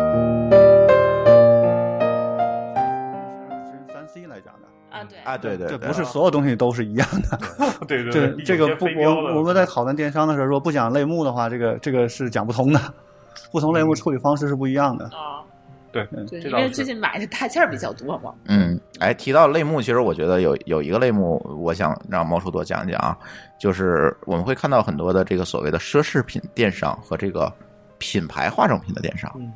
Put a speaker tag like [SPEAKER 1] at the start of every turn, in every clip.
[SPEAKER 1] 嗯
[SPEAKER 2] 啊，对
[SPEAKER 3] 啊，对对，
[SPEAKER 4] 这
[SPEAKER 3] 对
[SPEAKER 4] 不是所有东西都是一样 的。
[SPEAKER 1] 对对
[SPEAKER 4] 这
[SPEAKER 1] 对，
[SPEAKER 4] 这个
[SPEAKER 1] 有些
[SPEAKER 4] 不
[SPEAKER 1] 飞，镖了
[SPEAKER 4] 我我们在讨论电商的时候说不讲类目的话，这个这个是讲不通的，不同类目处理方式是不一样的。
[SPEAKER 2] 啊，
[SPEAKER 1] 对
[SPEAKER 2] 对，
[SPEAKER 1] 这
[SPEAKER 2] 因
[SPEAKER 1] 倒
[SPEAKER 2] 为
[SPEAKER 1] 是
[SPEAKER 2] 最近买的大件儿比较多嘛，
[SPEAKER 3] 嗯，哎，提到类目，其实我觉得有有一个类目，我想让猫叔多讲讲啊，就是我们会看到很多的这个所谓的奢侈品电商和这个品牌化妆品的电商，
[SPEAKER 4] 嗯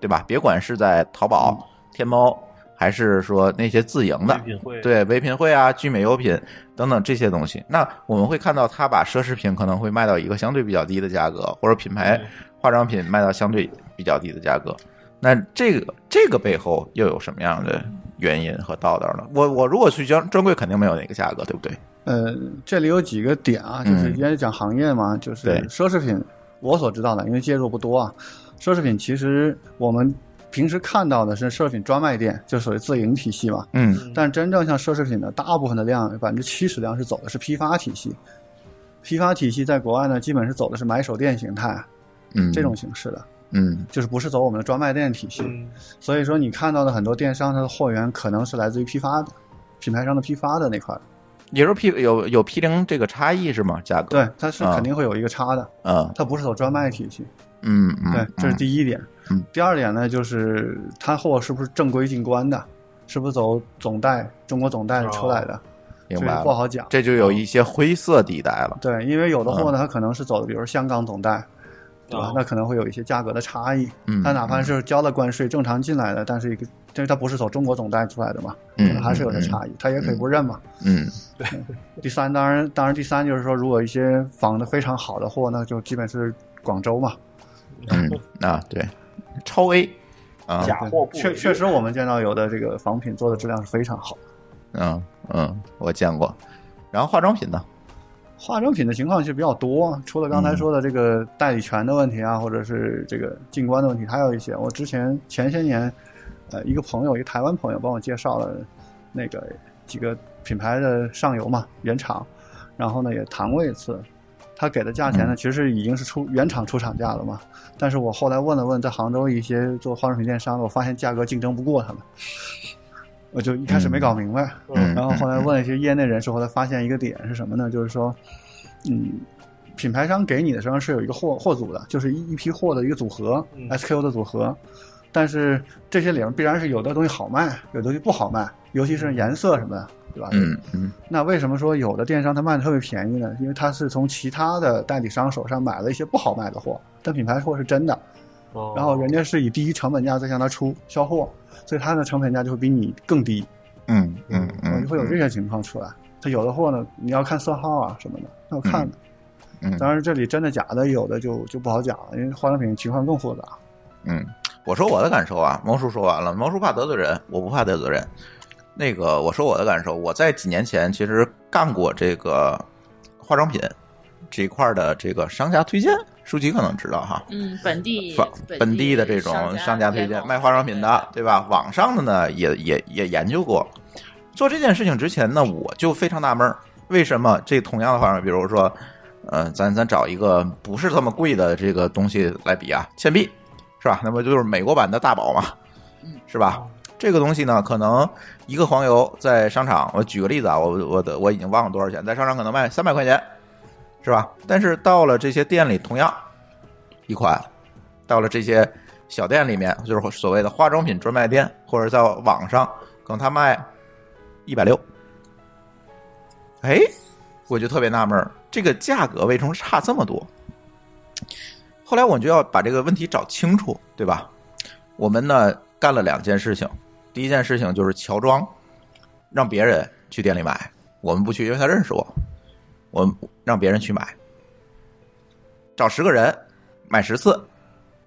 [SPEAKER 3] 对吧？别管是在淘宝、天猫，还是说那些自营的
[SPEAKER 1] 精，品会，
[SPEAKER 3] 对唯品会啊、聚美优品等等这些东西，那我们会看到他把奢侈品可能会卖到一个相对比较低的价格，或者品牌
[SPEAKER 1] 嗯
[SPEAKER 3] 化妆品卖到相对比较低的价格。那这个这个背后又有什么样的原因和道道呢？我我如果去专专柜，肯定没有那个价格，对不对？
[SPEAKER 4] 呃，这里有几个点啊，就是
[SPEAKER 3] 嗯
[SPEAKER 4] 因为讲行业嘛，就是
[SPEAKER 3] 对
[SPEAKER 4] 奢侈品，我所知道的，因为介入不多啊。奢侈品其实我们平时看到的是奢侈品专卖店，就属于自营体系嘛。
[SPEAKER 3] 嗯
[SPEAKER 4] 但真正像奢侈品的大部分的量，百分之七十量是走的是批发体系。批发体系在国外呢，基本是走的是买手店形态
[SPEAKER 3] 嗯，
[SPEAKER 4] 这种形式的，
[SPEAKER 3] 嗯
[SPEAKER 4] 就是不是走我们的专卖店体系。
[SPEAKER 1] 嗯，
[SPEAKER 4] 所以说，你看到的很多电商，它的货源可能是来自于批发的品牌商的批发的那块儿。
[SPEAKER 3] 也就是批有有批零这个差异是吗？价格
[SPEAKER 4] 对，，它是
[SPEAKER 3] 啊
[SPEAKER 4] 肯定会有一个差的，
[SPEAKER 3] 嗯
[SPEAKER 4] 它不是走专卖体系。
[SPEAKER 3] 嗯嗯，
[SPEAKER 4] 对，这是第一点。
[SPEAKER 3] 嗯
[SPEAKER 4] 第二点呢，就是它货是不是正规进关的，是不是走总代中国总代出来的，
[SPEAKER 3] 哦明
[SPEAKER 4] 这
[SPEAKER 3] 白
[SPEAKER 4] 个不
[SPEAKER 3] 了，
[SPEAKER 4] 好讲。
[SPEAKER 3] 这就有一些灰色地带了。
[SPEAKER 4] 对，因为有的货
[SPEAKER 3] 嗯
[SPEAKER 4] 呢，它可能是走的，比如香港总代，对吧
[SPEAKER 1] 哦？
[SPEAKER 4] 那可能会有一些价格的差异。
[SPEAKER 3] 嗯，
[SPEAKER 4] 它哪怕是交了关税正常进来的，但是一个，但是它不是走中国总代出来的嘛，可
[SPEAKER 3] 嗯
[SPEAKER 4] 能还是有些差异，它也可以不认嘛。
[SPEAKER 3] 嗯
[SPEAKER 4] 第三，当然，当然，第三就是说，如果一些仿的非常好的货，那就基本是广州嘛。
[SPEAKER 3] 嗯啊对，超 A 啊
[SPEAKER 1] 假货不
[SPEAKER 4] 确
[SPEAKER 1] 为
[SPEAKER 4] 确实，我们见到有的这个仿品做的质量是非常好。
[SPEAKER 3] 嗯嗯，我见过。然后化妆品呢？
[SPEAKER 4] 化妆品的情况是比较多，除了刚才说的这个代理权的问题啊，或者是这个进关的问题，还有一些。我之前前些年，呃，一个朋友，一个台湾朋友帮我介绍了那个几个品牌的上游嘛，原厂，然后呢也谈过一次。他给的价钱呢，其实已经是出原厂出厂价了嘛。但是我后来问了问，在杭州一些做化妆品电商的，我发现价格竞争不过他们，我就一开始没搞明白。
[SPEAKER 3] 嗯，
[SPEAKER 4] 然后后来问了一些业内人士，后来发现一个点是什么呢？就是说，嗯，品牌商给你的实际上是有一个货货组的，就是一一批货的一个组合、
[SPEAKER 1] 嗯
[SPEAKER 4] SKU 的组合。但是这些里面必然是有的东西好卖，有的东西不好卖，尤其是颜色什么的，对吧？
[SPEAKER 3] 嗯嗯
[SPEAKER 4] 那为什么说有的电商它卖的特别便宜呢？因为它是从其他的代理商手上买了一些不好卖的货，但品牌货是真的，
[SPEAKER 1] 哦
[SPEAKER 4] 然后人家是以低成本价再向它出销货，所以它的成本价就会比你更低。
[SPEAKER 3] 嗯
[SPEAKER 4] 哎
[SPEAKER 3] 嗯嗯，
[SPEAKER 4] 会有这些情况出来。它有的货呢，你要看色号啊什么的，要看的。
[SPEAKER 3] 嗯
[SPEAKER 4] 当然，这里真的假的有的就就不好讲了，因为化妆品情况更复杂。
[SPEAKER 3] 嗯，我说我的感受啊，毛叔说完了，毛叔怕得罪人，我不怕得罪人。那个，我说我的感受，我在几年前其实干过这个化妆品这一块儿的这个商家推荐，舒淇可能知道哈，
[SPEAKER 2] 嗯，本地
[SPEAKER 3] 本
[SPEAKER 2] 本
[SPEAKER 3] 地的这种商家推荐卖化妆品的，，对吧？网上的呢也也也研究过。做这件事情之前呢，我就非常纳闷儿，为什么这同样的化妆品，比如说，呃，咱咱找一个不是这么贵的这个东西来比啊，倩碧是吧？那么就是美国版的大宝嘛，是吧？这个东西呢，可能一个黄油在商场，我举个例子啊，我我的我已经忘了多少钱，在商场可能卖三百块钱，是吧？但是到了这些店里，同样一款，到了这些小店里面，就是所谓的化妆品专卖店，或者在网上，可能他卖一百六，哎，我就特别纳闷儿，这个价格为什么差这么多？后来我就要把这个问题找清楚，对吧？我们呢干了两件事情，第一件事情就是乔装，让别人去店里买，我们不去，因为他认识我，我们让别人去买，找十个人买十次，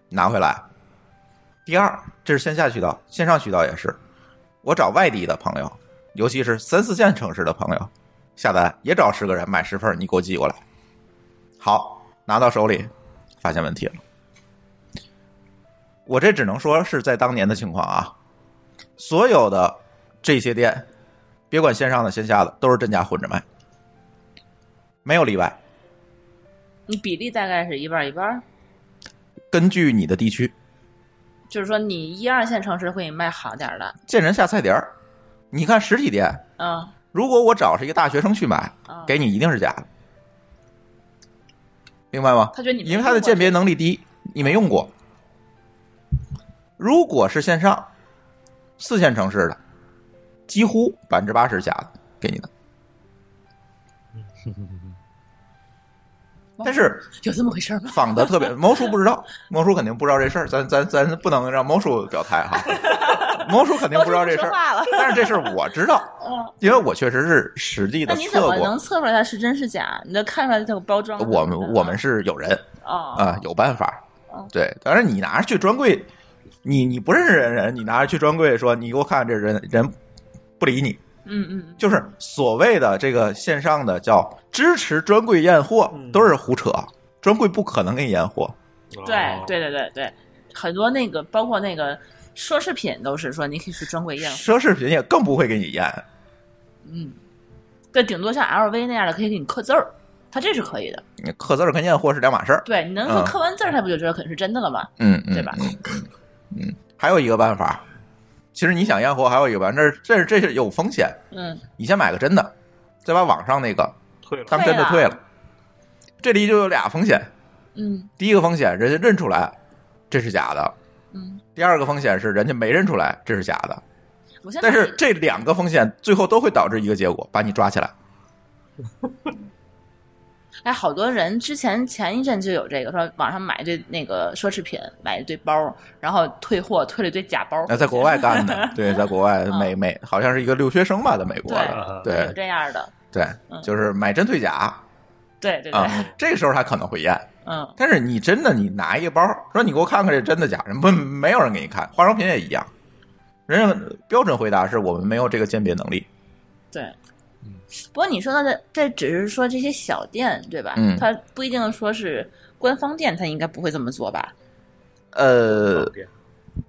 [SPEAKER 3] 拿回来。第二，这是线下渠道，线上渠道也是，我找外地的朋友，尤其是三四线城市的朋友下单，也找十个人买十份儿，你给我寄过来。好，拿到手里，发现问题了。我这只能说是在当年的情况啊，所有的这些店，别管线上的线下的，都是真假混着卖，没有例外。
[SPEAKER 2] 你比例大概是一半一半。
[SPEAKER 3] 根据你的地区，
[SPEAKER 2] 就是说，你一二线城市会卖好点儿的，
[SPEAKER 3] 见人下菜碟儿。你看实体店，
[SPEAKER 2] 嗯
[SPEAKER 3] 如果我找是一个大学生去买，
[SPEAKER 2] 嗯，
[SPEAKER 3] 给你一定是假的，明白吗？
[SPEAKER 2] 他觉得你没
[SPEAKER 3] 因为它的
[SPEAKER 2] 用过
[SPEAKER 3] 鉴别能力低，你没用过。如果是线上，四线城市的，几乎百分之八十假的 给你的，但是
[SPEAKER 2] 有这么回事儿吗？
[SPEAKER 3] 仿 的特别，毛叔不知道，毛叔肯定不知道这事儿，咱咱咱不能让毛叔表态 哈，毛叔肯定不知道这事
[SPEAKER 2] 我就
[SPEAKER 3] 儿
[SPEAKER 2] 不说，话了。
[SPEAKER 3] 但是这事儿我知道，
[SPEAKER 2] 嗯，
[SPEAKER 3] 因为我确实是实地
[SPEAKER 2] 那
[SPEAKER 3] 的
[SPEAKER 2] 你怎
[SPEAKER 3] 测
[SPEAKER 2] 么
[SPEAKER 3] 过
[SPEAKER 2] 能，测出来它是真是假？你都看出来它有包装。
[SPEAKER 3] 我们我们是有人
[SPEAKER 2] 啊
[SPEAKER 3] 啊、有办法
[SPEAKER 2] 哦，
[SPEAKER 3] 对，当然你拿着去专柜，你你不认识人人，你拿着去专柜说你给我看这人人不理你，
[SPEAKER 2] 嗯嗯
[SPEAKER 3] 就是所谓的这个线上的叫支持专柜验货，
[SPEAKER 1] 嗯
[SPEAKER 3] 都是胡扯，专柜不可能给你验货，
[SPEAKER 1] 哦
[SPEAKER 2] 对对对对对，很多那个包括那个奢侈品都是说你可以去专柜验，
[SPEAKER 3] 奢侈品也更不会给你验。
[SPEAKER 2] 嗯，对，顶多像 LV 那样的可以给你刻字儿，它这是可以的。
[SPEAKER 3] 你刻字儿跟验货是两码事儿，
[SPEAKER 2] 对，你能说刻完字儿，它不就知道可能是真的了吗？
[SPEAKER 3] 嗯，嗯
[SPEAKER 2] 对吧？？
[SPEAKER 3] 还有一个办法，其实你想验货，还有一个办法，这是这是这是有风险，
[SPEAKER 2] 嗯，
[SPEAKER 3] 你先买个真的，再把网上那个
[SPEAKER 1] 退了，
[SPEAKER 3] 当真的退了。这里就有俩风险，
[SPEAKER 2] 嗯
[SPEAKER 3] 第一个风险，人家认出来这是假的；
[SPEAKER 2] 嗯，
[SPEAKER 3] 第二个风险是人家没认出来这是假的。
[SPEAKER 2] 我现在
[SPEAKER 3] 但是这两个风险最后都会导致一个结果，把你抓起来。
[SPEAKER 2] 哎，好多人之前前一阵就有这个，说网上买一堆那个奢侈品，买一堆包，然后退货退了一堆假包。
[SPEAKER 3] 那在国外干 的，对，在国外美美好像是一个留学生吧，在美国的，
[SPEAKER 1] 了
[SPEAKER 2] 嗯对
[SPEAKER 3] 对
[SPEAKER 2] 有这样的，
[SPEAKER 3] 对，
[SPEAKER 2] 嗯
[SPEAKER 3] 就是买真退假
[SPEAKER 2] 对对对，
[SPEAKER 3] 啊。这个时候他可能会验，
[SPEAKER 2] 嗯
[SPEAKER 3] 但是你真的你拿一个包，说你给我看看这真的假的，不没有人给你看，化妆品也一样。人家标准回答是我们没有这个鉴别能力，
[SPEAKER 2] 对。不过你说到这，这只是说这些小店对吧？
[SPEAKER 3] 嗯
[SPEAKER 2] 它不一定说是官方店，它应该不会这么做吧？
[SPEAKER 3] 呃，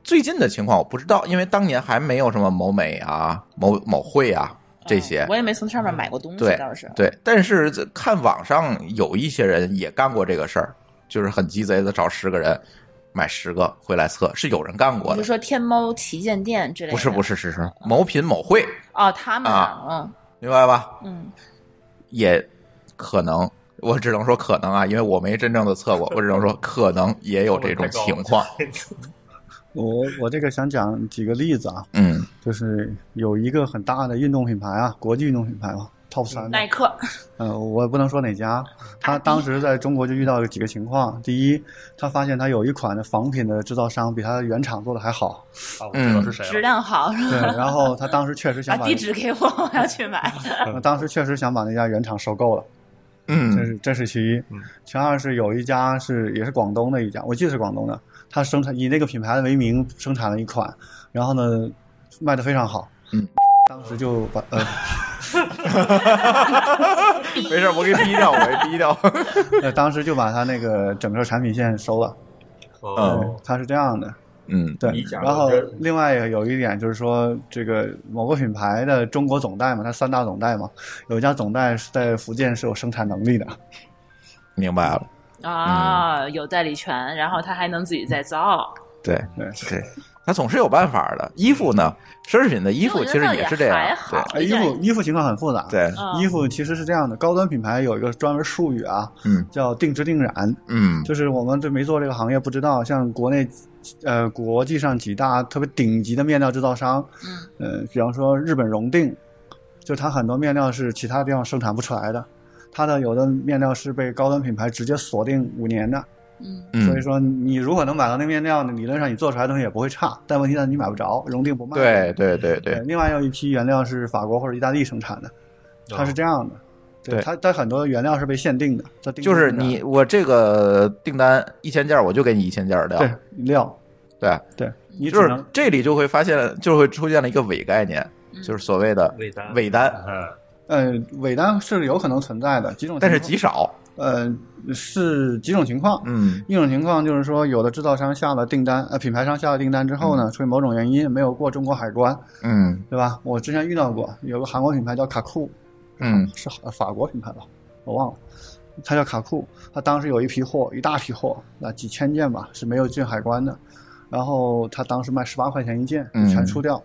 [SPEAKER 3] 最近的情况我不知道，因为当年还没有什么某美啊、某某汇啊这些。
[SPEAKER 2] 嗯我也没从上面买过东西，
[SPEAKER 3] 对
[SPEAKER 2] 倒是。
[SPEAKER 3] 对，但是这看网上有一些人也干过这个事儿，就是很鸡贼的找十个人买十个回来测，是有人干过
[SPEAKER 2] 你是
[SPEAKER 3] 的。
[SPEAKER 2] 说天猫旗舰店之类的？
[SPEAKER 3] 不是不
[SPEAKER 2] 是
[SPEAKER 3] 是是是某品某汇，
[SPEAKER 2] 哦，他们
[SPEAKER 3] 啊
[SPEAKER 2] 啊，
[SPEAKER 3] 明白吧？
[SPEAKER 2] 嗯
[SPEAKER 3] 也可能，我只能说可能啊，因为我没真正的测过，我只能说可能也有这种情况。
[SPEAKER 4] 我我这个想讲几个例子啊，
[SPEAKER 3] 嗯
[SPEAKER 4] 就是有一个很大的运动品牌啊，国际运动品牌啊，Top 三
[SPEAKER 2] 嗯，
[SPEAKER 4] 的
[SPEAKER 2] 耐，克，
[SPEAKER 4] 呃，我不能说哪家，他当时在中国就遇到了几个情况。第一，他发现他有一款的仿品的制造商比他原厂做的还好，
[SPEAKER 1] 啊，我知道是
[SPEAKER 2] 质
[SPEAKER 1] 谁了，
[SPEAKER 2] 量好，是吧
[SPEAKER 4] 对，然后他当时确实
[SPEAKER 2] 把
[SPEAKER 4] 想把
[SPEAKER 2] 啊地，址给我， 我要去买。
[SPEAKER 4] 呃当时确实想把那家原厂收购了，这
[SPEAKER 3] 嗯
[SPEAKER 4] 是这是其一
[SPEAKER 1] 嗯，
[SPEAKER 4] 其二是有一家是也是广东的一家，我记得是广东的，他生产以那个品牌为名生产了一款，然后呢卖的非常好，
[SPEAKER 3] 嗯，
[SPEAKER 4] 当时就把呃
[SPEAKER 3] 没事，我给逼掉，我给逼掉。
[SPEAKER 4] 呃当时就把他那个整个产品线收了，
[SPEAKER 1] 哦，
[SPEAKER 4] 他是这样的，
[SPEAKER 3] 嗯，
[SPEAKER 4] 对
[SPEAKER 1] 以假，
[SPEAKER 4] 然后
[SPEAKER 1] 乱真
[SPEAKER 4] 另外有一点就是说，这个某个品牌的中国总代嘛，它三大总代嘛，有一家总代是在福建是有生产能力的，
[SPEAKER 3] 明白了。
[SPEAKER 2] 啊，有代理权，然后他还能自己再造。
[SPEAKER 3] 对
[SPEAKER 4] 对
[SPEAKER 3] 对，他总是有办法的。衣服呢，奢侈品的衣服其实也是这样
[SPEAKER 2] 我觉得倒也还。好
[SPEAKER 3] 对
[SPEAKER 4] 呃衣服衣服情况很复杂，，
[SPEAKER 3] 对，
[SPEAKER 2] 嗯
[SPEAKER 4] 衣服其实是这样的，高端品牌有一个专门术语啊，
[SPEAKER 3] 嗯
[SPEAKER 4] 叫定制定染，
[SPEAKER 3] 嗯
[SPEAKER 4] 就是我们这没做这个行业不知道，像国内。呃，国际上几大特别顶级的面料制造商，
[SPEAKER 2] 嗯
[SPEAKER 4] 呃，比方说日本荣定，就它很多面料是其他地方生产不出来的，它的有的面料是被高端品牌直接锁定五年的，
[SPEAKER 2] 嗯
[SPEAKER 4] 所以
[SPEAKER 3] 嗯，
[SPEAKER 4] 说你如果能买到那面料，你理论上你做出来的东西也不会差，但问题在你买不着，荣定不卖。
[SPEAKER 3] 对对对
[SPEAKER 4] 对
[SPEAKER 3] 对，
[SPEAKER 4] 另外有一批原料是法国或者意大利生产的，它嗯是这样的。
[SPEAKER 3] 哦对
[SPEAKER 4] 它它很多原料是被限定的，它定
[SPEAKER 3] 就是
[SPEAKER 4] 定的
[SPEAKER 3] 你我这个订单一千件儿，我就给你一千件儿料。
[SPEAKER 4] 对料，
[SPEAKER 3] 对，
[SPEAKER 4] 对你只
[SPEAKER 3] 啊就
[SPEAKER 4] 能
[SPEAKER 3] 是这里就会发现，就会出现了一个伪概念，
[SPEAKER 2] 嗯
[SPEAKER 3] 就是所谓的
[SPEAKER 1] 哦魏丹，
[SPEAKER 3] 伪
[SPEAKER 4] 啊
[SPEAKER 3] 单，
[SPEAKER 1] 嗯，
[SPEAKER 4] 呃尾单是有可能存在的几种情况，
[SPEAKER 3] 但是极少。
[SPEAKER 4] 呃是几种情况，
[SPEAKER 3] 嗯
[SPEAKER 4] 一种情况就是说，有的制造商下了订单，呃，品牌商下了订单之后呢，出于某种原因没有过中国海关，
[SPEAKER 3] 嗯
[SPEAKER 4] 对吧？我之前遇到过，有个韩国品牌叫卡酷，
[SPEAKER 3] 嗯
[SPEAKER 4] 是呃法国品牌吧，我忘了，它叫卡酷，它当时有一批货，一大批货，那几千件吧，是没有进海关的，然后它当时卖十八块钱一件，
[SPEAKER 3] 嗯
[SPEAKER 4] 全出掉。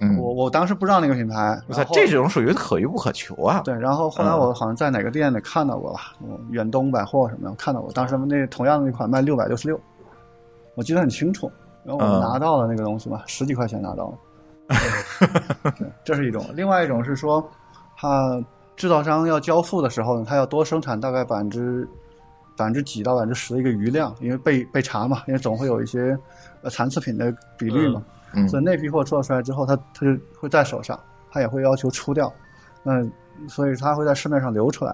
[SPEAKER 3] 嗯
[SPEAKER 4] 我我当时不知道那个品牌，
[SPEAKER 3] 我操
[SPEAKER 4] 然，后
[SPEAKER 3] 这种属于可遇不可求啊！
[SPEAKER 4] 对，然后后来我好像在哪个店里看到过吧，嗯远东百货什么的，我看到过，当时那同样的那款卖六百六十六，我记得很清楚。然后我
[SPEAKER 3] 嗯
[SPEAKER 4] 拿到了那个东西嘛，十几块钱拿到了。对，这是一种。另外一种是说，它制造商要交付的时候呢，它要多生产大概百分之百分之几到百分之十的一个余量，因为被被查嘛，因为总会有一些呃残次品的比率嘛。
[SPEAKER 3] 嗯
[SPEAKER 4] 所以那批货做出来之后，它它就会在手上，它也会要求出掉，那所以它会在市面上流出来，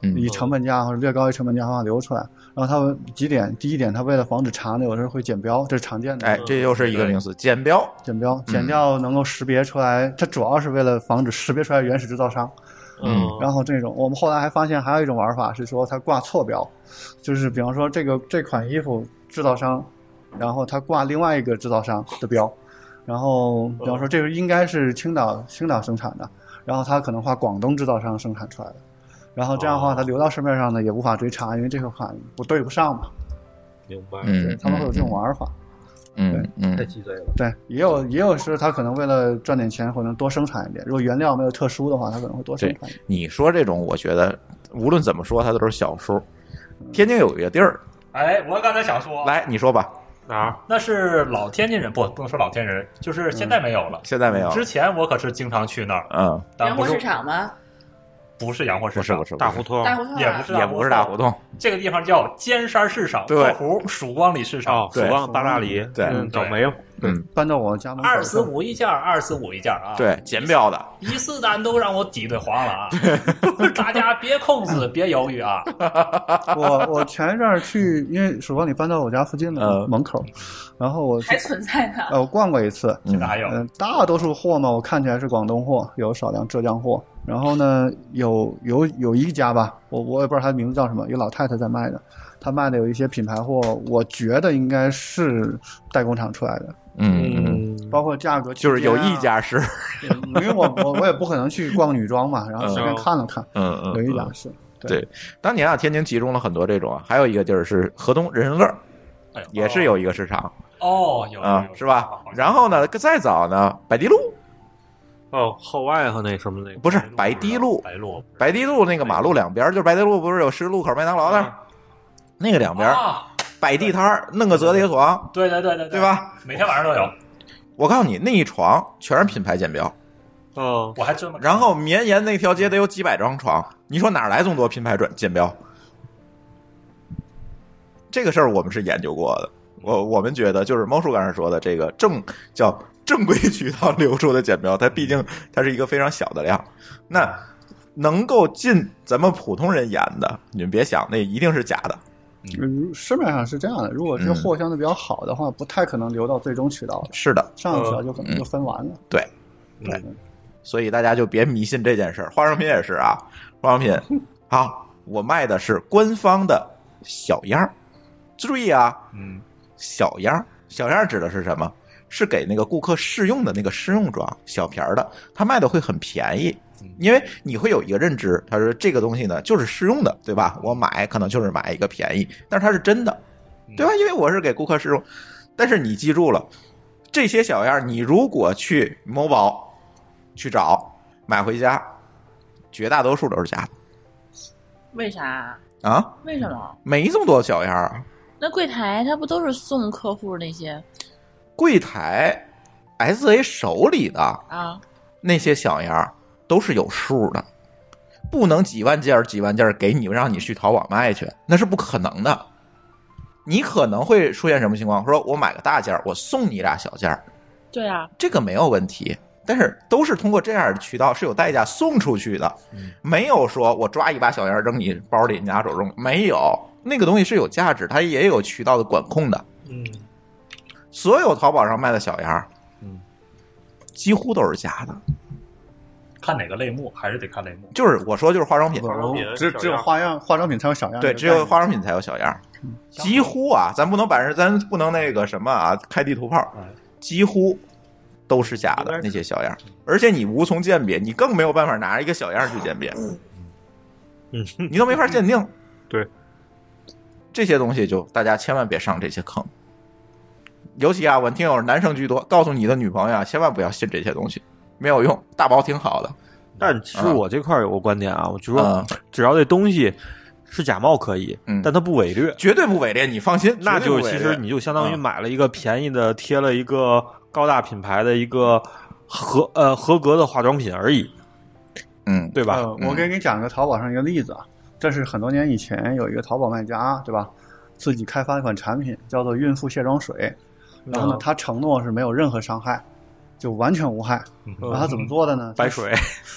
[SPEAKER 3] 嗯
[SPEAKER 4] 以成本价或者略高于成本价方法流出来。然后它会几点，第一点，它为了防止查呢，有时候会剪标，这是常见的。
[SPEAKER 3] 哎，嗯这又是一个名词，剪标。
[SPEAKER 4] 剪标，剪掉能够识别出来，它主要是为了防止识别出来原始制造商。
[SPEAKER 3] 嗯
[SPEAKER 4] 然后这种，我们后来还发现还有一种玩法是说它挂错标，就是比方说这个这款衣服制造商，然后它挂另外一个制造商的标，然后比方说这个应该是青岛青岛生产的，然后它可能画广东制造商生产出来的，然后这样的话
[SPEAKER 1] 哦
[SPEAKER 4] 它流到市面上呢也无法追查，因为这个款不对不上嘛，
[SPEAKER 1] 明白，
[SPEAKER 3] 嗯
[SPEAKER 4] 对，他们会有这种玩法。
[SPEAKER 3] 嗯
[SPEAKER 1] 太
[SPEAKER 3] 嗯
[SPEAKER 1] 鸡贼了，
[SPEAKER 4] 对，也有也有是他可能为了赚点钱，可能多生产一点。如果原料没有特殊的话，他可能会多生产一点。
[SPEAKER 3] 你说这种，我觉得无论怎么说，它都是小数。
[SPEAKER 4] 嗯
[SPEAKER 3] 天津有一个地儿，
[SPEAKER 5] 哎，我刚才想说，
[SPEAKER 3] 来你说吧，
[SPEAKER 1] 哪儿？
[SPEAKER 5] 那是老天津人，不不能说老天津人，就是现在没有了。
[SPEAKER 3] 嗯现在没有。
[SPEAKER 5] 之前我可是经常去那儿，
[SPEAKER 3] 嗯，
[SPEAKER 5] 但
[SPEAKER 2] 洋
[SPEAKER 5] 不
[SPEAKER 2] 货市
[SPEAKER 5] 是
[SPEAKER 2] 场吗？
[SPEAKER 5] 不是洋货市
[SPEAKER 3] 不是
[SPEAKER 5] 场
[SPEAKER 3] 不，是
[SPEAKER 1] 大
[SPEAKER 3] 不
[SPEAKER 1] 胡
[SPEAKER 3] 是
[SPEAKER 1] 同，
[SPEAKER 2] 大胡同
[SPEAKER 5] 也不是
[SPEAKER 3] 也不是大胡同，
[SPEAKER 5] 这个地方叫尖山市场，
[SPEAKER 3] 对
[SPEAKER 5] 括弧曙光里市场
[SPEAKER 1] 哦，，曙光大大理，
[SPEAKER 3] 对
[SPEAKER 1] 嗯
[SPEAKER 5] 对
[SPEAKER 1] 倒霉了，
[SPEAKER 3] 嗯，
[SPEAKER 4] 搬到我家门口
[SPEAKER 5] 二十五一件儿，二十五一件儿啊。，
[SPEAKER 3] 对，剪标的，
[SPEAKER 5] 一四单都让我挤兑黄 了啊！大家别控制，别犹豫啊！
[SPEAKER 4] 我我前一阵儿去，因为曙光里搬到我家附近的
[SPEAKER 3] 嗯
[SPEAKER 4] 门口，然后我去
[SPEAKER 2] 还存在呢。
[SPEAKER 4] 呃我逛过一次，
[SPEAKER 5] 现在还有
[SPEAKER 4] 嗯、大多数货嘛，我看起来是广东货，有少量浙江货。然后呢，有有有一家吧，我我也不知道它的名字叫什么，有老太太在卖的，她卖的有一些品牌货，我觉得应该是代工厂出来的，
[SPEAKER 3] 嗯嗯，
[SPEAKER 4] 包括价格、啊
[SPEAKER 3] 就是有一
[SPEAKER 4] 家。
[SPEAKER 3] 家是，
[SPEAKER 4] 因为呃我我我也不可能去逛女装嘛，然后随便看了看，
[SPEAKER 3] 嗯嗯，
[SPEAKER 4] 有一
[SPEAKER 3] 嗯
[SPEAKER 4] 两是，
[SPEAKER 3] 当年啊，天津集中了很多这种啊，还有一个地儿是河东人参乐，
[SPEAKER 5] 哎呦
[SPEAKER 3] 也是有一个市场
[SPEAKER 5] 哦，有
[SPEAKER 3] 啊
[SPEAKER 5] 有，有
[SPEAKER 3] 是吧？然后呢，再早呢，百地路，
[SPEAKER 1] 哦，后外和那什么那个
[SPEAKER 3] 不是白堤路
[SPEAKER 5] 白路
[SPEAKER 3] 白堤路嗯那个马路两边儿，就是白堤路不是有十字路口麦当劳那儿，那个两边儿
[SPEAKER 5] 啊，
[SPEAKER 3] 摆地摊儿，弄个折叠床，
[SPEAKER 5] 对对对对
[SPEAKER 3] 对？吧？
[SPEAKER 5] 每天晚上都有，
[SPEAKER 3] 我告诉你，那一床全是品牌剪标，
[SPEAKER 1] 哦，
[SPEAKER 5] 我还真没
[SPEAKER 3] 然后绵延那条街得有几百张床，你说哪来这么多品牌转剪标？这个事儿我们是研究过的，我我们觉得就是猫叔刚才说的这个正叫正规渠道流出的剪标，它毕竟它是一个非常小的量，那能够进咱们普通人眼的，你们别想那一定是假的，
[SPEAKER 4] 嗯市面上是这样的，如果是货相对比较好的话，不太可能流到最终渠道了，
[SPEAKER 3] 是的，
[SPEAKER 4] 上去了就可能就分完了。
[SPEAKER 3] 对，
[SPEAKER 4] 对，
[SPEAKER 3] 所以大家就别迷信这件事儿。化妆品也是啊，化妆品，好，我卖的是官方的小样儿，注意啊，
[SPEAKER 5] 嗯，
[SPEAKER 3] 小样儿，小样儿指的是什么？是给那个顾客试用的那个试用装，小瓶儿的，它卖的会很便宜，因为你会有一个认知，他说这个东西呢就是试用的，对吧？我买可能就是买一个便宜，但是它是真的，对吧？因为我是给顾客试用，但是你记住了，这些小样儿，你如果去某宝去找买回家，绝大多数都是假
[SPEAKER 2] 为啥？
[SPEAKER 3] 的啊，
[SPEAKER 2] 为什么？
[SPEAKER 3] 没这么多小样儿啊。
[SPEAKER 2] 那柜台它不都是送客户那些
[SPEAKER 3] 柜台 S A 手里的
[SPEAKER 2] 啊？
[SPEAKER 3] 那些小样儿都是有数的，不能几万件儿几万件儿给你，让你去淘宝卖去，那是不可能的。你可能会出现什么情况？说我买个大件儿，我送你俩小件儿，
[SPEAKER 2] 对啊，
[SPEAKER 3] 这个没有问题。但是都是通过这样的渠道是有代价送出去的，没有说我抓一把小样儿扔你包里，你拿手中没有那个东西是有价值，它也有渠道的管控的。
[SPEAKER 1] 嗯，
[SPEAKER 3] 所有淘宝上卖的小样儿，
[SPEAKER 1] 嗯，
[SPEAKER 3] 几乎都是假的。
[SPEAKER 5] 看哪个类目还是得看类目，
[SPEAKER 3] 就是我说就是化妆品，
[SPEAKER 4] 不
[SPEAKER 1] 化妆品的
[SPEAKER 4] 只
[SPEAKER 1] 小
[SPEAKER 4] 只有
[SPEAKER 1] 样
[SPEAKER 4] 花样化妆品才有小样，
[SPEAKER 3] 嗯对，只有化妆品才有小样儿，
[SPEAKER 1] 嗯
[SPEAKER 3] 几乎啊，咱不能百分之，咱不能那个什么啊，开地图炮
[SPEAKER 5] 嗯，
[SPEAKER 3] 几乎都是假
[SPEAKER 1] 哎应该
[SPEAKER 3] 的
[SPEAKER 1] 是嗯
[SPEAKER 3] 那些小样儿，而且你无从鉴别，你更没有办法拿一个小样儿去鉴别，
[SPEAKER 1] 嗯，
[SPEAKER 3] 你都没法鉴定。
[SPEAKER 1] 对，
[SPEAKER 3] 这些东西就大家千万别上这些坑。尤其啊，我听友男生居多，告诉你的女朋友啊，千万不要信这些东西，没有用，大包挺好的。
[SPEAKER 1] 但其实我这块儿有个观点啊，我就说
[SPEAKER 3] 嗯，
[SPEAKER 1] 只要这东西是假冒可以
[SPEAKER 3] 嗯，
[SPEAKER 1] 但它不伪劣，
[SPEAKER 3] 绝对不伪劣，你放心。
[SPEAKER 1] 那
[SPEAKER 3] 绝对
[SPEAKER 1] 就
[SPEAKER 3] 不伪
[SPEAKER 1] 其
[SPEAKER 3] 劣
[SPEAKER 1] 实你就相当于
[SPEAKER 3] 嗯
[SPEAKER 1] 买了一个便宜的，贴了一个高大品牌的一个合呃合格的化妆品而已，
[SPEAKER 3] 嗯，
[SPEAKER 1] 对吧？
[SPEAKER 4] 呃，我给你讲个淘宝上一个例子啊，这是很多年以前有一个淘宝卖家，对吧？自己开发一款产品叫做孕妇卸妆水，然
[SPEAKER 1] 啊
[SPEAKER 4] 后呢，他承诺是没有任何伤害，就完全无害。然后他怎么做的呢？
[SPEAKER 1] 白
[SPEAKER 4] 他
[SPEAKER 1] 水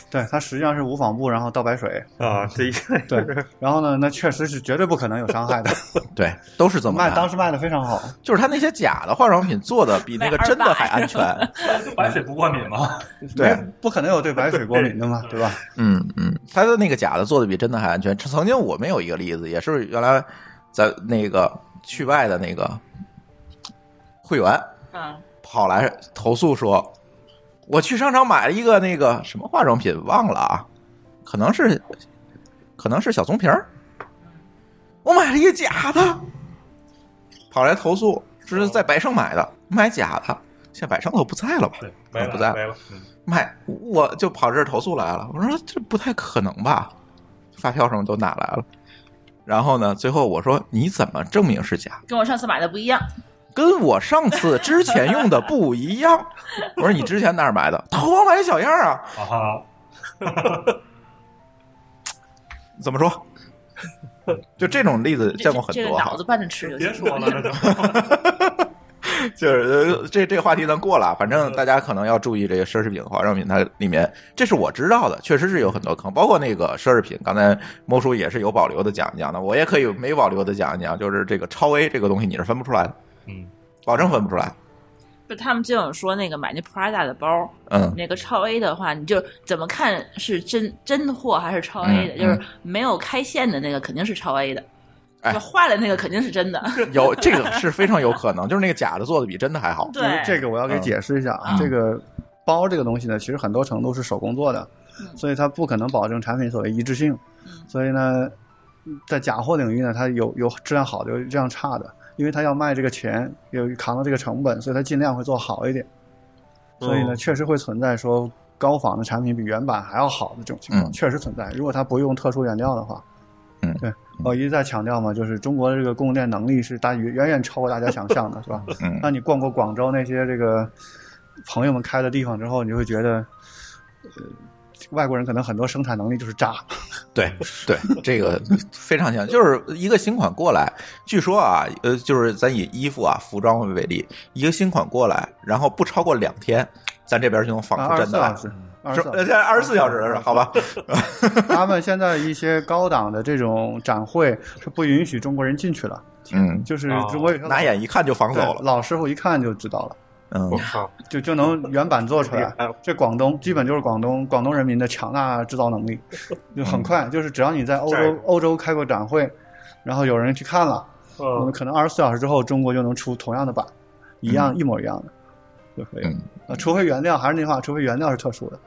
[SPEAKER 4] 对，它实际上是无纺布，然后倒白水。
[SPEAKER 1] 啊，这一
[SPEAKER 4] 对，然后呢，那确实是绝对不可能有伤害的。
[SPEAKER 3] 对，都是这么
[SPEAKER 4] 卖
[SPEAKER 3] 干
[SPEAKER 4] 当时卖的非常好，
[SPEAKER 3] 就是他那些假的化妆品做的比那个真的还安全。
[SPEAKER 5] 就白水不过敏吗？
[SPEAKER 3] 对
[SPEAKER 4] 没，哎不可能有对白水过敏的 嘛，对吧？
[SPEAKER 3] 嗯嗯，他的那个假的做的比真的还安全。曾经我们有一个例子，也是原来咱那个去外的那个会员
[SPEAKER 2] 嗯，
[SPEAKER 3] 跑来投诉说，我去商场买了一个那个什么化妆品，忘了啊，可能是可能是小棕瓶儿，我买了一个假的，跑来投诉，这是在百盛买的，买假的，现在百盛都不在了吧？
[SPEAKER 5] 对，没了，
[SPEAKER 3] 不在
[SPEAKER 5] 没了。嗯
[SPEAKER 3] 卖，我就跑这儿投诉来了。我说这不太可能吧，发票什么都拿来了。然后呢，最后我说你怎么证明是假？
[SPEAKER 2] 跟我上次买的不一样，
[SPEAKER 3] 跟我上次之前用的不一样。我说你之前哪儿买的？淘宝买的小样儿啊？
[SPEAKER 5] 啊哈，
[SPEAKER 3] 怎么说？就这种例子见过很
[SPEAKER 2] 这这
[SPEAKER 3] 多啊
[SPEAKER 2] 个
[SPEAKER 3] 哈
[SPEAKER 2] 脑，子拌着吃就
[SPEAKER 5] 别
[SPEAKER 2] 行。
[SPEAKER 5] 说了，那就
[SPEAKER 3] 就是呃这这个话题咱过了啊，反正大家可能要注意这个奢侈品、化妆品，它里面这是我知道的，确实是有很多坑，包括那个奢侈品，刚才猫叔也是有保留的讲一讲的，我也可以没保留的讲一讲，就是这个超 A 这个东西你是分不出来的，
[SPEAKER 5] 嗯，
[SPEAKER 3] 保证分不出来，
[SPEAKER 2] 不，他们就有说那个买那 Prada 的包，
[SPEAKER 3] 嗯
[SPEAKER 2] 那个超 A 的话，你就怎么看是真真货还是超 A 的？
[SPEAKER 3] 嗯
[SPEAKER 2] 就是没有开线的那个肯定是超 A 的，
[SPEAKER 3] 哎
[SPEAKER 2] 就坏了那个肯定是真的。
[SPEAKER 3] 有这个是非常有可能，就是那个假的做的比真的还好，
[SPEAKER 2] 对，
[SPEAKER 4] 这个我要给解释一下啊，
[SPEAKER 3] 嗯
[SPEAKER 4] 这个包这个东西呢，其实很多程度是手工做的，
[SPEAKER 2] 嗯
[SPEAKER 4] 所以它不可能保证产品所谓一致性
[SPEAKER 2] 嗯。
[SPEAKER 4] 所以呢，在假货领域呢，它有有质量好的，有质量差的，因为它要卖这个钱，有扛到这个成本，所以它尽量会做好一点。所以呢，
[SPEAKER 1] 嗯
[SPEAKER 4] 确实会存在说高仿的产品比原版还要好的这种情况，
[SPEAKER 3] 嗯
[SPEAKER 4] 确实存在。如果它不用特殊原料的话，
[SPEAKER 3] 嗯
[SPEAKER 4] 对，我一再强调嘛，就是中国的这个供应链能力是大远远远超过大家想象的，是吧？
[SPEAKER 3] 嗯
[SPEAKER 4] 那你逛过广州那些这个朋友们开的地方之后，你就会觉得，呃，外国人可能很多生产能力就是渣，
[SPEAKER 3] 对 对，这个非常强，就是一个新款过来，据说啊，呃，就是咱以衣服啊、服装为例，一个新款过来，然后不超过两天，咱这边就能仿出
[SPEAKER 4] 啊二十
[SPEAKER 3] 真
[SPEAKER 4] 四
[SPEAKER 3] 的来
[SPEAKER 4] 小。时，二十四
[SPEAKER 3] 是呃，现在二十四小时了是 好吧？
[SPEAKER 4] 他们现在一些高档的这种展会是不允许中国人进去了，
[SPEAKER 3] 嗯，
[SPEAKER 4] 就是
[SPEAKER 1] 哦
[SPEAKER 4] 中国有些
[SPEAKER 3] 拿眼一看就防
[SPEAKER 4] 老
[SPEAKER 3] 走
[SPEAKER 4] 对
[SPEAKER 3] 了。
[SPEAKER 4] 老师傅一看就知道了。
[SPEAKER 3] 嗯
[SPEAKER 1] 我 靠，
[SPEAKER 4] 就就能原版做出来
[SPEAKER 1] 厉害了。
[SPEAKER 4] 这广东基本就是广东广东人民的强大制造能力，就很快，就是只要你在欧
[SPEAKER 1] 这
[SPEAKER 4] 洲欧洲开过展会，然后有人去看了，我
[SPEAKER 5] 呃
[SPEAKER 4] 们
[SPEAKER 1] 嗯
[SPEAKER 4] 可能二十四小时之后，中国就能出同样的版，一样一模一样的就可以了
[SPEAKER 3] 嗯。
[SPEAKER 4] 呃除非原料还是那句话，除非原料是特殊的。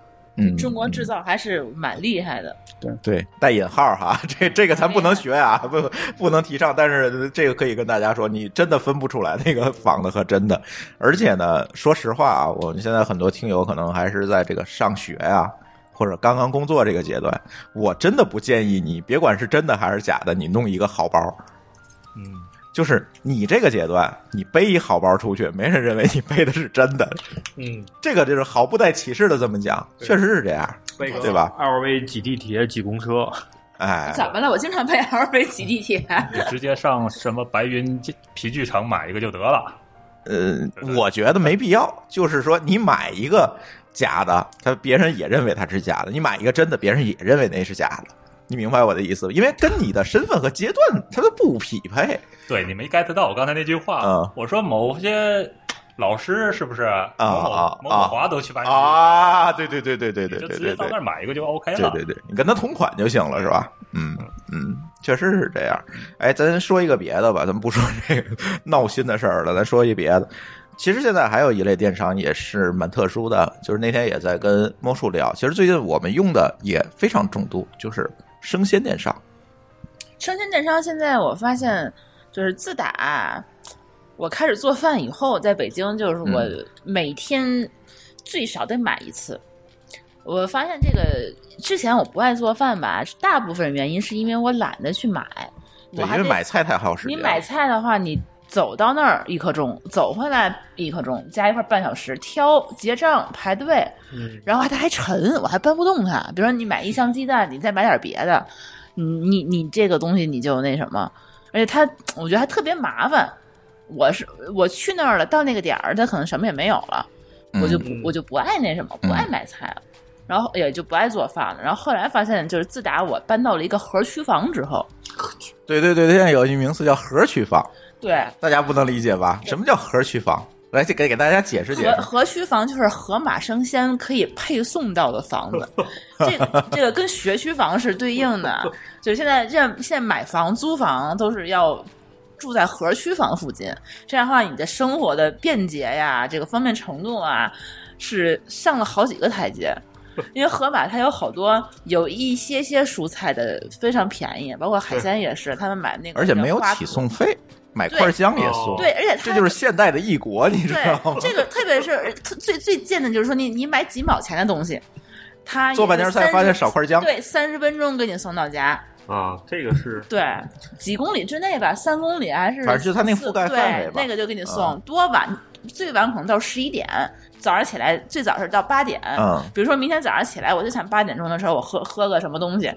[SPEAKER 3] 嗯，
[SPEAKER 2] 中国制造还是蛮厉害的，
[SPEAKER 3] 对带引号哈， 这这个咱不能学啊，不不能提倡。但是这个可以跟大家说，你真的分不出来 那个仿的和真的。而且呢，说实话啊，我们现在很多听友可能还是在这个上学呀、或者刚刚工作这个阶段，我真的不建议你，别管是真的还是假的，你弄一个好包。
[SPEAKER 1] 嗯，
[SPEAKER 3] 就是你这个阶段，你背一好包出去，没人认为你背的是真的，
[SPEAKER 1] 嗯，
[SPEAKER 3] 这个就是毫不带歧视的这么讲，
[SPEAKER 1] 对
[SPEAKER 3] 确实是这样，
[SPEAKER 1] 那个
[SPEAKER 3] 对吧？
[SPEAKER 1] ？LV 挤地铁挤公车，
[SPEAKER 3] 哎，
[SPEAKER 2] 怎么了？我经常被 LV 挤地铁，
[SPEAKER 5] 你直接上什么白云皮具城买一个就得了。
[SPEAKER 3] 呃，我觉得没必要。 就是说，你买一个假的，他别人也认为它是假的；你买一个真的，别人也认为那是假的。你明白我的意思吗？因为跟你的身份和阶段，它都不匹配。
[SPEAKER 5] 对你没 get 到我刚才那句话，
[SPEAKER 3] 嗯
[SPEAKER 5] 我说某些老师是不是某某、
[SPEAKER 3] 啊
[SPEAKER 5] 某
[SPEAKER 3] 啊
[SPEAKER 5] 某华都去白云，
[SPEAKER 3] 啊，对对对对对
[SPEAKER 5] 你
[SPEAKER 3] 对
[SPEAKER 5] 就
[SPEAKER 3] 对
[SPEAKER 5] 直
[SPEAKER 3] 对
[SPEAKER 5] 接到
[SPEAKER 3] 对
[SPEAKER 5] 那。儿买一个就 OK
[SPEAKER 3] 对
[SPEAKER 5] 了。
[SPEAKER 3] 对对，你跟他同款就行了，是吧？嗯嗯，确实是这样。哎，咱说一个别的吧，咱不说这个闹心的事儿了，咱说一别的。其实现在还有一类电商也是蛮特殊的，就是那天也在跟猫叔聊，其实最近我们用的也非常重度，就是生鲜电商。
[SPEAKER 2] 生鲜电商现在我发现，就是自打我开始做饭以后，在北京就是我
[SPEAKER 3] 嗯
[SPEAKER 2] 每天最少得买一次。我发现这个之前我不爱做饭吧，大部分原因是因为我懒得去买。
[SPEAKER 3] 对，
[SPEAKER 2] 我还
[SPEAKER 3] 因为
[SPEAKER 2] 得
[SPEAKER 3] 买菜太耗时
[SPEAKER 2] 你
[SPEAKER 3] 间。
[SPEAKER 2] 买菜的话，你走到那儿一刻钟，走回来一刻钟，加一块半小时，挑结账排队，
[SPEAKER 1] 嗯，
[SPEAKER 2] 然后它还沉，我还搬不动它。比如说你买一箱鸡蛋，你再买点别的，你你你这个东西你就那什么，而且它我觉得还特别麻烦。我是我去那儿了，到那个点儿，它可能什么也没有了，我就不
[SPEAKER 5] 嗯
[SPEAKER 2] 我就不爱那什么，
[SPEAKER 3] 嗯
[SPEAKER 2] 不爱买菜了，然后也就不爱做饭了。然后后来发现，就是自打我搬到了一个合区房之后，
[SPEAKER 3] 对对对，现在有一句名词叫核区房，
[SPEAKER 2] 对，
[SPEAKER 3] 大家不能理解吧？什么叫核区房？来，给给大家解释解
[SPEAKER 2] 河
[SPEAKER 3] 释。
[SPEAKER 2] 河区房就是河马生鲜可以配送到的房 子，这个这个跟学区房是对应的。就是现在这现在买房租房都是要住在河区房附近，这样的话你的生活的便捷呀，这个方便程度啊，是上了好几个台阶。因为河马它有好多有一些些蔬菜的非常便宜，包括海鲜也是，他们买那个
[SPEAKER 3] 而且没有
[SPEAKER 2] 叫花
[SPEAKER 3] 起
[SPEAKER 2] 蛤
[SPEAKER 3] 送费，买块姜也送。
[SPEAKER 2] 对，，而且它
[SPEAKER 3] 这就是现代的异国，你知道
[SPEAKER 2] 对
[SPEAKER 3] 吗，？
[SPEAKER 2] 这个特别是呃特最最贱的就是说你，你买几毛钱的东西， 他
[SPEAKER 3] 做半天菜发现少块姜，
[SPEAKER 2] 对，三十分钟给你送到家，
[SPEAKER 1] 啊，这个 是
[SPEAKER 2] 对，几公里之内吧，三公里还是
[SPEAKER 3] 反正就它那
[SPEAKER 2] 四
[SPEAKER 3] 覆盖范围吧
[SPEAKER 2] 对那个就给你送，
[SPEAKER 3] 嗯
[SPEAKER 2] 多晚最晚可能到十一点，早上起来最早是到八点，
[SPEAKER 3] 嗯，
[SPEAKER 2] 比如说明天早上起来，我就想八点钟的时候我喝喝个什么东西，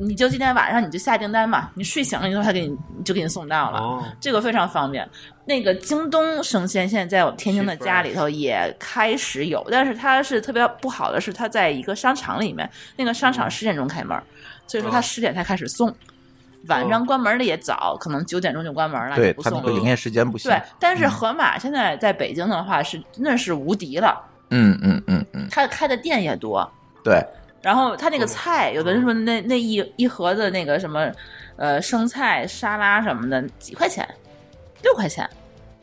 [SPEAKER 2] 你就今天晚上你就下订单嘛，你睡醒了以后他给你就给你送到了，
[SPEAKER 1] 哦，
[SPEAKER 2] 这个非常方便。那个京东生鲜现在在我天津的家里头也开始有，但是它是特别不好的是，它在一个商场里面，那个商
[SPEAKER 3] 嗯
[SPEAKER 2] 场十点钟开门，所以说它
[SPEAKER 1] 哦
[SPEAKER 2] 十点才开始送，晚上关门的也早，可能九点钟就关门了，
[SPEAKER 3] 哦对
[SPEAKER 2] 就不
[SPEAKER 3] 它那
[SPEAKER 2] 送
[SPEAKER 3] 个
[SPEAKER 2] 了。
[SPEAKER 3] 营业时间不行。
[SPEAKER 2] 对，但
[SPEAKER 3] 嗯
[SPEAKER 2] 是盒马现在在北京的话是那是无敌了，
[SPEAKER 3] 嗯嗯嗯嗯，
[SPEAKER 2] 它开的店也多，
[SPEAKER 3] 对，
[SPEAKER 2] 然后它
[SPEAKER 3] 嗯
[SPEAKER 2] 那个菜，有的人说那那一一盒子那个什么，呃，生菜沙拉什么的，几块钱，六块钱，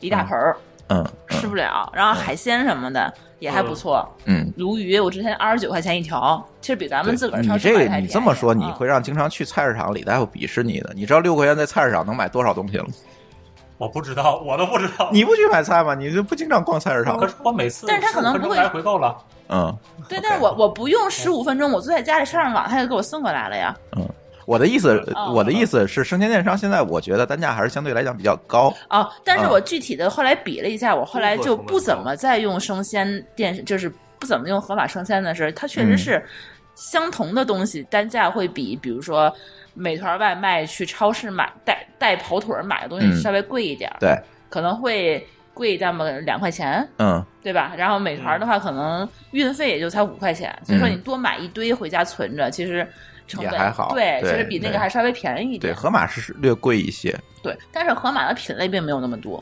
[SPEAKER 2] 一大盆儿、
[SPEAKER 3] 嗯
[SPEAKER 2] 吃
[SPEAKER 3] 嗯
[SPEAKER 2] 不了。然后海鲜什么的、也还不错，
[SPEAKER 3] 嗯。
[SPEAKER 2] 鲈鱼我之前二十九块钱一条，其实比咱们自个儿
[SPEAKER 3] 对
[SPEAKER 2] 超
[SPEAKER 3] 你
[SPEAKER 2] 市
[SPEAKER 3] 这
[SPEAKER 2] 买
[SPEAKER 3] 个
[SPEAKER 2] 的还
[SPEAKER 3] 你
[SPEAKER 2] 便宜
[SPEAKER 3] 这么说，你
[SPEAKER 2] 嗯
[SPEAKER 3] 会让经常去菜市场李大夫鄙视你的。你知道六块钱在菜市场能买多少东西了吗？
[SPEAKER 5] 我不知道，我都不知道。
[SPEAKER 3] 你不去买菜吗？你就不经常逛菜市场
[SPEAKER 5] 可
[SPEAKER 3] 吗？
[SPEAKER 5] 是我每次
[SPEAKER 2] 但是他可能
[SPEAKER 5] 15分钟
[SPEAKER 2] 不会
[SPEAKER 5] 来回购了，
[SPEAKER 3] 嗯，
[SPEAKER 2] 对
[SPEAKER 3] OK
[SPEAKER 2] 但是我我不用十五分钟，我坐在家里上上网，他就给我送过来了呀。
[SPEAKER 3] 我的意思，
[SPEAKER 2] 哦
[SPEAKER 3] 我的意思是，生鲜电商现在我觉得单价还是相对来讲比较高。
[SPEAKER 2] 哦，但是
[SPEAKER 3] 嗯
[SPEAKER 2] 我具体的后来比了一下，我后来就不
[SPEAKER 3] 啊
[SPEAKER 2] 怎么再用生鲜电，就是不怎么用盒马生鲜的时候，它确
[SPEAKER 3] 嗯
[SPEAKER 2] 实是相同的东西，单价会比比如说美团外卖去超市买带带跑腿儿买的东
[SPEAKER 3] 嗯
[SPEAKER 2] 西稍微贵一点儿，
[SPEAKER 3] 对，
[SPEAKER 2] 可能会贵那么两块钱，
[SPEAKER 3] 嗯，
[SPEAKER 2] 对吧？然后美团的话，可能运费也就才五块钱，所以说你多买一堆回家存着，其实。成本
[SPEAKER 3] 嗯也还好
[SPEAKER 2] 对，
[SPEAKER 3] 对
[SPEAKER 2] 其实比那个
[SPEAKER 3] 对
[SPEAKER 2] 还稍微便宜一
[SPEAKER 3] 对，
[SPEAKER 2] 点。
[SPEAKER 3] 盒马是略贵一些，
[SPEAKER 2] 对，但是盒马的品类并没有那么多，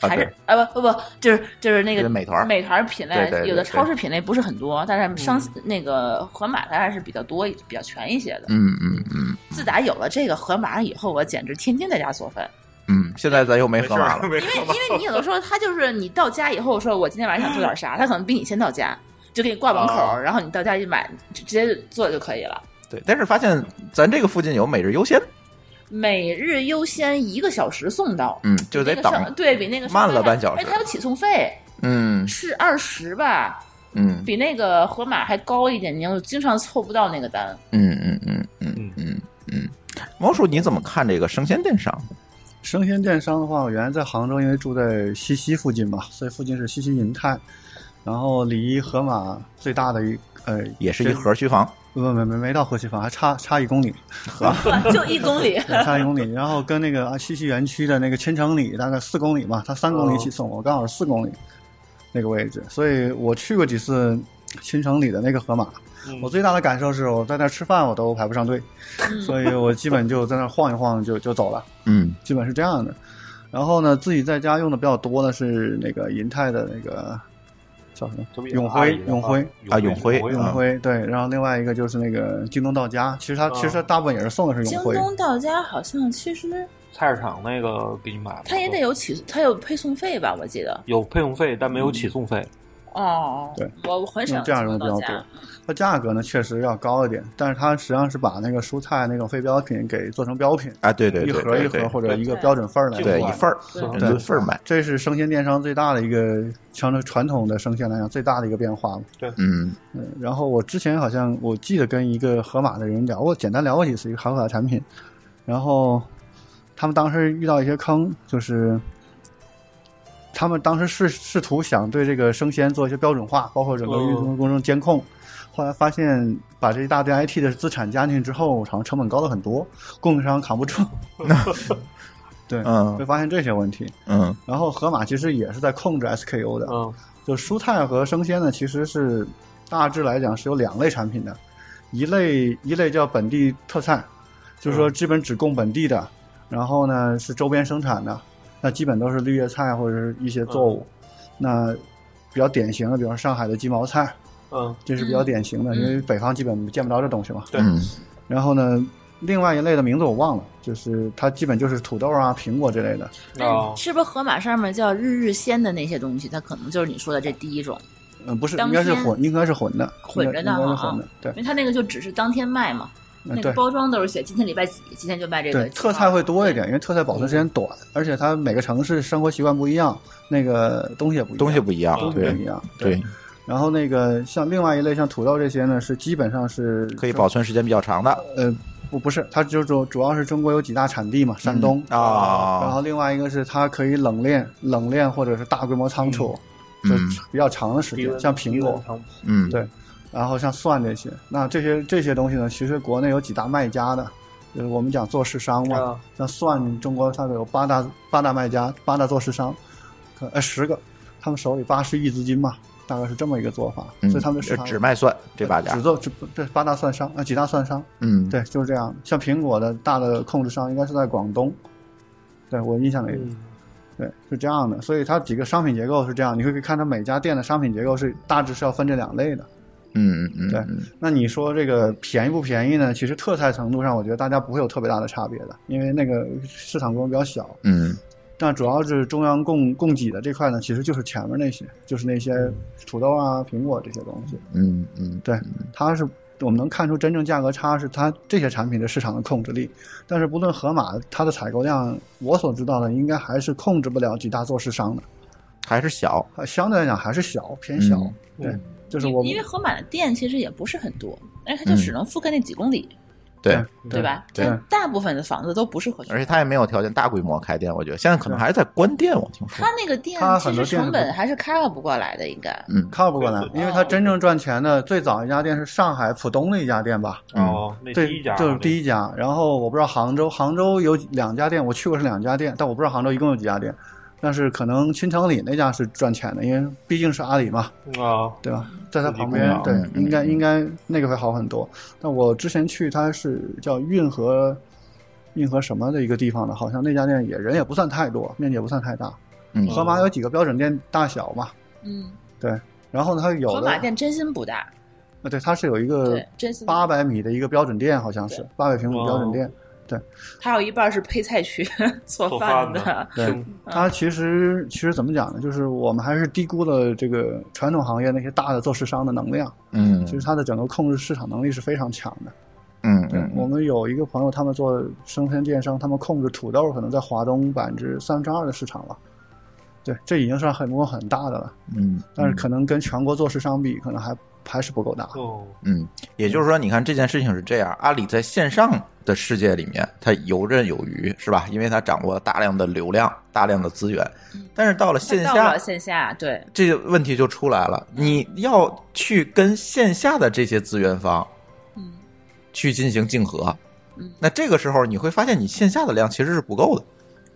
[SPEAKER 3] 啊
[SPEAKER 2] 还
[SPEAKER 3] 对
[SPEAKER 2] 是啊不不不，就是就是那
[SPEAKER 3] 就是
[SPEAKER 2] 个
[SPEAKER 3] 美团儿
[SPEAKER 2] 美团儿品类
[SPEAKER 3] 对对对
[SPEAKER 2] 有的
[SPEAKER 3] 对
[SPEAKER 2] 超市品类不是很多，但是商、那个盒马它还是比较多、比较全一些的。
[SPEAKER 3] 嗯嗯嗯
[SPEAKER 2] 自打有了这个盒马以后，我简直天天在家做饭，
[SPEAKER 3] 嗯，现在咱又没
[SPEAKER 1] 没
[SPEAKER 3] 盒马
[SPEAKER 1] 事儿
[SPEAKER 3] 了，
[SPEAKER 1] 没
[SPEAKER 2] 因为
[SPEAKER 1] 事儿
[SPEAKER 2] 因为你有的时候他就是你到家以后说，我今天晚上想做点啥，他可能比你先到家。就给你挂门口
[SPEAKER 3] 哦
[SPEAKER 2] 儿，然后你到家一买，直接做就可以了。
[SPEAKER 3] 对。但是发现咱这个附近有每日优先，
[SPEAKER 2] 每日优先一个小时送到，
[SPEAKER 3] 嗯，就得
[SPEAKER 2] 那个
[SPEAKER 3] 等，
[SPEAKER 2] 上对比那个
[SPEAKER 3] 慢了
[SPEAKER 2] 上班
[SPEAKER 3] 半小时
[SPEAKER 2] 哎，它有起送费，
[SPEAKER 3] 嗯
[SPEAKER 2] 是二十吧？
[SPEAKER 3] 嗯
[SPEAKER 2] 比那个盒马还高一点，你又经常凑不到那个单。
[SPEAKER 3] 嗯嗯嗯嗯嗯嗯。毛叔，你怎么看这个生鲜电商？
[SPEAKER 4] 生鲜电商的话，我原来在杭州，因为住在西溪附近嘛，所以附近是西溪银泰，然后离盒马最大的一呃
[SPEAKER 3] 也是一盒区房，
[SPEAKER 4] 不不没没没到河西坊，还差差一公里，
[SPEAKER 2] 啊就一 公里。
[SPEAKER 4] 差一公里。然后跟那个啊西溪园区的那个千城里大概四公里吧，它三公里起送，我刚好是四公里那个位置，所以我去过几次千城里的那个盒马。
[SPEAKER 1] 嗯
[SPEAKER 4] 我最大的感受是我在那儿吃饭我都排不上队，所以我基本就在那儿晃一晃就就走了。
[SPEAKER 3] 嗯
[SPEAKER 4] 基本是这样的。然后呢，自己在家用的比较多的是那个银泰的那个叫什么
[SPEAKER 1] 这不也
[SPEAKER 4] 永
[SPEAKER 1] 阿
[SPEAKER 4] 辉
[SPEAKER 1] 姨，的
[SPEAKER 4] 永
[SPEAKER 1] 吗
[SPEAKER 4] 辉，
[SPEAKER 3] 啊永辉
[SPEAKER 1] 啊
[SPEAKER 4] 永辉对。然后另外一个就是那个京东到家，其实它
[SPEAKER 1] 啊
[SPEAKER 4] 其实它大部分也是送的是
[SPEAKER 2] 京
[SPEAKER 4] 永辉，
[SPEAKER 2] 东到家好像其实
[SPEAKER 1] 菜市场那个给你买了，
[SPEAKER 2] 它也得有起，它有配送费吧？我记得
[SPEAKER 3] 嗯
[SPEAKER 1] 有配送费，但没有起送费。
[SPEAKER 2] 哦，
[SPEAKER 4] 对，
[SPEAKER 2] 我我很少
[SPEAKER 4] 用嗯这样用的比
[SPEAKER 2] 到
[SPEAKER 4] 较
[SPEAKER 2] 家
[SPEAKER 4] 多，它价格呢确实要高一点，但是它实际上是把那个蔬菜那种非标品给做成标品，
[SPEAKER 3] 啊，对对
[SPEAKER 4] 一
[SPEAKER 3] 对
[SPEAKER 4] 盒一
[SPEAKER 3] 对
[SPEAKER 4] 盒
[SPEAKER 3] 对，
[SPEAKER 4] 或者
[SPEAKER 5] 对
[SPEAKER 4] 一个标准份儿来
[SPEAKER 3] 对
[SPEAKER 4] 做啊
[SPEAKER 3] 一份儿
[SPEAKER 2] 对
[SPEAKER 3] 论份儿买，
[SPEAKER 4] 这是生鲜电商最大的一个，相对传统的生鲜来讲最大的一个变化了。
[SPEAKER 3] 嗯
[SPEAKER 4] 嗯，然后我之前好像我记得跟一个盒马的人聊过，简单聊过几次一个韩国的产品，然后他们当时遇到一些坑，就是他们当时试试图想对这个生鲜做一些标准化，包括整个
[SPEAKER 1] 哦
[SPEAKER 4] 运输过程监控。后来发现，把这一大堆 IT 的资产加进去之后，好像成本高了很多，供应商扛不 住。对，
[SPEAKER 3] 嗯
[SPEAKER 4] 会发现这些问题。
[SPEAKER 3] 嗯
[SPEAKER 4] 然后盒马其实也是在控制 SKU 的，
[SPEAKER 1] 嗯
[SPEAKER 4] 就蔬菜和生鲜呢，其实是大致来讲是有两类产品的，一类一类叫本地特菜，就是
[SPEAKER 2] 嗯
[SPEAKER 4] 说基本只供本地的，然后呢是周边生产的，那基本都是绿叶菜或者是一
[SPEAKER 2] 嗯
[SPEAKER 4] 些作物，那比较典型的，比方说上海的鸡毛菜，
[SPEAKER 1] 嗯
[SPEAKER 4] 这是比较典型的，
[SPEAKER 2] 嗯
[SPEAKER 4] 因为北方基本见不着这东西嘛。
[SPEAKER 1] 对
[SPEAKER 3] 嗯
[SPEAKER 4] 然后呢，另外一类的名字我忘了，就是它基本就是土豆啊、苹果之类的，
[SPEAKER 2] 那是不是盒马上面叫日日鲜的那些东西，它可能就是你说的这第一种，
[SPEAKER 4] 嗯，不是，
[SPEAKER 2] 当
[SPEAKER 4] 应该是
[SPEAKER 2] 天
[SPEAKER 4] 混，应该是混的，
[SPEAKER 2] 混着
[SPEAKER 4] 应
[SPEAKER 2] 的
[SPEAKER 4] 该应该是
[SPEAKER 2] 啊
[SPEAKER 4] 混的，对
[SPEAKER 2] 因，为它那个就只是当天卖嘛，
[SPEAKER 4] 嗯
[SPEAKER 2] 那个
[SPEAKER 4] 对。
[SPEAKER 2] 包装都是写今天礼拜几，今天就卖这个
[SPEAKER 4] 对，。特菜会多一点，因为特菜保存时间短，而且它每个城市生活习惯不一样，那个东西也不一样，
[SPEAKER 3] 东西不一样
[SPEAKER 4] 东，西不
[SPEAKER 3] 对
[SPEAKER 4] 一样。
[SPEAKER 3] 对，
[SPEAKER 4] 然后那个像另外一类像土豆这些呢，是基本上是
[SPEAKER 3] 可以保存时间比较长的
[SPEAKER 4] 呃不不是，它就主主要是中国有几大产地嘛，山东，然
[SPEAKER 3] 嗯啊，
[SPEAKER 4] 后另外一个是它可以冷链冷链或者是大规模仓储，就
[SPEAKER 3] 嗯
[SPEAKER 4] 比较长的时
[SPEAKER 5] 低
[SPEAKER 4] 间，
[SPEAKER 5] 温
[SPEAKER 4] 像苹
[SPEAKER 5] 低
[SPEAKER 4] 果
[SPEAKER 5] 温，汤
[SPEAKER 3] 嗯
[SPEAKER 4] 对然后像蒜这些，那这些这些东西呢，其实国内有几大卖家的，就是我们讲做市商嘛。
[SPEAKER 1] 啊
[SPEAKER 4] 像蒜，中国大概有八大八大卖家，八大做市商，可呃十个，他们手里八十亿资金嘛，大概是这么一个做法，
[SPEAKER 3] 嗯，
[SPEAKER 4] 所以他们的市场
[SPEAKER 3] 只卖蒜这把家
[SPEAKER 4] 只，做只这八大蒜商啊、呃几大蒜商，
[SPEAKER 3] 嗯，
[SPEAKER 4] 对，就是这样。像苹果的大的控制商应该是在广东，对我印象里，
[SPEAKER 1] 嗯
[SPEAKER 4] 对是这样的，所以它几个商品结构是这样，你会看它每家店的商品结构是大致是要分这两类的。
[SPEAKER 3] 嗯嗯
[SPEAKER 4] 对
[SPEAKER 3] 嗯，
[SPEAKER 4] 那你说这个便宜不便宜呢？其实特菜程度上，我觉得大家不会有特别大的差别的，因为那个市场规模比较小。
[SPEAKER 3] 嗯
[SPEAKER 4] 但主要是中央供供给的这块呢，其实就是前面那些，就是那些土豆啊、苹果这些东西，
[SPEAKER 3] 嗯嗯，
[SPEAKER 4] 它是我们能看出真正价格差是它这些产品的市场的控制力。但是不论盒马，它的采购量，我所知道的应该还是控制不了几大做市商的，
[SPEAKER 3] 还是小，
[SPEAKER 4] 呃相对来讲还是小偏小。
[SPEAKER 3] 嗯
[SPEAKER 4] 对
[SPEAKER 1] 嗯，
[SPEAKER 4] 就是我嗯
[SPEAKER 2] 因为盒马的店其实也不是很多，而且它就只能覆盖那几公里，
[SPEAKER 3] 对，
[SPEAKER 2] 对？吧？
[SPEAKER 3] 对
[SPEAKER 2] 但大部分的房子都不是合区
[SPEAKER 3] 而。且他也没有条件大规模开店，我觉得现在可能还是在关店，我听说
[SPEAKER 2] 它，那个店
[SPEAKER 4] 它
[SPEAKER 2] 其
[SPEAKER 4] 很
[SPEAKER 2] 实
[SPEAKER 4] 多店
[SPEAKER 2] 成本还是 cover 不过来的，应该。
[SPEAKER 3] 嗯
[SPEAKER 4] 靠不过来，因为它真正赚钱的最早一家店是上海浦东的一家店吧？
[SPEAKER 1] 哦，那
[SPEAKER 4] 嗯对
[SPEAKER 1] 第一家，
[SPEAKER 4] 就是
[SPEAKER 1] 一
[SPEAKER 4] 第一家。然后我不知道杭州，杭州有两家店，我去过是两家店，但我不知道杭州一共有几家店。但是可能新城里那家是赚钱的，因为毕竟是阿里嘛，
[SPEAKER 1] 啊，
[SPEAKER 4] 对吧？在它旁
[SPEAKER 1] 自己
[SPEAKER 4] 边
[SPEAKER 1] 供，
[SPEAKER 4] 对
[SPEAKER 3] 嗯，嗯
[SPEAKER 4] 应该
[SPEAKER 3] 嗯
[SPEAKER 4] 应该那个会好很多。但我之前去它是叫运河，运河什么的一个地方的，好像那家店也人也不算太多，面积也不算太大。
[SPEAKER 3] 嗯
[SPEAKER 4] 盒马有几个标准店大小嘛？
[SPEAKER 2] 嗯，
[SPEAKER 4] 然后它有
[SPEAKER 2] 盒
[SPEAKER 4] 的
[SPEAKER 2] 马，店真心不大，
[SPEAKER 4] 呃对，它是有一个
[SPEAKER 2] 对，真心不大
[SPEAKER 4] 八百米的一个标准店，好像是八百平米标准店。
[SPEAKER 2] 它有一半是配菜区做
[SPEAKER 1] 做
[SPEAKER 2] 饭
[SPEAKER 1] 饭
[SPEAKER 2] 的，
[SPEAKER 1] 的
[SPEAKER 4] 对，它其实其实怎么讲呢？就是我们还是低估了这个传统行业那些大的做市商的能量。
[SPEAKER 3] 嗯
[SPEAKER 4] 其实它的整个控制市场能力是非常强的。
[SPEAKER 3] 嗯
[SPEAKER 4] 对，我
[SPEAKER 3] 嗯
[SPEAKER 4] 们有一个朋友，他们做生鲜电商，他们控制土豆可能在华东百分之三十二的市场了。对，这已经算很规模很大的了，
[SPEAKER 3] 嗯，
[SPEAKER 4] 但是可能跟全国做市商比，可能还还是不够大。
[SPEAKER 1] 哦，
[SPEAKER 3] 嗯，也就是说，你看这件事情是这样，阿里在线上的世界里面，它游刃有余，是吧？因为它掌握了大量的流量、大量的资源
[SPEAKER 2] 嗯，
[SPEAKER 3] 但是到了线
[SPEAKER 2] 它到
[SPEAKER 3] 下
[SPEAKER 2] 了，线下，对，
[SPEAKER 3] 这个问题就出来了，你要去跟线下的这些资源方
[SPEAKER 2] 嗯
[SPEAKER 3] 去进行竞合
[SPEAKER 2] 嗯。
[SPEAKER 3] 那这个时候你会发现，你线下的量其实是不够的。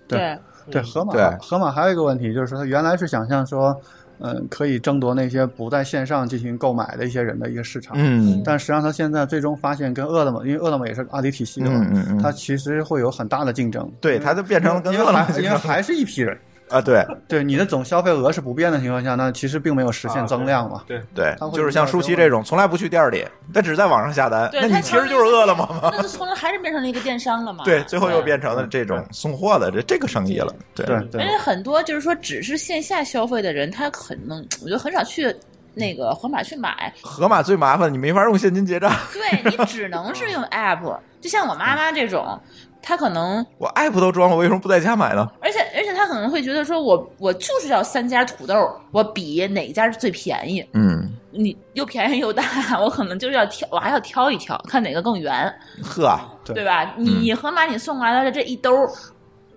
[SPEAKER 4] 对
[SPEAKER 2] 对，
[SPEAKER 4] 对，盒马
[SPEAKER 3] 对
[SPEAKER 4] 盒马还有一个问题，就是它原来是想象说，嗯，可以争夺那些不在线上进行购买的一些人的一个市场，
[SPEAKER 3] 嗯
[SPEAKER 4] 但实际上它现在最终发现跟饿了么，因为饿了么也是阿里体系的嘛，
[SPEAKER 3] 嗯嗯嗯
[SPEAKER 4] 它其实会有很大的竞争，
[SPEAKER 3] 对，
[SPEAKER 4] 因为
[SPEAKER 3] 它就变成了跟
[SPEAKER 4] 因为
[SPEAKER 3] 饿了么
[SPEAKER 4] 还因为还是一批人，
[SPEAKER 3] 啊，对
[SPEAKER 4] 对你的总消费额是不变的情况下，那其实并没有实现增量
[SPEAKER 3] 啊
[SPEAKER 4] 嘛。
[SPEAKER 1] 对，
[SPEAKER 3] 对
[SPEAKER 4] 他，会
[SPEAKER 3] 就是像舒淇这种从来不去店里，但只在网上下单，
[SPEAKER 2] 对
[SPEAKER 3] 那你
[SPEAKER 2] 他
[SPEAKER 3] 其实就是饿了么嘛。
[SPEAKER 2] 那就从来还是变成了一个电商了嘛。
[SPEAKER 3] 对，最后又变成了这种送货的这这个生意了。对
[SPEAKER 4] 对
[SPEAKER 2] 而
[SPEAKER 4] 对
[SPEAKER 2] 且很多就是说只是线下消费的人，他可能我觉得很少去那个盒马去买，
[SPEAKER 3] 盒马最麻烦，你没法用现金结账。
[SPEAKER 2] 对你只能是用 app。就像我妈妈这种，她可能，
[SPEAKER 3] 我 app 都装了，我为什么不在家买呢？
[SPEAKER 2] 而且而且她可能会觉得说我我就是要三家土豆，我比哪家最便宜，
[SPEAKER 3] 嗯，
[SPEAKER 2] 你又便宜又大，我可能就是要挑，我还要挑一挑，看哪个更圆，
[SPEAKER 3] 呵，啊
[SPEAKER 4] 对
[SPEAKER 2] 对吧？
[SPEAKER 3] 嗯
[SPEAKER 2] 你你盒马你送过来的这一兜儿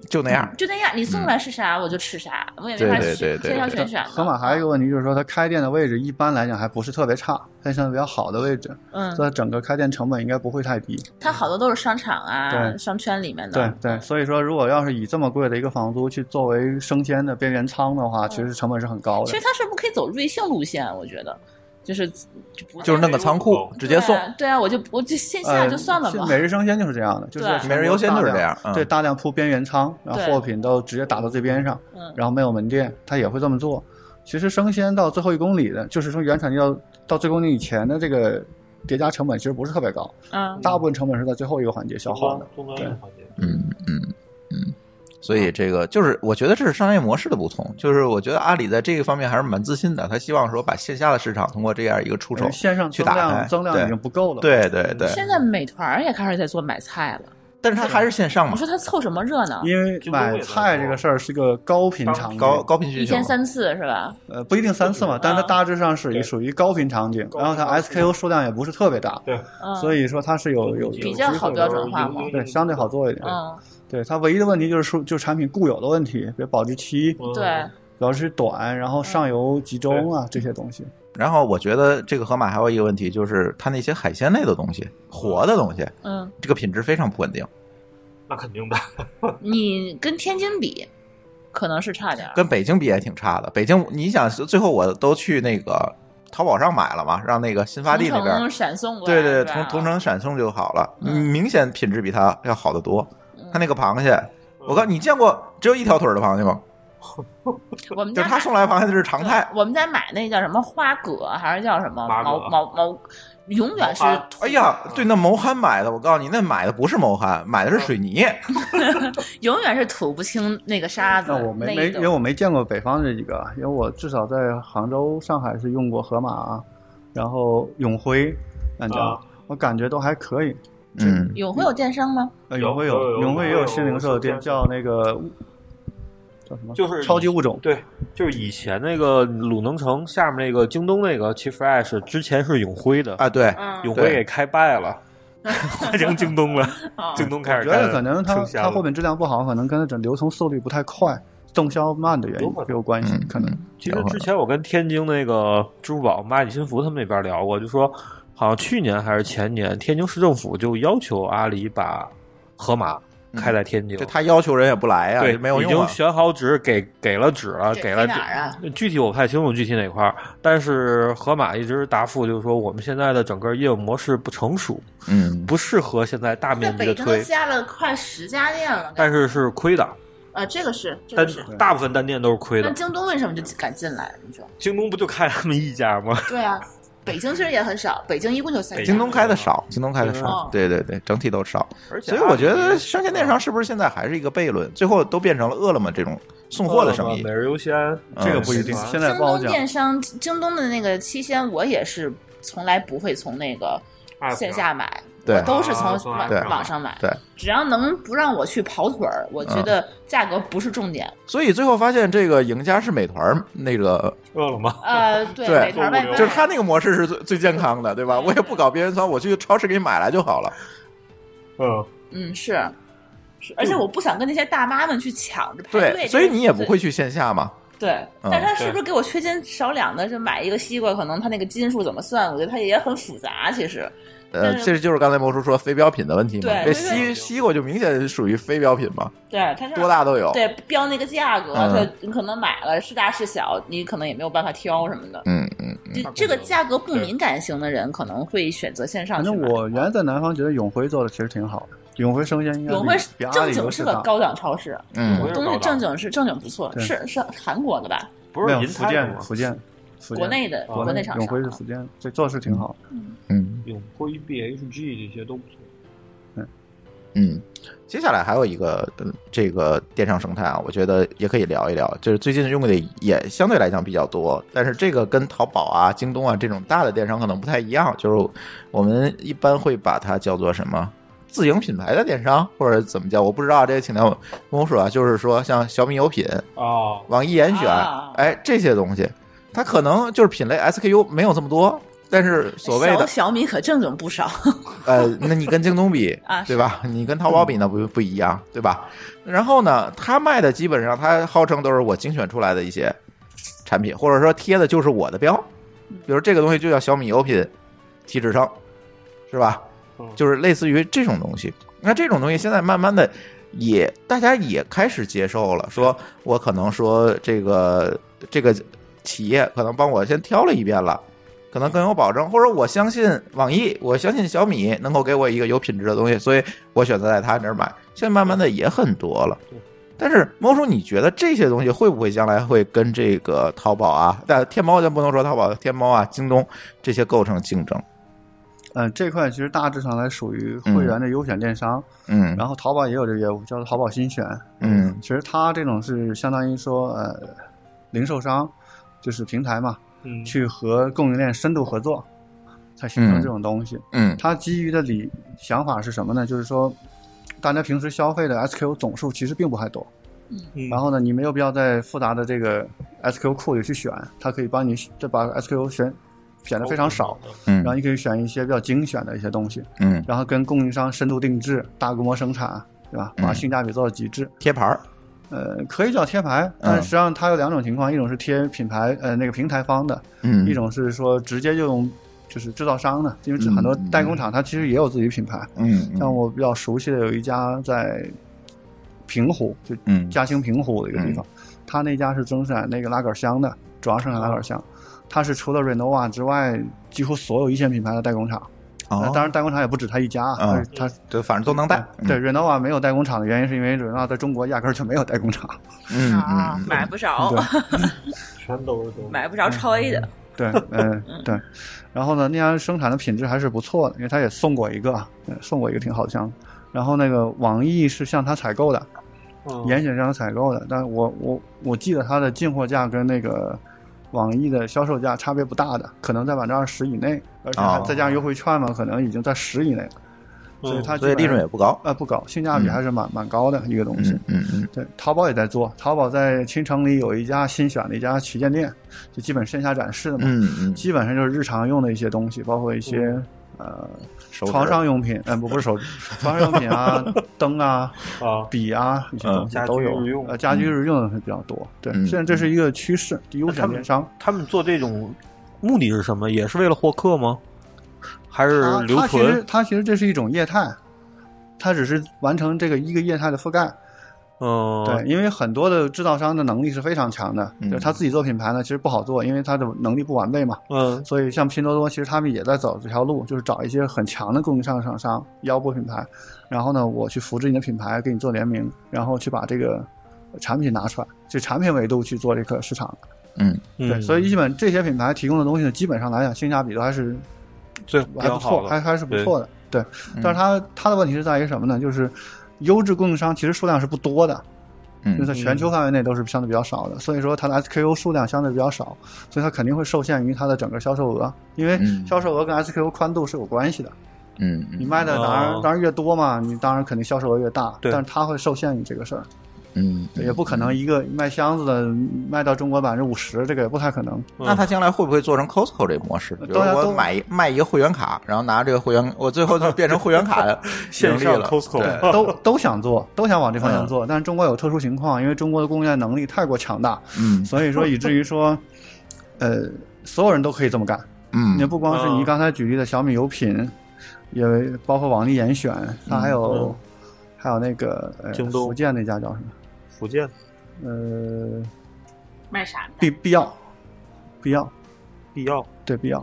[SPEAKER 3] 就那样。
[SPEAKER 2] 就那样，你送来是啥我就吃啥，我也没
[SPEAKER 3] 对
[SPEAKER 2] 法
[SPEAKER 3] 对对
[SPEAKER 2] 选
[SPEAKER 3] 对
[SPEAKER 2] 挑挑
[SPEAKER 3] 对
[SPEAKER 2] 选选的。
[SPEAKER 4] 盒马还有一个问题就是说，它开店的位置一般来讲还不是特别差，它算比较好的位置，
[SPEAKER 2] 嗯，
[SPEAKER 4] 所以它整个开店成本应该不会太低。
[SPEAKER 2] 它好多都是商场啊、
[SPEAKER 4] 对
[SPEAKER 2] 商圈里面
[SPEAKER 4] 对
[SPEAKER 2] 的。
[SPEAKER 4] 对，所以说如果要是以这么贵的一个房租去作为生鲜的边缘仓的话，其实成本是很高的
[SPEAKER 2] 嗯其实。它是不可以走瑞幸路线，啊我觉得，就是就不
[SPEAKER 3] 就是弄个仓库直接
[SPEAKER 2] 对，
[SPEAKER 3] 送
[SPEAKER 2] 啊对啊，我就我就线下
[SPEAKER 4] 呃，
[SPEAKER 2] 就算了嘛。
[SPEAKER 4] 每日生鲜就是这样的，就是
[SPEAKER 2] 对
[SPEAKER 4] 全
[SPEAKER 3] 每日优
[SPEAKER 4] 国
[SPEAKER 3] 先
[SPEAKER 4] 大
[SPEAKER 3] 就是
[SPEAKER 4] 量
[SPEAKER 3] 这样嗯
[SPEAKER 4] 对，大量铺边缘仓，然后
[SPEAKER 2] 对
[SPEAKER 4] 货品都直接打到最边上，
[SPEAKER 2] 嗯，
[SPEAKER 4] 然后没有门店，它也会这么做。其实生鲜到最后一公里的，就是从原产地到到最后一公里以前的这个叠加成本，其实不是特别高，
[SPEAKER 2] 嗯，
[SPEAKER 4] 大部分成本是在最后一个环节消
[SPEAKER 5] 终
[SPEAKER 4] 耗的
[SPEAKER 5] 端。终端这个环节，
[SPEAKER 3] 嗯嗯嗯，所以这个就是我觉得这是商业模式的不同，就是我觉得阿里在这个方面还是蛮自信的，他希望说把线下的市场通过这样一个出手
[SPEAKER 4] 因为，线上
[SPEAKER 3] 去
[SPEAKER 4] 增
[SPEAKER 3] 打开
[SPEAKER 4] 量增量
[SPEAKER 3] 对
[SPEAKER 4] 已经不够了。，
[SPEAKER 3] 对对对，
[SPEAKER 2] 现在美团儿也开始在做买菜了，
[SPEAKER 3] 但是他还是线上嘛
[SPEAKER 2] 你，说它凑什么热闹？
[SPEAKER 4] 因为买菜这个事儿是个高频场景，
[SPEAKER 3] 高高频需
[SPEAKER 2] 一
[SPEAKER 3] 求嘛
[SPEAKER 2] 天，三次是吧？
[SPEAKER 4] 呃不一定三次嘛，但它
[SPEAKER 2] 嗯
[SPEAKER 4] 大致上是一
[SPEAKER 5] 对
[SPEAKER 4] 属于高频场景，
[SPEAKER 5] 高频
[SPEAKER 4] 然后它
[SPEAKER 5] 场景
[SPEAKER 4] SKU 数量也不是特别大，
[SPEAKER 2] 嗯，
[SPEAKER 4] 所以说它是有有有
[SPEAKER 2] 比较
[SPEAKER 4] 机
[SPEAKER 2] 好
[SPEAKER 4] 会
[SPEAKER 2] 标
[SPEAKER 4] 的
[SPEAKER 2] 准化嘛
[SPEAKER 5] 有有有
[SPEAKER 4] 对，相对好做一点。
[SPEAKER 2] 嗯，
[SPEAKER 4] 对它唯一的问题就是说，就是产品固有的问题，比如保质期、
[SPEAKER 5] 嗯
[SPEAKER 2] 对，
[SPEAKER 4] 保质期短，然后上游集中啊这些东西。
[SPEAKER 2] 嗯
[SPEAKER 3] 然后我觉得这个盒马还有一个问题，就是它那些海鲜类的东西、活的东西，
[SPEAKER 2] 嗯，
[SPEAKER 3] 这个品质非常不稳定，
[SPEAKER 5] 那 肯定的，
[SPEAKER 1] 嗯
[SPEAKER 2] 你跟天津比，可能是差点儿。
[SPEAKER 3] 跟北京比也挺差的。北京，你想，最后我都去那个淘宝上买了嘛，让那个新发地那
[SPEAKER 2] 同
[SPEAKER 3] 边
[SPEAKER 2] 城，闪送过来，
[SPEAKER 3] 对对
[SPEAKER 2] 是
[SPEAKER 3] 对，
[SPEAKER 2] 吧
[SPEAKER 3] 同同城闪送就好了，
[SPEAKER 2] 嗯
[SPEAKER 3] 明显品质比它要好得多。它那个螃蟹，
[SPEAKER 2] 嗯
[SPEAKER 3] 我告诉你，
[SPEAKER 5] 你，
[SPEAKER 3] 你见过只有一条腿的螃蟹吗？
[SPEAKER 2] 我们
[SPEAKER 3] 就
[SPEAKER 2] 家
[SPEAKER 3] 是他送来的螃蟹这是常态。
[SPEAKER 2] 我们在买那叫什么花蛤，还是叫什么
[SPEAKER 5] 麻蛤
[SPEAKER 2] 毛毛毛，永远是
[SPEAKER 5] 毛蛤
[SPEAKER 3] 哎呀，对，那谋憨买的，我告诉你，那买的不是谋憨，买的是水泥。
[SPEAKER 2] 永远是吐不清那个沙子。
[SPEAKER 4] 那我没
[SPEAKER 2] 一
[SPEAKER 4] 没，
[SPEAKER 2] 种
[SPEAKER 4] 因为我没见过北方这几个，啊因为我至少在杭州、上海是用过盒马啊，然后永辉、南疆，
[SPEAKER 5] 啊
[SPEAKER 4] 我感觉都还可以。
[SPEAKER 3] 嗯，
[SPEAKER 2] 有会有电商吗？
[SPEAKER 4] 呃，
[SPEAKER 5] 有
[SPEAKER 4] 永辉
[SPEAKER 5] 有有
[SPEAKER 4] 永辉也
[SPEAKER 5] 有
[SPEAKER 4] 有
[SPEAKER 5] 有
[SPEAKER 4] 新零售的店，
[SPEAKER 5] 有
[SPEAKER 4] 叫那个叫什么？
[SPEAKER 5] 就是
[SPEAKER 4] 超级物种。
[SPEAKER 5] 对，
[SPEAKER 1] 就是以前那个鲁能城下面那个京东那个 T Fresh，之前是永辉的，
[SPEAKER 3] 啊，对，
[SPEAKER 2] 嗯
[SPEAKER 1] 永辉给开败了， 换成京东了，
[SPEAKER 2] 嗯哦
[SPEAKER 1] 京东开
[SPEAKER 4] 我
[SPEAKER 1] 始
[SPEAKER 4] 觉
[SPEAKER 1] 开
[SPEAKER 4] 得
[SPEAKER 1] 了
[SPEAKER 4] 可能它
[SPEAKER 1] 剩下
[SPEAKER 4] 它
[SPEAKER 1] 的
[SPEAKER 4] 货品质量不好，可能跟它整流通速率不太快、动销慢的原因
[SPEAKER 5] 有可能
[SPEAKER 4] 有关系
[SPEAKER 3] 嗯，
[SPEAKER 4] 可能。
[SPEAKER 1] 其实之前我跟天津那个支付宝蚂蚁金服他们那边聊过，就说好像去年还是前年，天津市政府就要求阿里把盒马开在天津。
[SPEAKER 3] 这他要求人也不来呀，
[SPEAKER 1] 对，
[SPEAKER 3] 没有
[SPEAKER 1] 已
[SPEAKER 3] 用
[SPEAKER 1] 经
[SPEAKER 3] 啊。
[SPEAKER 1] 选好址，给给了址了，
[SPEAKER 2] 给
[SPEAKER 1] 给了
[SPEAKER 2] 给
[SPEAKER 1] 址
[SPEAKER 2] 哪儿啊
[SPEAKER 1] 具体我不太清楚具体哪块儿，但是盒马一直答复就是说，我们现在的整个业务模式不成熟，
[SPEAKER 3] 嗯，
[SPEAKER 1] 不适合现在大
[SPEAKER 2] 在
[SPEAKER 1] 面积
[SPEAKER 2] 北
[SPEAKER 1] 的
[SPEAKER 2] 京都
[SPEAKER 1] 推，
[SPEAKER 2] 加了快十家店了，
[SPEAKER 1] 但是是亏的，
[SPEAKER 2] 啊，这个是，这
[SPEAKER 1] 但
[SPEAKER 2] 个是。
[SPEAKER 1] 大部分单店都是亏
[SPEAKER 2] 那
[SPEAKER 1] 的。
[SPEAKER 2] 京东为什么就敢进来？你说？
[SPEAKER 1] 京东不就开他们一家吗？
[SPEAKER 2] 对啊，北京其实也很少，北京一共就三家。
[SPEAKER 3] 京东开的少，京东开的
[SPEAKER 2] 哦
[SPEAKER 3] 少，对对对，整体都少。
[SPEAKER 1] 而且
[SPEAKER 3] 所以我觉得生鲜电商是不是现在还是一个悖论？最后都变成了饿了么这种送货的生意
[SPEAKER 1] 每。日优先，
[SPEAKER 3] 这个不
[SPEAKER 4] 一定
[SPEAKER 1] 嗯
[SPEAKER 4] 现在
[SPEAKER 2] 京
[SPEAKER 4] 不好
[SPEAKER 2] 东
[SPEAKER 4] 讲
[SPEAKER 2] 电商，京东的那个期限，我也是从来不会从那个线下买，
[SPEAKER 3] 对
[SPEAKER 2] 我都是从
[SPEAKER 5] 啊从
[SPEAKER 2] 网
[SPEAKER 5] 网
[SPEAKER 3] 上
[SPEAKER 2] 网上买。
[SPEAKER 3] 对，嗯
[SPEAKER 2] 只要能不让我去跑腿儿，我觉得价格不是重 点。
[SPEAKER 3] 所以最后发现这个赢家是美团儿，那个
[SPEAKER 1] 饿了么。
[SPEAKER 2] 呃，对，
[SPEAKER 3] 对
[SPEAKER 2] 美团外卖
[SPEAKER 3] 就是他那个模式是最最健康的，对吧？我也不搞边缘仓，我去超市给你买来就好了。
[SPEAKER 2] 哎
[SPEAKER 1] 嗯，
[SPEAKER 2] 嗯是。是而且我不想跟那些大妈们去抢着排队，
[SPEAKER 3] 对，
[SPEAKER 2] 这
[SPEAKER 3] 所以你也不
[SPEAKER 2] 对
[SPEAKER 3] 会去线下嘛。
[SPEAKER 2] 对，
[SPEAKER 3] 嗯
[SPEAKER 2] 但是他是不是给我缺斤少两的？就买一个西瓜，可能他那个斤数怎么算？我觉得他也很复杂。其实，
[SPEAKER 3] 呃，
[SPEAKER 2] 但是
[SPEAKER 3] 这就是刚才魔叔说非标品的问题嘛。
[SPEAKER 2] 对
[SPEAKER 3] 这
[SPEAKER 2] 非标
[SPEAKER 3] 西
[SPEAKER 5] 品
[SPEAKER 3] 西瓜就明显属于非标品嘛，
[SPEAKER 2] 对，他是
[SPEAKER 3] 多大都有。
[SPEAKER 2] 对标那个价格，
[SPEAKER 3] 嗯
[SPEAKER 2] 他你可能买了是大是小，你可能也没有办法挑什么的。
[SPEAKER 3] 嗯嗯，
[SPEAKER 2] 就这个价格不敏感型的人，可能会选择线上
[SPEAKER 4] 反
[SPEAKER 2] 去
[SPEAKER 4] 正
[SPEAKER 2] 买。
[SPEAKER 4] 我原来在南方觉得永辉做的其实挺好的，永辉生鲜应该
[SPEAKER 2] 永辉
[SPEAKER 4] 比比阿
[SPEAKER 2] 正
[SPEAKER 4] 里都
[SPEAKER 2] 经是
[SPEAKER 4] 是
[SPEAKER 2] 个
[SPEAKER 4] 大
[SPEAKER 2] 高档超市，
[SPEAKER 1] 我
[SPEAKER 3] 嗯
[SPEAKER 1] 也，
[SPEAKER 2] 东西正经是正经不错，
[SPEAKER 4] 对
[SPEAKER 2] 是是韩国的吧？
[SPEAKER 1] 不
[SPEAKER 4] 没
[SPEAKER 1] 是
[SPEAKER 4] 有
[SPEAKER 1] 银
[SPEAKER 4] 福
[SPEAKER 1] 泰
[SPEAKER 4] 建
[SPEAKER 1] 吗？
[SPEAKER 4] 福建福建
[SPEAKER 2] 国内的
[SPEAKER 1] 国
[SPEAKER 2] 国内厂
[SPEAKER 4] 啊永
[SPEAKER 2] 商啊
[SPEAKER 4] 辉是福建，这做的是挺好。
[SPEAKER 3] 嗯
[SPEAKER 6] 永辉、BHG 这些都不错。
[SPEAKER 3] 嗯。接下来还有一个嗯这个电商生态啊，我觉得也可以聊一聊，就是最近用的也相对来讲比较多，但是这个跟淘宝啊、京东啊这种大的电商可能不太一样，就是我们一般会把它叫做什么自营品牌的电商，或者怎么叫，我不知道，这个请到跟我说啊，就是说像小米有品，
[SPEAKER 6] 哦，
[SPEAKER 3] 网易严选
[SPEAKER 2] 啊，
[SPEAKER 3] 哎，这些东西，它可能就是品类 SKU 没有这么多，但是所谓
[SPEAKER 2] 小
[SPEAKER 3] 的
[SPEAKER 2] 小米可正经不少，
[SPEAKER 3] 呃，那你跟京东比
[SPEAKER 2] 啊
[SPEAKER 3] 对吧？你跟淘宝比那不不一样，对吧？然后呢，他卖的基本上他号称都是我精选出来的一些产品，或者说贴的就是我的标，比如这个东西就叫小米优品体脂秤，是吧？就是类似于这种东西。那这种东西现在慢慢的也大家也开始接受了，说我可能说这个这个企业可能帮我先挑了一遍了。可能更有保证，或者我相信网
[SPEAKER 4] 嗯
[SPEAKER 3] 易，我相信小米能够给我一个有品质的东西，所以我选择在他那儿买。现在慢慢的也很多了，但是猫叔，你觉得这些东西会不会将来会跟这个淘宝啊，但天猫咱不能说淘宝、天猫啊、京东这些构成竞争？
[SPEAKER 4] 嗯，这块其实大致上来属于
[SPEAKER 1] 嗯
[SPEAKER 4] 会员的优选电商，
[SPEAKER 3] 嗯
[SPEAKER 4] 然后淘宝也有这个业务，叫做淘宝新选。
[SPEAKER 3] 嗯
[SPEAKER 4] 其实它这种是相当于说呃，零售商就是平台嘛，
[SPEAKER 6] 嗯，
[SPEAKER 4] 去和供应链深度合作，才形成这种东西。
[SPEAKER 3] 嗯
[SPEAKER 4] 它基于的理想法是什么呢？就是说，大家平时消费的 SKU 总数其实并不太多，
[SPEAKER 6] 嗯
[SPEAKER 4] 然后呢，你没有必要在复杂的这个 SKU 库里去选，它可以帮你再把 SKU 选选的非常少，然后
[SPEAKER 3] 嗯
[SPEAKER 4] 你可以选一些比较精选的一些东西，
[SPEAKER 3] 嗯，
[SPEAKER 4] 然后跟供应商深度定制、大规模生产，对吧？把
[SPEAKER 3] 嗯
[SPEAKER 4] 性价比做到极致。
[SPEAKER 3] 贴牌儿，
[SPEAKER 4] 呃，可以叫贴牌，
[SPEAKER 3] 嗯
[SPEAKER 4] 但实际上它有两种情况，一种是贴品牌呃那个平台方的，
[SPEAKER 3] 嗯，
[SPEAKER 4] 一种是说直接就用就是制造商的，因为这很多
[SPEAKER 3] 嗯嗯
[SPEAKER 4] 代工厂它其实也有自己品牌，
[SPEAKER 3] 嗯嗯
[SPEAKER 4] 像我比较熟悉的有一家在平湖，就
[SPEAKER 3] 嗯
[SPEAKER 4] 嘉兴平湖的一个地方，它那家是生产那个拉杆箱的，主要生产拉杆箱。它是除了 Renova 之外，几乎所有一线品牌的代工厂。
[SPEAKER 3] 哦
[SPEAKER 4] 呃，当然，代工厂也不止它一家，啊
[SPEAKER 3] 嗯
[SPEAKER 4] 但是它
[SPEAKER 3] 对，反正都能带，嗯
[SPEAKER 4] 对 Renova 没有代工厂的原因，是因为 Renova 在中国压根儿就没有代工厂。
[SPEAKER 3] 嗯，嗯
[SPEAKER 2] 啊
[SPEAKER 3] 嗯，
[SPEAKER 2] 买不着
[SPEAKER 4] 对，
[SPEAKER 6] 全都是都
[SPEAKER 2] 买不着超 A 的，
[SPEAKER 4] 对，嗯，对。然后呢，那家生产的品质还是不错的，因为他也送过一个，呃送过一个挺好的箱子。然后那个网易是向他采购的，
[SPEAKER 1] 哦
[SPEAKER 4] 严选向他采购的，但我我我记得它的进货价跟那个网易的销售价差别不大的，可能在百分之二十以内，而且还
[SPEAKER 3] 哦
[SPEAKER 4] 再加上优惠券嘛，可能已经在十以内了，所以它
[SPEAKER 3] 嗯所以利润也不高。
[SPEAKER 4] 呃不高，性价比还是蛮、蛮高的一个东西。
[SPEAKER 3] 嗯嗯嗯
[SPEAKER 4] 对，淘宝也在做，淘宝在青城里有一家新选的一家旗舰店，就基本线下展示的嘛，
[SPEAKER 3] 嗯嗯，
[SPEAKER 4] 基本上就是日常用的一些东西，包括一些、呃
[SPEAKER 3] 手指
[SPEAKER 4] 床上用品，呃不不是手指，床上用品 啊、灯啊、
[SPEAKER 6] 啊，
[SPEAKER 4] 笔啊这些东西
[SPEAKER 1] 嗯
[SPEAKER 4] 都有
[SPEAKER 1] 家居日用，
[SPEAKER 4] 呃家居日用的会比较多。对，
[SPEAKER 3] 嗯
[SPEAKER 4] 现在这是一个趋势，优
[SPEAKER 1] 他
[SPEAKER 4] 选
[SPEAKER 1] 们
[SPEAKER 4] 电商。
[SPEAKER 1] 他们做这种目的是什么？也是为了获客吗？还是
[SPEAKER 4] 它
[SPEAKER 1] 留
[SPEAKER 4] 它啊其实
[SPEAKER 1] 存？
[SPEAKER 4] 它其实这是一种业态，它只是完成这个一个业态的覆盖。
[SPEAKER 1] 嗯，
[SPEAKER 4] 对，因为很多的制造商的能力是非常强的，
[SPEAKER 3] 嗯
[SPEAKER 4] 就是他自己做品牌呢，其实不好做，因为他的能力不完备嘛。
[SPEAKER 1] 嗯，
[SPEAKER 4] 所以像拼多多，其实他们也在走这条路，就是找一些很强的供应商厂商腰部品牌，然后呢，我去扶持你的品牌，给你做联名，然后去把这个产品拿出来，就产品维度去做这个市场。
[SPEAKER 3] 嗯
[SPEAKER 1] 嗯
[SPEAKER 4] 对，所以基本这些品牌提供的东西呢，基本上来讲性价比都还是
[SPEAKER 1] 最
[SPEAKER 4] 还不
[SPEAKER 1] 较好
[SPEAKER 4] 错，
[SPEAKER 1] 的
[SPEAKER 4] 还还是不错的。对，但是它它的问题是在于什么呢？就是优质供应商其实数量是不多的，因为
[SPEAKER 3] 嗯
[SPEAKER 4] 在全球范围内都是相对比较少的，所以说它的 SKU 数量相对比较少，所以它肯定会受限于它的整个销售额，因为
[SPEAKER 3] 嗯
[SPEAKER 4] 销售额跟 SKU 宽度是有关系的。
[SPEAKER 3] 嗯
[SPEAKER 4] 你
[SPEAKER 3] 嗯
[SPEAKER 4] 卖的当然
[SPEAKER 1] 哦
[SPEAKER 4] 当然越多嘛，你当然肯定销售额越大，
[SPEAKER 1] 对
[SPEAKER 4] 但是它会受限于这个事儿，
[SPEAKER 3] 嗯，
[SPEAKER 4] 也不可能一个卖箱子的卖到中国百分之五十，这个也不太可能。
[SPEAKER 3] 那他将来会不会做成 Costco 这模式？比如
[SPEAKER 4] 嗯大家
[SPEAKER 3] 我
[SPEAKER 4] 都
[SPEAKER 3] 买一卖一个会员卡，然后拿这个会员，我最后就变成会 员卡
[SPEAKER 1] 线
[SPEAKER 3] 盈利
[SPEAKER 1] 上
[SPEAKER 3] 了。
[SPEAKER 1] Costco
[SPEAKER 3] 对
[SPEAKER 4] 都都想做，都想往这方向做，但是中国有特殊情况，因为中国的供应链能力太过强大，
[SPEAKER 3] 嗯
[SPEAKER 4] 所以说以至于说，呃，所有人都可以这么干。也
[SPEAKER 3] 嗯
[SPEAKER 4] 不光是你
[SPEAKER 1] 嗯
[SPEAKER 4] 刚才举例的小米有品，也包括网易严选，它还有、
[SPEAKER 1] 嗯
[SPEAKER 4] 还有那个、呃、
[SPEAKER 1] 京东
[SPEAKER 4] 福建那家叫什么？
[SPEAKER 1] 福建
[SPEAKER 4] 呃，
[SPEAKER 2] 卖啥的？
[SPEAKER 4] 必必要，必要，
[SPEAKER 1] 必要
[SPEAKER 4] 对必要，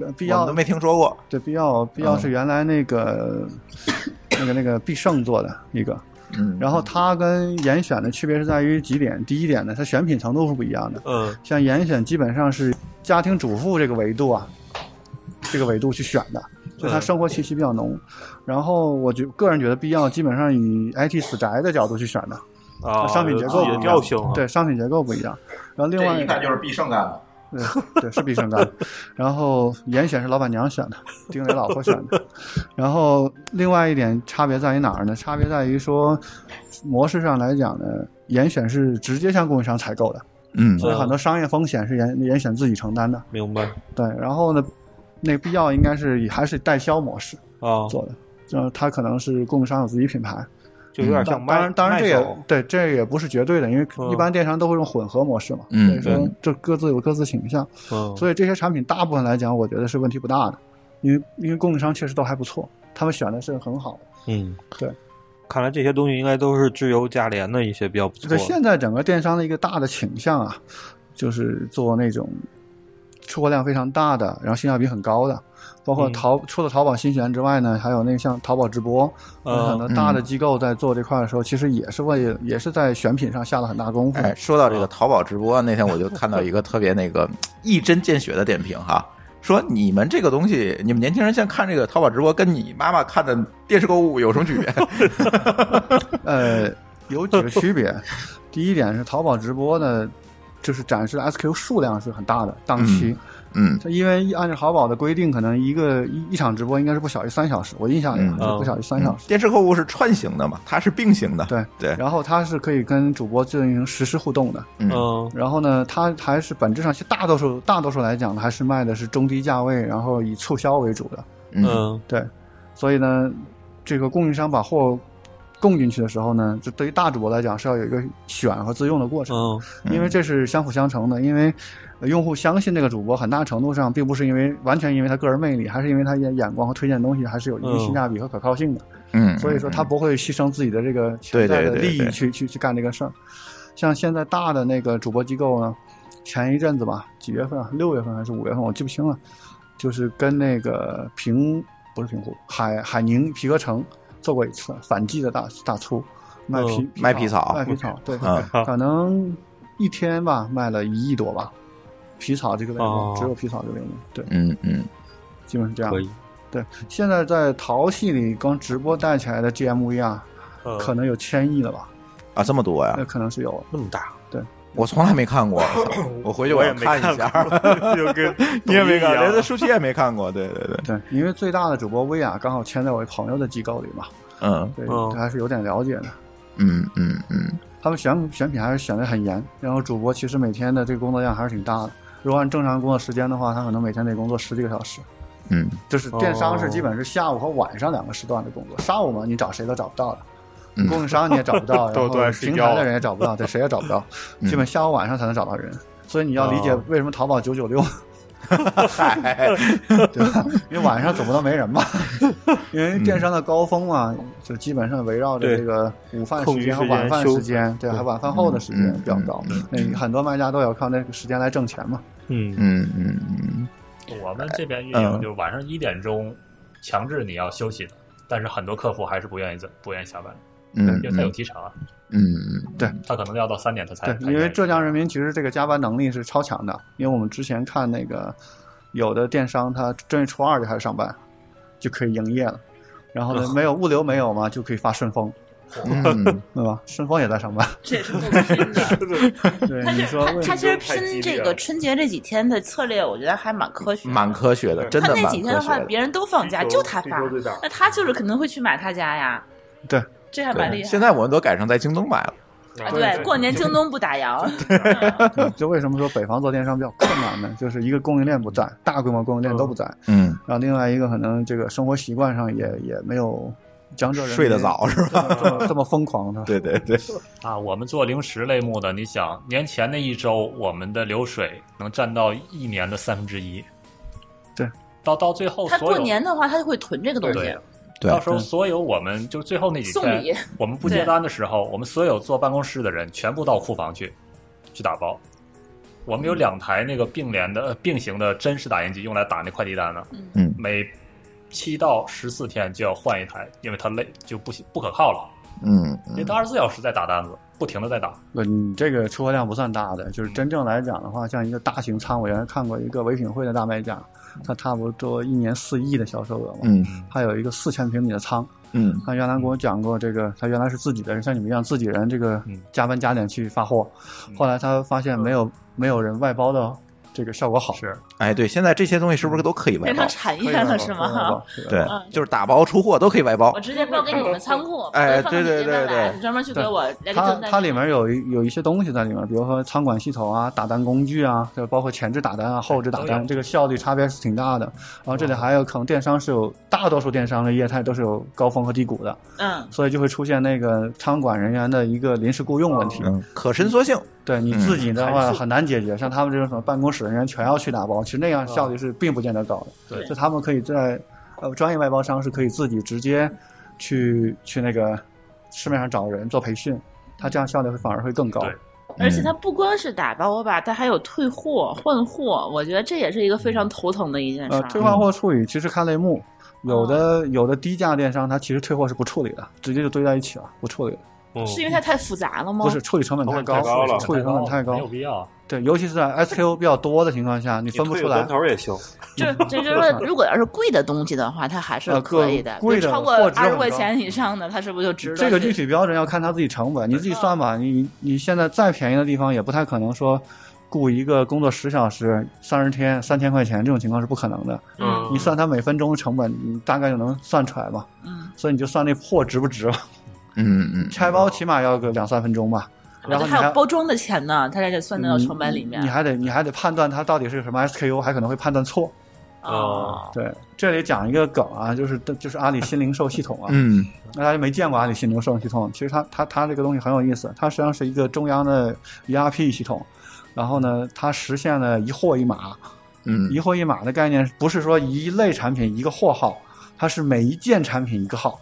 [SPEAKER 4] 呃必
[SPEAKER 3] 我们
[SPEAKER 4] 要
[SPEAKER 3] 都没听说过。
[SPEAKER 4] 对必要必要
[SPEAKER 3] 嗯
[SPEAKER 4] 是原来那个、 那个那个必胜做的一个。
[SPEAKER 3] 嗯，
[SPEAKER 4] 然后它跟严选的区别是在于几点？第一点呢，它选品程度是不一样的。
[SPEAKER 1] 嗯
[SPEAKER 4] 像严选基本上是家庭主妇这个维度啊，这个维度去选的，所以它生活气息比较浓。然后我觉个人觉得必要，基本上以 IT 死宅的角度去选的，
[SPEAKER 1] 啊，
[SPEAKER 4] 商品结构
[SPEAKER 1] 有自己的
[SPEAKER 4] 不一样
[SPEAKER 1] 调性啊，
[SPEAKER 4] 对，商品结构不一样。然后另外
[SPEAKER 3] 这一看就是必胜干的。
[SPEAKER 4] 嗯对对，是必胜干。然后严选是老板娘选的，丁磊老婆选的。然后另外一点差别在于哪儿呢？差别在于说模式上来讲呢，严选是直接向供应商采购的，
[SPEAKER 3] 嗯
[SPEAKER 4] 所以很多商业风险是严严选自己承担的。
[SPEAKER 1] 明白
[SPEAKER 4] 对，然后呢，那个必要应该是以还是代销模式
[SPEAKER 1] 啊，
[SPEAKER 4] 做的。就是它可能是供应商有自己品牌，
[SPEAKER 1] 就有啊点像
[SPEAKER 4] 嗯当
[SPEAKER 1] 卖
[SPEAKER 4] 当然当然这
[SPEAKER 1] 卖
[SPEAKER 4] 也
[SPEAKER 1] 手
[SPEAKER 4] 对这也不是绝对的，因为
[SPEAKER 1] 嗯
[SPEAKER 4] 一般电商都会用混合模式嘛，
[SPEAKER 3] 嗯
[SPEAKER 4] 所以说
[SPEAKER 3] 对
[SPEAKER 4] 这各自有各自倾向。
[SPEAKER 1] 嗯，
[SPEAKER 4] 所以这些产品大部分来讲，我觉得是问题不大的，因为因为供应商确实都还不错，他们选的是很好的。
[SPEAKER 1] 嗯，
[SPEAKER 4] 对。
[SPEAKER 1] 看来这些东西应该都是质优价廉的一些比较不错
[SPEAKER 4] 对，
[SPEAKER 1] 的。
[SPEAKER 4] 现在整个电商的一个大的倾向啊，就是做那种出货量非常大的，然后性价比很高的，包括
[SPEAKER 1] 嗯
[SPEAKER 4] 淘、除了淘宝新选之外呢，还有那像淘宝直播，
[SPEAKER 1] 嗯
[SPEAKER 4] 很多大的机构在做这块的时候，其实也是为了也是在选品上下了很大功夫。
[SPEAKER 3] 哎，说到这个淘宝直播，那天我就看到一个特别那个 一针见血的点评哈，说你们这个东西，你们年轻人现在看这个淘宝直播，跟你妈妈看的电视购物有什么区 别？
[SPEAKER 4] 呃，有几个区别，第一点是淘宝直播呢，就是展示的 SKU 数量是很大的档期。
[SPEAKER 3] 嗯
[SPEAKER 4] 它因为按照淘宝的规定，可能一个一一场直播应该是不小于三小时，我印象里啊
[SPEAKER 3] 嗯
[SPEAKER 4] 是不小于三小时。
[SPEAKER 3] 电视购物是串行的嘛，它是并行的。
[SPEAKER 4] 对
[SPEAKER 3] 对，
[SPEAKER 4] 然后它是可以跟主播进行实时互动的。
[SPEAKER 1] 嗯
[SPEAKER 4] 然后呢，它还是本质上，其实大多数大多数来讲，还是卖的是中低价位，然后以促销为主的。
[SPEAKER 3] 嗯
[SPEAKER 1] 嗯
[SPEAKER 4] 对，所以呢，这个供应商把货供进去的时候呢，就对于大主播来讲是要有一个选和自用的过程。
[SPEAKER 3] 哦
[SPEAKER 1] 嗯
[SPEAKER 4] 因为这是相辅相成的，因为呃用户相信这个主播，很大程度上并不是因为完全因为他个人魅力，还是因为他眼眼光和推荐的东西还是有一定
[SPEAKER 1] 嗯
[SPEAKER 4] 性价比和可靠性的，
[SPEAKER 3] 嗯，
[SPEAKER 4] 所以说他不会牺牲自己的这个潜在的
[SPEAKER 3] 对对对
[SPEAKER 4] 利益
[SPEAKER 3] 对
[SPEAKER 4] 去去去干这个事儿。像现在大的那个主播机构呢，前一阵子吧，几月份啊？六月份还是五月份？我记不清了。就是跟那个平不是平湖，海海宁皮革城做过一次反季的大大促，卖皮、
[SPEAKER 1] 嗯
[SPEAKER 3] 卖皮草
[SPEAKER 4] 卖皮草，对，
[SPEAKER 3] 嗯
[SPEAKER 1] 啊
[SPEAKER 4] 可能一天吧卖了一亿多吧，皮草这个类目、
[SPEAKER 1] 哦
[SPEAKER 4] 只有皮草这个类目，对，
[SPEAKER 3] 嗯嗯
[SPEAKER 4] 基本是这样
[SPEAKER 1] 可。以，
[SPEAKER 4] 对，现在在淘系里光直播带起来的 GMV 啊，
[SPEAKER 1] 嗯
[SPEAKER 4] 可能有千亿了吧，
[SPEAKER 3] 啊，这么多呀
[SPEAKER 4] 那、！可能是有了。
[SPEAKER 1] 那么大，
[SPEAKER 3] 我从来没看过，我回去我
[SPEAKER 1] 也
[SPEAKER 3] 要
[SPEAKER 1] 没
[SPEAKER 3] 看一下。
[SPEAKER 1] 过，就 跟
[SPEAKER 3] 你也没看，
[SPEAKER 1] 抖音一
[SPEAKER 3] 连这
[SPEAKER 1] 样
[SPEAKER 3] 舒淇也没看过。对对对，
[SPEAKER 4] 对，因为最大的主播薇娅刚好签在我朋友的机构里嘛，
[SPEAKER 3] 嗯
[SPEAKER 4] 对，
[SPEAKER 1] 嗯
[SPEAKER 4] 还是有点了解的。
[SPEAKER 3] 嗯嗯嗯
[SPEAKER 4] 他们选选品还是选的很严，然后主播其实每天的这个工作量还是挺大的。如果按正常工作时间的话，他可能每天得工作十几个小时。
[SPEAKER 3] 嗯，
[SPEAKER 4] 就是电商是
[SPEAKER 1] 哦
[SPEAKER 4] 基本是下午和晚上两个时段的工作，上午嘛你找谁都找不到的
[SPEAKER 3] 嗯，
[SPEAKER 4] 供应商你也找不到，然
[SPEAKER 1] 都
[SPEAKER 4] 后
[SPEAKER 1] 都在睡
[SPEAKER 4] 平
[SPEAKER 1] 觉
[SPEAKER 4] 台的人也找不到，对，谁也找不到，
[SPEAKER 3] 嗯
[SPEAKER 4] 基本下午晚上才能找到人。所以你要理解
[SPEAKER 1] 哦
[SPEAKER 4] 为什么淘宝九九六，
[SPEAKER 3] 嗨，
[SPEAKER 4] 对吧？因为晚上总不能没 人吧？因为电商的高峰嘛，就基本上围绕着
[SPEAKER 1] 嗯对
[SPEAKER 4] 这个午饭
[SPEAKER 1] 空
[SPEAKER 4] 时
[SPEAKER 1] 余
[SPEAKER 4] 间和
[SPEAKER 1] 时间
[SPEAKER 4] 晚饭
[SPEAKER 1] 休嗯
[SPEAKER 4] 时间，对，还有晚饭后的时间比较高。那很多卖家都要靠那个时间来挣钱嘛。
[SPEAKER 1] 嗯
[SPEAKER 3] 嗯嗯嗯，
[SPEAKER 5] 我们这边运营
[SPEAKER 3] 嗯
[SPEAKER 5] 就是晚上一点钟强制你要休息的，但是很多客服还是不愿意走，不愿意下班，
[SPEAKER 3] 嗯
[SPEAKER 5] 因为他有提成啊，
[SPEAKER 3] 嗯
[SPEAKER 5] 他可能要到三点他才。
[SPEAKER 3] 啊
[SPEAKER 4] 对，
[SPEAKER 5] 才
[SPEAKER 4] 因为
[SPEAKER 5] 愿意
[SPEAKER 4] 浙江人民其实这个加班能力是超强的，因为我们之前看那个有的电商，他正月初二就开始上班，就可以营业了。然后呢，
[SPEAKER 3] 哦
[SPEAKER 4] 没有物流没有嘛，就可以发顺丰，
[SPEAKER 3] 嗯，
[SPEAKER 4] 对吧？顺丰也在 上班。
[SPEAKER 2] 这也是不拼的。
[SPEAKER 4] 对，
[SPEAKER 2] 他
[SPEAKER 4] 你
[SPEAKER 2] 是
[SPEAKER 4] 说
[SPEAKER 2] 他
[SPEAKER 4] 为什
[SPEAKER 2] 他其实拼这个春节这几天的策略，我觉得还蛮科学的。
[SPEAKER 3] 蛮科学的，真
[SPEAKER 2] 他
[SPEAKER 3] 的
[SPEAKER 2] 那
[SPEAKER 3] 蛮
[SPEAKER 2] 几天的
[SPEAKER 3] 科
[SPEAKER 2] 话，
[SPEAKER 3] 学的。
[SPEAKER 2] 别人都放假，就他
[SPEAKER 6] 需
[SPEAKER 2] 发
[SPEAKER 6] 求，最大，
[SPEAKER 2] 那他就是可能会去买他家呀。
[SPEAKER 4] 对，
[SPEAKER 2] 这还蛮厉害。
[SPEAKER 3] 现在我们都改成在京东买了。
[SPEAKER 2] 啊，
[SPEAKER 6] 对
[SPEAKER 2] 对，过年京东不打烊。
[SPEAKER 4] 么嗯就为什么说北方做电商比较困难呢？就是一个供应链不在，大规模供应链都不在，
[SPEAKER 3] 嗯，
[SPEAKER 4] 然后另外一个可能这个生活习惯上也也没有江浙人民
[SPEAKER 3] 睡得早是
[SPEAKER 4] 这么这么这么疯狂的。
[SPEAKER 3] 对对对，
[SPEAKER 5] 啊，我们做零食类目的，你想年前那一周，我们的流水能占到一年的三分之一。
[SPEAKER 4] 对，
[SPEAKER 5] 到到最后
[SPEAKER 2] 他
[SPEAKER 5] 所有
[SPEAKER 2] 过年的话，他就会囤这个东
[SPEAKER 5] 对
[SPEAKER 2] 西，
[SPEAKER 3] 对
[SPEAKER 5] 到时
[SPEAKER 4] 嗯
[SPEAKER 5] 候所有我们就最后那几
[SPEAKER 2] 送
[SPEAKER 5] 天
[SPEAKER 2] 礼，
[SPEAKER 5] 我们不接单的时候，我们所有坐办公室的人全部到库房去去打包。我
[SPEAKER 2] 嗯
[SPEAKER 5] 们有两台那个并联的、呃并行的真式打印机，用来打那快递单的。
[SPEAKER 2] 嗯
[SPEAKER 3] 嗯
[SPEAKER 5] 每七到十四天就要换一台，因为它累就不行不可靠了，
[SPEAKER 3] 嗯
[SPEAKER 5] 因为
[SPEAKER 3] 嗯
[SPEAKER 5] 它二十四小时在打单子，不停的在打。
[SPEAKER 4] 不，呃你这个出货量不算大的，就是真正来讲的话，像一个大型仓，我原来看过一个唯品会的大卖家，他差不多一年四亿的销售额嘛，
[SPEAKER 3] 嗯
[SPEAKER 4] 他有一个四千平米的仓，
[SPEAKER 3] 嗯
[SPEAKER 4] 他原来跟我讲过，这个他原来是自己的人，像你们一样自己人，这个
[SPEAKER 5] 嗯
[SPEAKER 4] 加班加点去发货，
[SPEAKER 5] 嗯
[SPEAKER 4] 后来他发现没有没有人外包的这个效果好，
[SPEAKER 5] 是，
[SPEAKER 3] 哎，对，现在这些东西是不是都可以外
[SPEAKER 2] 变
[SPEAKER 3] 包
[SPEAKER 2] 成？产
[SPEAKER 4] 可以
[SPEAKER 2] 业
[SPEAKER 4] 外包
[SPEAKER 2] 了是吗？
[SPEAKER 4] 可以外 包是的
[SPEAKER 3] 对
[SPEAKER 2] 嗯，
[SPEAKER 3] 就是打包出货都可以外包
[SPEAKER 2] 我。直接包给你们仓库，
[SPEAKER 3] 哎
[SPEAKER 2] 不会放到
[SPEAKER 3] 对对
[SPEAKER 2] 你这边
[SPEAKER 3] 对
[SPEAKER 2] 来
[SPEAKER 3] 对
[SPEAKER 2] 你专门去给
[SPEAKER 4] 对
[SPEAKER 2] 我来个
[SPEAKER 4] 它
[SPEAKER 2] 炖蛋
[SPEAKER 4] 它里面有一有一些东西在里面，比如说仓管系统啊、打单工具啊，就包括前置打单啊、后置打
[SPEAKER 5] 都
[SPEAKER 4] 单，
[SPEAKER 5] 有嗯
[SPEAKER 4] 这个效率差别是挺大的。然后这里还有可能电商是有大多数电商的业态都是有高峰和低谷的，
[SPEAKER 2] 嗯，
[SPEAKER 4] 所以就会出现那个仓管人员的一个临时雇佣问题。
[SPEAKER 5] 哦
[SPEAKER 3] 嗯，可伸缩性，
[SPEAKER 4] 对你
[SPEAKER 3] 嗯
[SPEAKER 4] 自己的话
[SPEAKER 6] 还是
[SPEAKER 4] 很难解决，像他们这种什么办公室人员全要去打包，其实那
[SPEAKER 6] 啊
[SPEAKER 4] 样效率是并不见得高的。
[SPEAKER 5] 对
[SPEAKER 4] 就他们可以在呃专业外包商是可以自己直接去去那个市面上找人做培训，他这样效率会反而会更高。
[SPEAKER 5] 对
[SPEAKER 2] 而且它不光是打包吧，它还有退货、换货，我觉得这也是一个非常头疼的一件事
[SPEAKER 4] 呃，
[SPEAKER 6] 啊
[SPEAKER 2] 儿。
[SPEAKER 4] 退换货处理其实看类目，有
[SPEAKER 6] 哦
[SPEAKER 4] 的有的低价电商它其实退货是不处理的，直接就堆在一起了，不处理了，
[SPEAKER 3] 哦
[SPEAKER 1] 嗯
[SPEAKER 2] 是因为它太复杂了吗？
[SPEAKER 4] 哦不
[SPEAKER 6] 哦
[SPEAKER 4] 是，处理成本太
[SPEAKER 1] 成
[SPEAKER 4] 高
[SPEAKER 1] 本太高了，
[SPEAKER 4] 处理成本太
[SPEAKER 5] 没
[SPEAKER 4] 高
[SPEAKER 5] 有。必要。
[SPEAKER 4] 对，尤其是在 SKU 比较多的情况下，你
[SPEAKER 1] 你
[SPEAKER 4] 分不
[SPEAKER 1] 退
[SPEAKER 4] 出
[SPEAKER 1] 个
[SPEAKER 4] 来
[SPEAKER 1] 跟。头也行，
[SPEAKER 2] 这
[SPEAKER 4] 嗯
[SPEAKER 2] 这就是说，如果要是贵的东西的话，它还是
[SPEAKER 4] 呃
[SPEAKER 2] 可以的，
[SPEAKER 4] 更贵
[SPEAKER 2] 比
[SPEAKER 4] 的
[SPEAKER 2] 如超过
[SPEAKER 4] 货质
[SPEAKER 2] 二十
[SPEAKER 4] 很
[SPEAKER 2] 块
[SPEAKER 4] 高嗯
[SPEAKER 2] 钱以上的，它是不是就值得去？嗯
[SPEAKER 4] 这个具体标准要看他自己成本，你自己算吧。你你现在再便宜的地方也不太可能说雇一个工作十小时、三十天、三千块钱这种情况是不可能的。
[SPEAKER 2] 嗯
[SPEAKER 4] 你算他每分钟的成本，你大概就能算出来吧。
[SPEAKER 2] 嗯，
[SPEAKER 4] 所以你就算那货值不值吧。
[SPEAKER 3] 嗯嗯，
[SPEAKER 4] 拆包起码要个两三分钟吧，然后你
[SPEAKER 2] 这还
[SPEAKER 4] 还嗯
[SPEAKER 2] 有包装的钱呢，它这得算到成本里面
[SPEAKER 4] 你。还得你还得判断它到底是什么 SKU，还可能会判断错。
[SPEAKER 2] 哦，
[SPEAKER 4] 对，这里讲一个梗啊，就是就是阿里新零售系统啊，
[SPEAKER 3] 嗯
[SPEAKER 4] 那大家没见过阿里新零售系统，其实它它它这个东西很有意思，它实际上是一个中央的 ERP 系统。然后呢，它实现了一货一码。
[SPEAKER 3] 嗯
[SPEAKER 4] 一货一码的概念不是说一类产品一个货号，它是每一件产品一个号。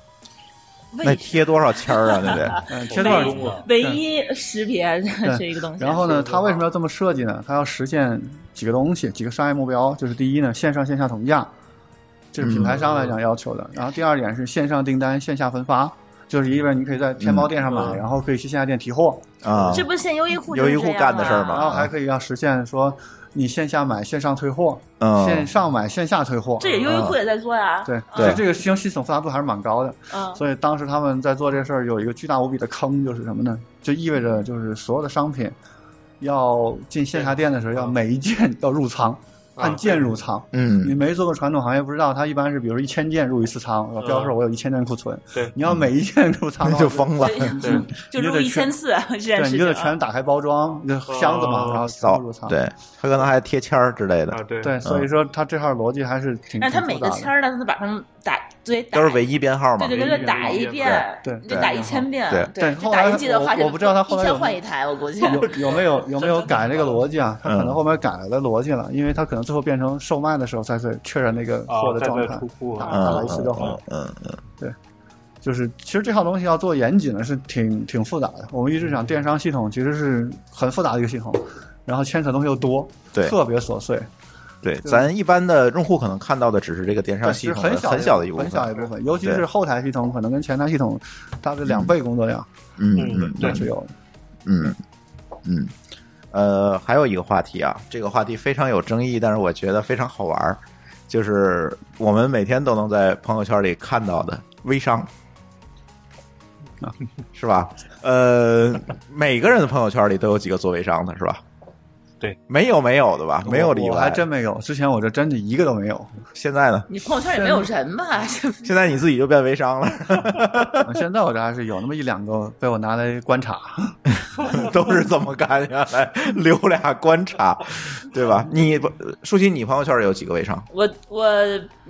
[SPEAKER 3] 那贴多少签儿啊？对不对？
[SPEAKER 4] 嗯，
[SPEAKER 5] 呃我
[SPEAKER 4] 贴
[SPEAKER 5] 没
[SPEAKER 4] 多
[SPEAKER 5] 用
[SPEAKER 4] 少
[SPEAKER 5] 过
[SPEAKER 4] 钱？
[SPEAKER 2] 唯一识别的这一个东西。
[SPEAKER 4] 嗯然后呢，它为什么要这么设计呢？它要实现几个东西，几个商业目标，就是第一呢，线上线下同价，这是品牌商来讲要求的。然后第二点是线上订单线下分发，就是意味着你可以在天猫店上买，
[SPEAKER 6] 嗯
[SPEAKER 4] 然后可以去线下店提货，
[SPEAKER 3] 啊，
[SPEAKER 2] 这不是现在优衣库
[SPEAKER 3] 优衣库
[SPEAKER 2] 就是这样
[SPEAKER 3] 干的事儿
[SPEAKER 2] 吗
[SPEAKER 3] 嘛
[SPEAKER 4] 然后还可以要实现说你线下买线上退货，
[SPEAKER 3] 嗯
[SPEAKER 4] 线上买线下退货。
[SPEAKER 2] 这也优衣库也在做呀。
[SPEAKER 4] 对，
[SPEAKER 3] 对
[SPEAKER 4] 所以这个系系统复杂度还是蛮高的。
[SPEAKER 2] 嗯，
[SPEAKER 4] 所以当时他们在做这事儿有一个巨大无比的坑，就是什么呢？就意味着就是所有的商品要进线下店的时候，要每一件 要入仓，按件入仓。你
[SPEAKER 3] 嗯
[SPEAKER 4] 没做过传统行业，不知道它一般是，比如一千件入一次仓，我标售我有一千件库存。
[SPEAKER 1] 对
[SPEAKER 4] 你要每一件入仓的
[SPEAKER 3] 那
[SPEAKER 4] 话，
[SPEAKER 3] 就疯了
[SPEAKER 2] 所，以
[SPEAKER 1] 对
[SPEAKER 2] 就
[SPEAKER 4] 你
[SPEAKER 2] 入
[SPEAKER 4] 得
[SPEAKER 2] 一千次 这件
[SPEAKER 4] 对，
[SPEAKER 2] 事
[SPEAKER 4] 你
[SPEAKER 2] 情。
[SPEAKER 4] 就得全打开包装，你的箱子嘛，
[SPEAKER 1] 哦
[SPEAKER 4] 然后全
[SPEAKER 3] 扫
[SPEAKER 4] 部入仓。
[SPEAKER 3] 对，他可能还贴签儿之类
[SPEAKER 1] 啊
[SPEAKER 3] 的，
[SPEAKER 1] 对
[SPEAKER 4] 对，
[SPEAKER 3] 嗯
[SPEAKER 4] 所以说它这套逻辑还是挺。
[SPEAKER 2] 但是它
[SPEAKER 4] 挺
[SPEAKER 2] 每
[SPEAKER 4] 复
[SPEAKER 2] 个
[SPEAKER 4] 杂的
[SPEAKER 2] 签儿呢，它都把它们打，对，打
[SPEAKER 3] 都是唯一编号嘛
[SPEAKER 2] 对。对对对，打一遍，
[SPEAKER 4] 对对
[SPEAKER 2] 你得打一千遍，
[SPEAKER 3] 对
[SPEAKER 4] 对
[SPEAKER 2] 就
[SPEAKER 4] 后
[SPEAKER 2] 打
[SPEAKER 4] 来
[SPEAKER 2] 印机的话，
[SPEAKER 4] 我我不知道他后来
[SPEAKER 2] 一
[SPEAKER 4] 有
[SPEAKER 2] 千换一台，我估计。
[SPEAKER 4] 有 有没有有没有
[SPEAKER 5] 真的
[SPEAKER 4] 改这个逻辑啊？他可
[SPEAKER 3] 嗯
[SPEAKER 4] 能后面改了逻辑了，因为他可能最后变成售卖的时候才是确认那个货
[SPEAKER 3] 哦
[SPEAKER 6] 啊，
[SPEAKER 4] 的
[SPEAKER 6] 在
[SPEAKER 4] 状
[SPEAKER 6] 在
[SPEAKER 4] 态
[SPEAKER 6] 出，库
[SPEAKER 4] 打
[SPEAKER 6] 啊，
[SPEAKER 4] 打了一次就好了。
[SPEAKER 3] 嗯
[SPEAKER 4] 就是其实这套东西要做严谨呢，是挺挺复杂的。我们一直
[SPEAKER 3] 嗯
[SPEAKER 4] 讲电商系统其实是很复杂的一个系统，然后牵扯东西又多，
[SPEAKER 3] 对
[SPEAKER 4] 特别琐碎，
[SPEAKER 3] 对，咱一般的用户可能看到的只是这个电商
[SPEAKER 4] 对
[SPEAKER 3] 系
[SPEAKER 4] 是
[SPEAKER 3] 统的
[SPEAKER 4] 很小
[SPEAKER 3] 小的
[SPEAKER 4] 的
[SPEAKER 3] 一部
[SPEAKER 4] 很小一
[SPEAKER 3] 分，
[SPEAKER 4] 部分，尤其
[SPEAKER 3] 对
[SPEAKER 4] 是后台系统可能跟前台系统大概两倍工作量，
[SPEAKER 3] 嗯
[SPEAKER 6] 嗯，
[SPEAKER 4] 那是有的。
[SPEAKER 3] 嗯，嗯，呃，还有一个话题啊，这个话题非常有争议，但是我觉得非常好玩儿，就是我们每天都能在朋友圈里看到的微商，
[SPEAKER 4] 啊
[SPEAKER 3] 是吧？呃，每个人的朋友圈里都有几个做微商的，是吧？
[SPEAKER 1] 对，
[SPEAKER 3] 没有没有的吧，没有例
[SPEAKER 4] 我
[SPEAKER 3] 外。
[SPEAKER 4] 还真没有。之前我这真的一个都没有，
[SPEAKER 3] 现在呢？
[SPEAKER 2] 你朋友圈也没有人吧？
[SPEAKER 3] 现在你自己就变微商了，
[SPEAKER 4] 现在我这还是有那么一两个被我拿来观察。
[SPEAKER 3] 都是这么干下来，留俩观察，对吧？你不，舒淇，你朋友圈里有几个微商？
[SPEAKER 2] 我我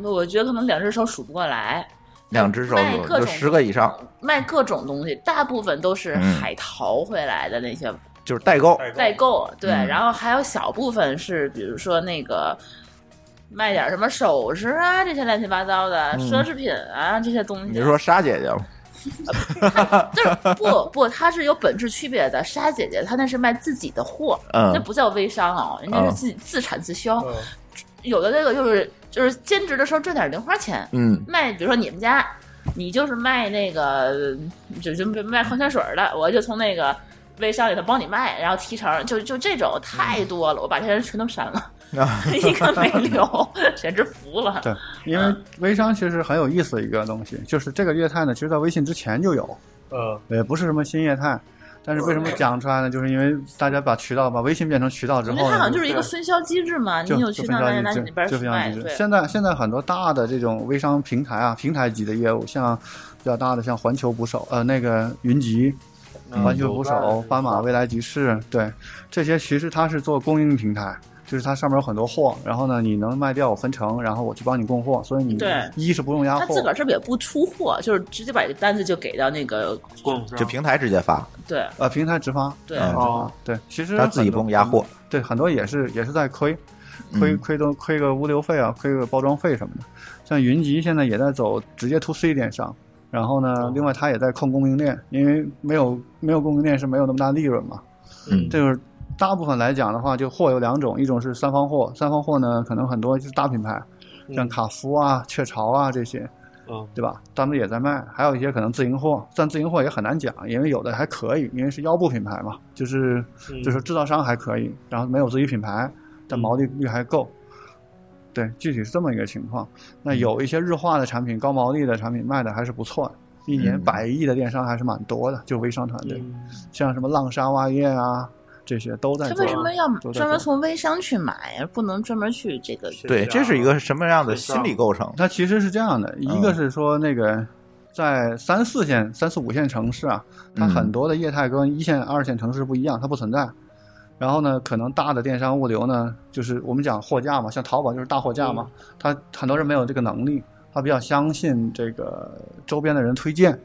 [SPEAKER 2] 我觉得可能两只手数不过来，
[SPEAKER 3] 两只手
[SPEAKER 2] 卖各种
[SPEAKER 3] 就十个以上，
[SPEAKER 2] 卖各种东西，大部分都是
[SPEAKER 3] 嗯
[SPEAKER 2] 海淘回来的那些
[SPEAKER 3] 就是代购，
[SPEAKER 2] 代购，对，
[SPEAKER 3] 嗯
[SPEAKER 2] 然后还有小部分是比如说那个。卖点什么首饰啊，这些乱七八糟
[SPEAKER 4] 嗯
[SPEAKER 2] 的奢侈品啊，这些东西。
[SPEAKER 3] 你是说沙姐姐吗？
[SPEAKER 2] 就是不不，它是有本质区别的。莎姐姐她那是卖自己的货，
[SPEAKER 3] 嗯
[SPEAKER 2] 那不叫微商啊、人家是自、自产自销。有的这个就是就是兼职的时候挣点零花钱，
[SPEAKER 3] 嗯
[SPEAKER 2] 卖，比如说你们家，你就是卖那个，就就卖矿泉水儿的，我就从那个微商里头帮你卖，然后提成，就就这种太多了，我把这些人全都删 了，
[SPEAKER 3] 啊
[SPEAKER 2] 一个没留，简直服了。
[SPEAKER 4] 对，因为
[SPEAKER 2] 嗯
[SPEAKER 4] 微商其实很有意思的一个东西，就是这个业态呢，其实在微信之前就有，
[SPEAKER 6] 呃，
[SPEAKER 4] 也不是什么新业态。但是为什么讲出来呢？就是因为大家把渠道把微信变成渠道之
[SPEAKER 2] 因
[SPEAKER 4] 后
[SPEAKER 2] 为
[SPEAKER 4] 呢，
[SPEAKER 2] 它好像就是一个分销机制嘛，你
[SPEAKER 4] 就
[SPEAKER 2] 有
[SPEAKER 4] 就
[SPEAKER 2] 渠
[SPEAKER 4] 非
[SPEAKER 2] 道，
[SPEAKER 4] 常
[SPEAKER 2] 大家
[SPEAKER 4] 一
[SPEAKER 2] 拿
[SPEAKER 4] 致
[SPEAKER 2] 你那边
[SPEAKER 4] 就
[SPEAKER 2] 去
[SPEAKER 4] 非常
[SPEAKER 2] 卖，
[SPEAKER 4] 一致。
[SPEAKER 2] 对，
[SPEAKER 4] 现在现在很多大的这种微商平台啊，平台级的业务，像比较大的像环球捕手，呃，那个云集、
[SPEAKER 2] 嗯
[SPEAKER 4] 环球捕手、斑马、未来集市，对，这些其实它是做供应平台。就是它上面有很多货，然后呢，你能卖掉我分成，然后我去帮你供货，所以你
[SPEAKER 2] 对
[SPEAKER 4] 一是不用压
[SPEAKER 2] 他
[SPEAKER 4] 货，
[SPEAKER 2] 自个儿是不是也不出货，就是直接把这单子就给到那个
[SPEAKER 1] 供
[SPEAKER 3] 就平台直接发，
[SPEAKER 2] 对
[SPEAKER 4] 呃平台直发，
[SPEAKER 2] 对。
[SPEAKER 3] 嗯
[SPEAKER 4] 啊，对，其实
[SPEAKER 3] 他自己
[SPEAKER 4] 很
[SPEAKER 3] 不
[SPEAKER 4] 多
[SPEAKER 3] 用压货，，
[SPEAKER 4] 对，很多也是也是在亏，亏
[SPEAKER 3] 嗯
[SPEAKER 4] 亏都亏个物流费啊，亏个包装费什么的。像云集现在也在走直接 to C 电商，然后呢，
[SPEAKER 3] 哦
[SPEAKER 4] 另外它也在控供应链，因为没有没有供应链是没有那么大利润嘛。
[SPEAKER 3] 嗯
[SPEAKER 4] 这就是大部分来讲的话，就货有两种，一种是三方货，三方货呢可能很多就是大品牌，
[SPEAKER 3] 嗯
[SPEAKER 4] 像卡夫啊、雀巢啊这些，
[SPEAKER 6] 嗯，
[SPEAKER 4] 对吧？他们也在卖，还有一些可能自营货，但自营货也很难讲，因为有的还可以，因为是腰部品牌嘛，就是就是制造商还可以，然后没有自己品牌，但毛利率还够。对，具体是这么一个情况。那有一些日化的产品、高毛利的产品卖的还是不错的，一年
[SPEAKER 3] 嗯
[SPEAKER 4] 百亿的电商还是蛮多的，就微商团
[SPEAKER 1] 嗯
[SPEAKER 4] 队，像什么浪莎袜业啊这些都在
[SPEAKER 2] 他
[SPEAKER 4] 做
[SPEAKER 2] 为。什么要
[SPEAKER 4] 都在
[SPEAKER 2] 专门
[SPEAKER 4] 做
[SPEAKER 2] 从微商去买呀？不能专门去这个？
[SPEAKER 3] 对，这是一个什么样的心理构成？
[SPEAKER 4] 它其实是这样
[SPEAKER 2] 嗯
[SPEAKER 4] 的，一个是说那个在三四线、三四五线城市啊，它
[SPEAKER 3] 嗯
[SPEAKER 4] 很多的业态跟一线、二线城市不一样，它不存在。然后呢，可能大的电商物流呢，就是我们讲货架嘛，像淘宝就是大货架嘛，
[SPEAKER 2] 嗯
[SPEAKER 4] 它很多人没有这个能力，他比较相信这个周边的人推荐。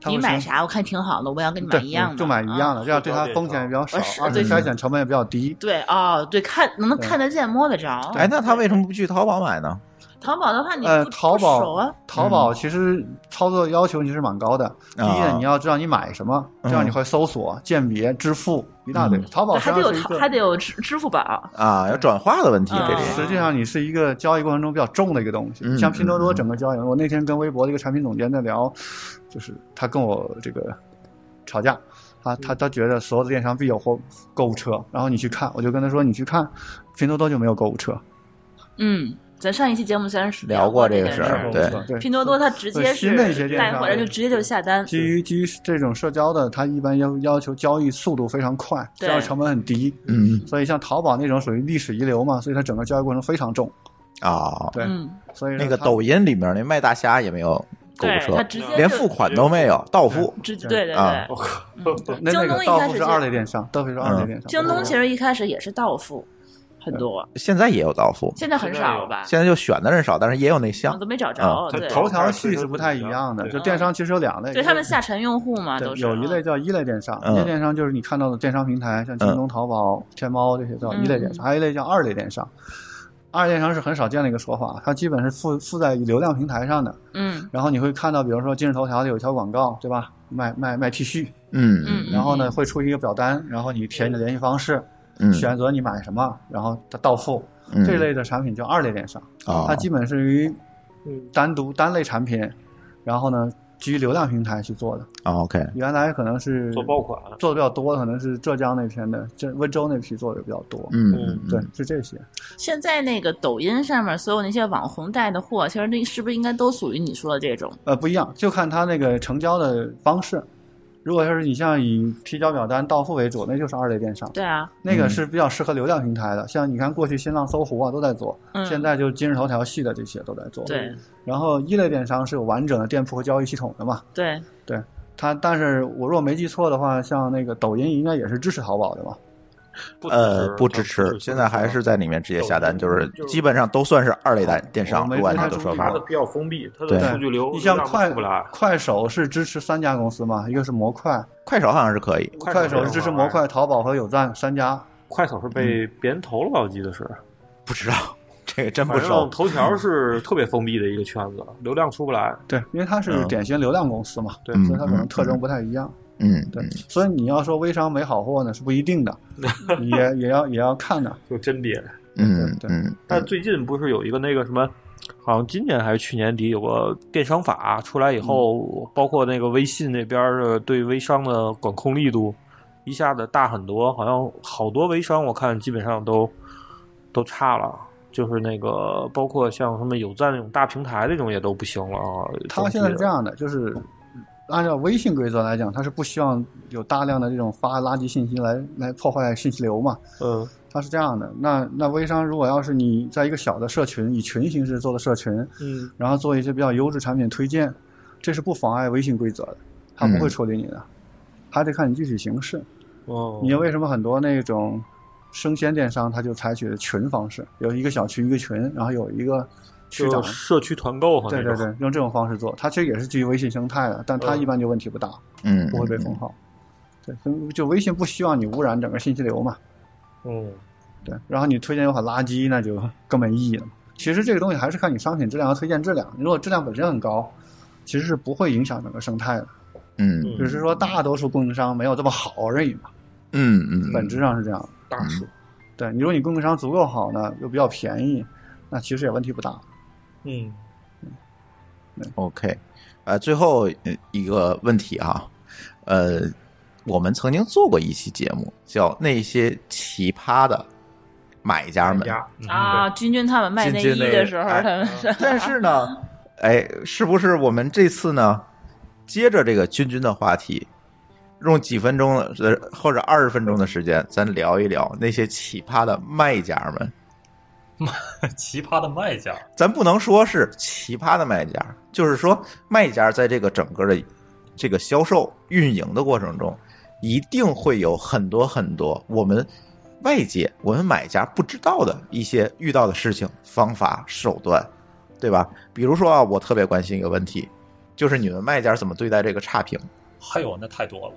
[SPEAKER 4] 他会
[SPEAKER 2] 你买
[SPEAKER 4] 说
[SPEAKER 2] 啥？我看挺好的，我也要跟你买
[SPEAKER 4] 对
[SPEAKER 2] 一样的，
[SPEAKER 4] 就买一样
[SPEAKER 2] 的。
[SPEAKER 4] 的，这样对它风险也比较少
[SPEAKER 2] 我是，
[SPEAKER 4] 而且
[SPEAKER 3] 对
[SPEAKER 4] 筛选成本也比较低。
[SPEAKER 2] 对哦，对，看能
[SPEAKER 4] 对
[SPEAKER 2] 看得见、摸得着。
[SPEAKER 3] 哎，那他为什么不去淘宝买呢？
[SPEAKER 2] 淘宝的话，你不、
[SPEAKER 4] 呃，淘
[SPEAKER 2] 不熟
[SPEAKER 4] 宝
[SPEAKER 2] 啊，
[SPEAKER 4] 淘宝其实操作要求其实蛮高的。第一
[SPEAKER 3] 嗯啊
[SPEAKER 4] 呢，你要知道你买什么，这样你会搜索、鉴别、支付一大堆
[SPEAKER 3] 嗯。
[SPEAKER 4] 淘宝
[SPEAKER 2] 对
[SPEAKER 4] 实
[SPEAKER 2] 还
[SPEAKER 4] 际
[SPEAKER 2] 得有
[SPEAKER 4] 上是一
[SPEAKER 2] 淘，还
[SPEAKER 4] 个，
[SPEAKER 2] 得有支支付宝。
[SPEAKER 3] 啊，要转化的问题，
[SPEAKER 2] 嗯
[SPEAKER 3] 这里
[SPEAKER 4] 实际上你是一个交易过程中比较重的一个东西
[SPEAKER 3] 嗯。
[SPEAKER 4] 像拼多多
[SPEAKER 3] 嗯嗯
[SPEAKER 4] 整个交易，我那天跟微博的一个产品总监在聊，就是他跟我这个吵架。他
[SPEAKER 3] 嗯
[SPEAKER 4] 他他觉得所有的电商必有货购物车，然后你去看，我就跟他说你去看，拼多多就没有购物车，
[SPEAKER 2] 嗯，咱上一期节目虽然是
[SPEAKER 3] 聊过
[SPEAKER 2] 这
[SPEAKER 3] 这个事
[SPEAKER 2] 事
[SPEAKER 3] 儿
[SPEAKER 4] 没有购物
[SPEAKER 3] 对
[SPEAKER 4] 车对，
[SPEAKER 2] 拼多多它直接
[SPEAKER 4] 新的一些
[SPEAKER 2] 是
[SPEAKER 4] 电
[SPEAKER 2] 带
[SPEAKER 4] 商
[SPEAKER 2] 货，人就直接就下单。
[SPEAKER 4] 基于基于这种社交的，它一般要要求交易速度非常快，
[SPEAKER 2] 对
[SPEAKER 4] 交易成本很低。
[SPEAKER 3] 嗯
[SPEAKER 4] 所以像淘宝那种属于历史遗留嘛，所以它整个交易过程非常重。
[SPEAKER 3] 啊，
[SPEAKER 4] 对，
[SPEAKER 2] 嗯，
[SPEAKER 4] 所以
[SPEAKER 3] 那个
[SPEAKER 4] 它
[SPEAKER 3] 抖音里面那卖大虾也没有购物
[SPEAKER 2] 对，
[SPEAKER 3] 车
[SPEAKER 2] 它，直接就
[SPEAKER 3] 连付款都没有，到付
[SPEAKER 2] 直对对对。
[SPEAKER 3] 啊
[SPEAKER 2] 嗯
[SPEAKER 4] 那那
[SPEAKER 2] 京
[SPEAKER 4] 个
[SPEAKER 2] 东一
[SPEAKER 4] 到
[SPEAKER 2] 开
[SPEAKER 4] 付
[SPEAKER 2] 始
[SPEAKER 4] 是
[SPEAKER 2] 就
[SPEAKER 4] 二类电商，到付是二类电商。
[SPEAKER 2] 京东其实一开始也是到付，很多，
[SPEAKER 3] 现在也有到付，
[SPEAKER 2] 现在很少吧？
[SPEAKER 3] 现在就选的人少，但是也有那
[SPEAKER 2] 我
[SPEAKER 3] 项
[SPEAKER 2] 都没找
[SPEAKER 3] 啊
[SPEAKER 2] 着。对，
[SPEAKER 4] 头条系是不太一样的，
[SPEAKER 6] 对
[SPEAKER 4] 就电商其实有两类，
[SPEAKER 2] 对他们下沉用户嘛，
[SPEAKER 4] 对
[SPEAKER 2] 都是啊
[SPEAKER 4] 有一类叫一类电商，
[SPEAKER 3] 嗯
[SPEAKER 4] 一类电商就是你看到的电商平台，像京东、淘宝、天猫这些叫一类
[SPEAKER 2] 嗯
[SPEAKER 4] 电商，还有一类叫二类电商。二类电商是很少见的一个说法，它基本是附附在流量平台上的。
[SPEAKER 2] 嗯
[SPEAKER 4] 然后你会看到，比如说今日头条里有一条广告，对吧？卖卖卖 T 恤，
[SPEAKER 3] 嗯
[SPEAKER 2] 嗯，
[SPEAKER 4] 然后呢会出一个表单，然后你填你的联系方式，
[SPEAKER 3] 嗯
[SPEAKER 4] 选择你买什么，然后它到付。
[SPEAKER 3] 嗯
[SPEAKER 4] 这类的产品叫二类电商，
[SPEAKER 3] 啊
[SPEAKER 4] 它基本是于
[SPEAKER 6] 嗯
[SPEAKER 4] 单独单类产品，然后呢基于流量平台去做的。
[SPEAKER 3] 啊 OK
[SPEAKER 4] 原来可能是
[SPEAKER 6] 做爆款，啊
[SPEAKER 4] 做的比较多，可能是浙江那片的，这温州那批做的比较多。
[SPEAKER 3] 嗯
[SPEAKER 6] 嗯
[SPEAKER 3] 嗯
[SPEAKER 4] 对，是这些。
[SPEAKER 2] 现在那个抖音上面所有那些网红带的货，其实那是不是应该都属于你说的这种？
[SPEAKER 4] 呃，不一样，就看它那个成交的方式。如果要是你像以提交表单到付为主，那就是二类电商，
[SPEAKER 2] 对啊，
[SPEAKER 4] 那
[SPEAKER 3] 嗯
[SPEAKER 4] 个是比较适合流量平台的。像你看过去新浪、搜狐啊都在做，
[SPEAKER 2] 嗯，
[SPEAKER 4] 现在就今日头条系的这些都在做。
[SPEAKER 2] 对。
[SPEAKER 4] 然后一类电商是有完整的店铺和交易系统的嘛，
[SPEAKER 2] 对，
[SPEAKER 4] 它但是我若没记错的话，像那个抖音应该也是支持淘宝的嘛。
[SPEAKER 3] 呃不支
[SPEAKER 1] 啊
[SPEAKER 3] 持，现在还是在里面直接下单，就是基本上都算是二类单电商，
[SPEAKER 4] 我没
[SPEAKER 3] 不
[SPEAKER 1] 啊
[SPEAKER 3] 管
[SPEAKER 4] 太
[SPEAKER 3] 哪种
[SPEAKER 4] 注
[SPEAKER 3] 说
[SPEAKER 4] 意
[SPEAKER 3] 法
[SPEAKER 6] 它的，比较封闭，它
[SPEAKER 3] 对
[SPEAKER 6] 的数据流
[SPEAKER 4] 你像
[SPEAKER 6] 让它
[SPEAKER 4] 快嗯
[SPEAKER 6] 出不来，
[SPEAKER 4] 快手是支持三家公司嘛，一个是模块，
[SPEAKER 3] 快手好像是可以，
[SPEAKER 4] 快手是支持模块、淘宝和有赞三家。
[SPEAKER 1] 快手是被别人投了吧？我记得是，
[SPEAKER 3] 不知道这个嗯真不
[SPEAKER 1] 反正
[SPEAKER 3] 熟，
[SPEAKER 1] 头条是特别封闭的一个圈子，流量出不来。
[SPEAKER 4] 对，因为它是
[SPEAKER 3] 嗯
[SPEAKER 4] 典型流量公司嘛，
[SPEAKER 1] 对
[SPEAKER 4] 所以它可
[SPEAKER 3] 嗯
[SPEAKER 4] 能特征不太一样。
[SPEAKER 3] 嗯
[SPEAKER 4] 对， 所以你要说微商没好货呢，是不一定的，也也要也要看的。
[SPEAKER 6] 就甄别，
[SPEAKER 3] 嗯
[SPEAKER 4] 对
[SPEAKER 3] 嗯，
[SPEAKER 1] 但最近不是有一个那个什么，好像今年还是去年底有个电商法出来以
[SPEAKER 4] 嗯
[SPEAKER 1] 后，包括那个微信那边儿的对微商的管控力度一下子大很多，好像好多微商我看基本上都都差了。就是那个，包括像什么有赞那种大平台那种也都不行了啊。
[SPEAKER 4] 它现在是这
[SPEAKER 1] 样，
[SPEAKER 4] 样的，就是按照微信规则来讲，它是不希望有大量的这种发垃圾信息来来破坏信息流嘛。
[SPEAKER 1] 嗯
[SPEAKER 4] 它是这样的，那那微商如果要是你在一个小的社群，以群形式做的社群，
[SPEAKER 1] 嗯，
[SPEAKER 4] 然后做一些比较优质产品推荐，这是不妨碍微信规则的，它
[SPEAKER 1] 嗯
[SPEAKER 4] 不会处理你的，还得看你具体形式。
[SPEAKER 1] 哦，
[SPEAKER 4] 你为什么很多那种生鲜电商，它就采取群方式，有一个小区一个群，然后有一个区长
[SPEAKER 1] 就，社区团购哈，
[SPEAKER 4] 对对对，，用这种方式做，它其实也是基于微信生态的，但它一般就问题不大，
[SPEAKER 3] 嗯
[SPEAKER 4] 不会被封号。对，所以就微信不希望你污染整个信息流嘛。
[SPEAKER 1] 嗯，
[SPEAKER 4] 对，然后你推荐又很垃圾，那就更没意义了嘛。其实这个东西还是看你商品质量和推荐质量，如果质量本身很高，其实是不会影响整个生态的。
[SPEAKER 3] 嗯
[SPEAKER 4] 只是说大多数供应商没有这么好而已嘛，
[SPEAKER 3] 嗯嗯，
[SPEAKER 4] 本质上是这样的。
[SPEAKER 1] 大数，
[SPEAKER 4] 对，你如果你供应商足够好呢，又比较便宜，那其实也问题不大。
[SPEAKER 6] 嗯，
[SPEAKER 3] OK，呃，最后呃一个问题啊，呃，我们曾经做过一期节目，叫《那些奇葩的买家
[SPEAKER 1] 嗯
[SPEAKER 3] 们》，
[SPEAKER 6] 家
[SPEAKER 2] 啊，君君他们卖内
[SPEAKER 3] 君
[SPEAKER 2] 衣
[SPEAKER 3] 君那
[SPEAKER 2] 的
[SPEAKER 3] 个
[SPEAKER 2] 时候，
[SPEAKER 3] 哎
[SPEAKER 2] 他
[SPEAKER 6] 啊
[SPEAKER 2] 们是
[SPEAKER 3] 但是呢，哎，是不是我们这次呢，接着这个君君的话题，用几分钟呃或者二十分钟的时间，咱聊一聊那些奇葩的卖家们？
[SPEAKER 5] 奇葩的卖家，
[SPEAKER 3] 咱不能说是奇葩的卖家，就是说卖家在这个整个的这个销售运营的过程中，一定会有很多很多我们外界、我们买家不知道的一些遇到的事情、方法、手段，对吧？比如说啊，我特别关心一个问题，就是你们卖家怎么对待这个差评，
[SPEAKER 5] 还有那太多了。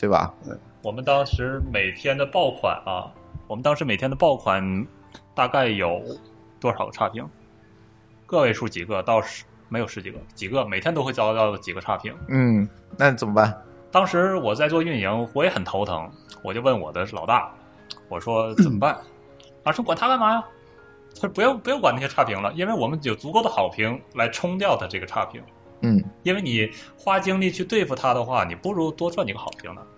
[SPEAKER 3] 对吧？
[SPEAKER 5] 我们当时每天的爆款啊，我们当时每天的爆款大概有多少个差评？个位数几个到十没有十几个，几个每天都会遭到几个差评。
[SPEAKER 3] 嗯，那怎么办？
[SPEAKER 5] 当时我在做运营，我也很头疼，我就问我的老大，我说怎么办？啊，说管他干嘛呀？他说不要不要管那些差评了，因为我们有足够的好评来冲掉他这个差评。
[SPEAKER 3] 嗯，
[SPEAKER 5] 因为你花精力去对付他的话，你不如多赚几个好评呢。
[SPEAKER 3] 嗯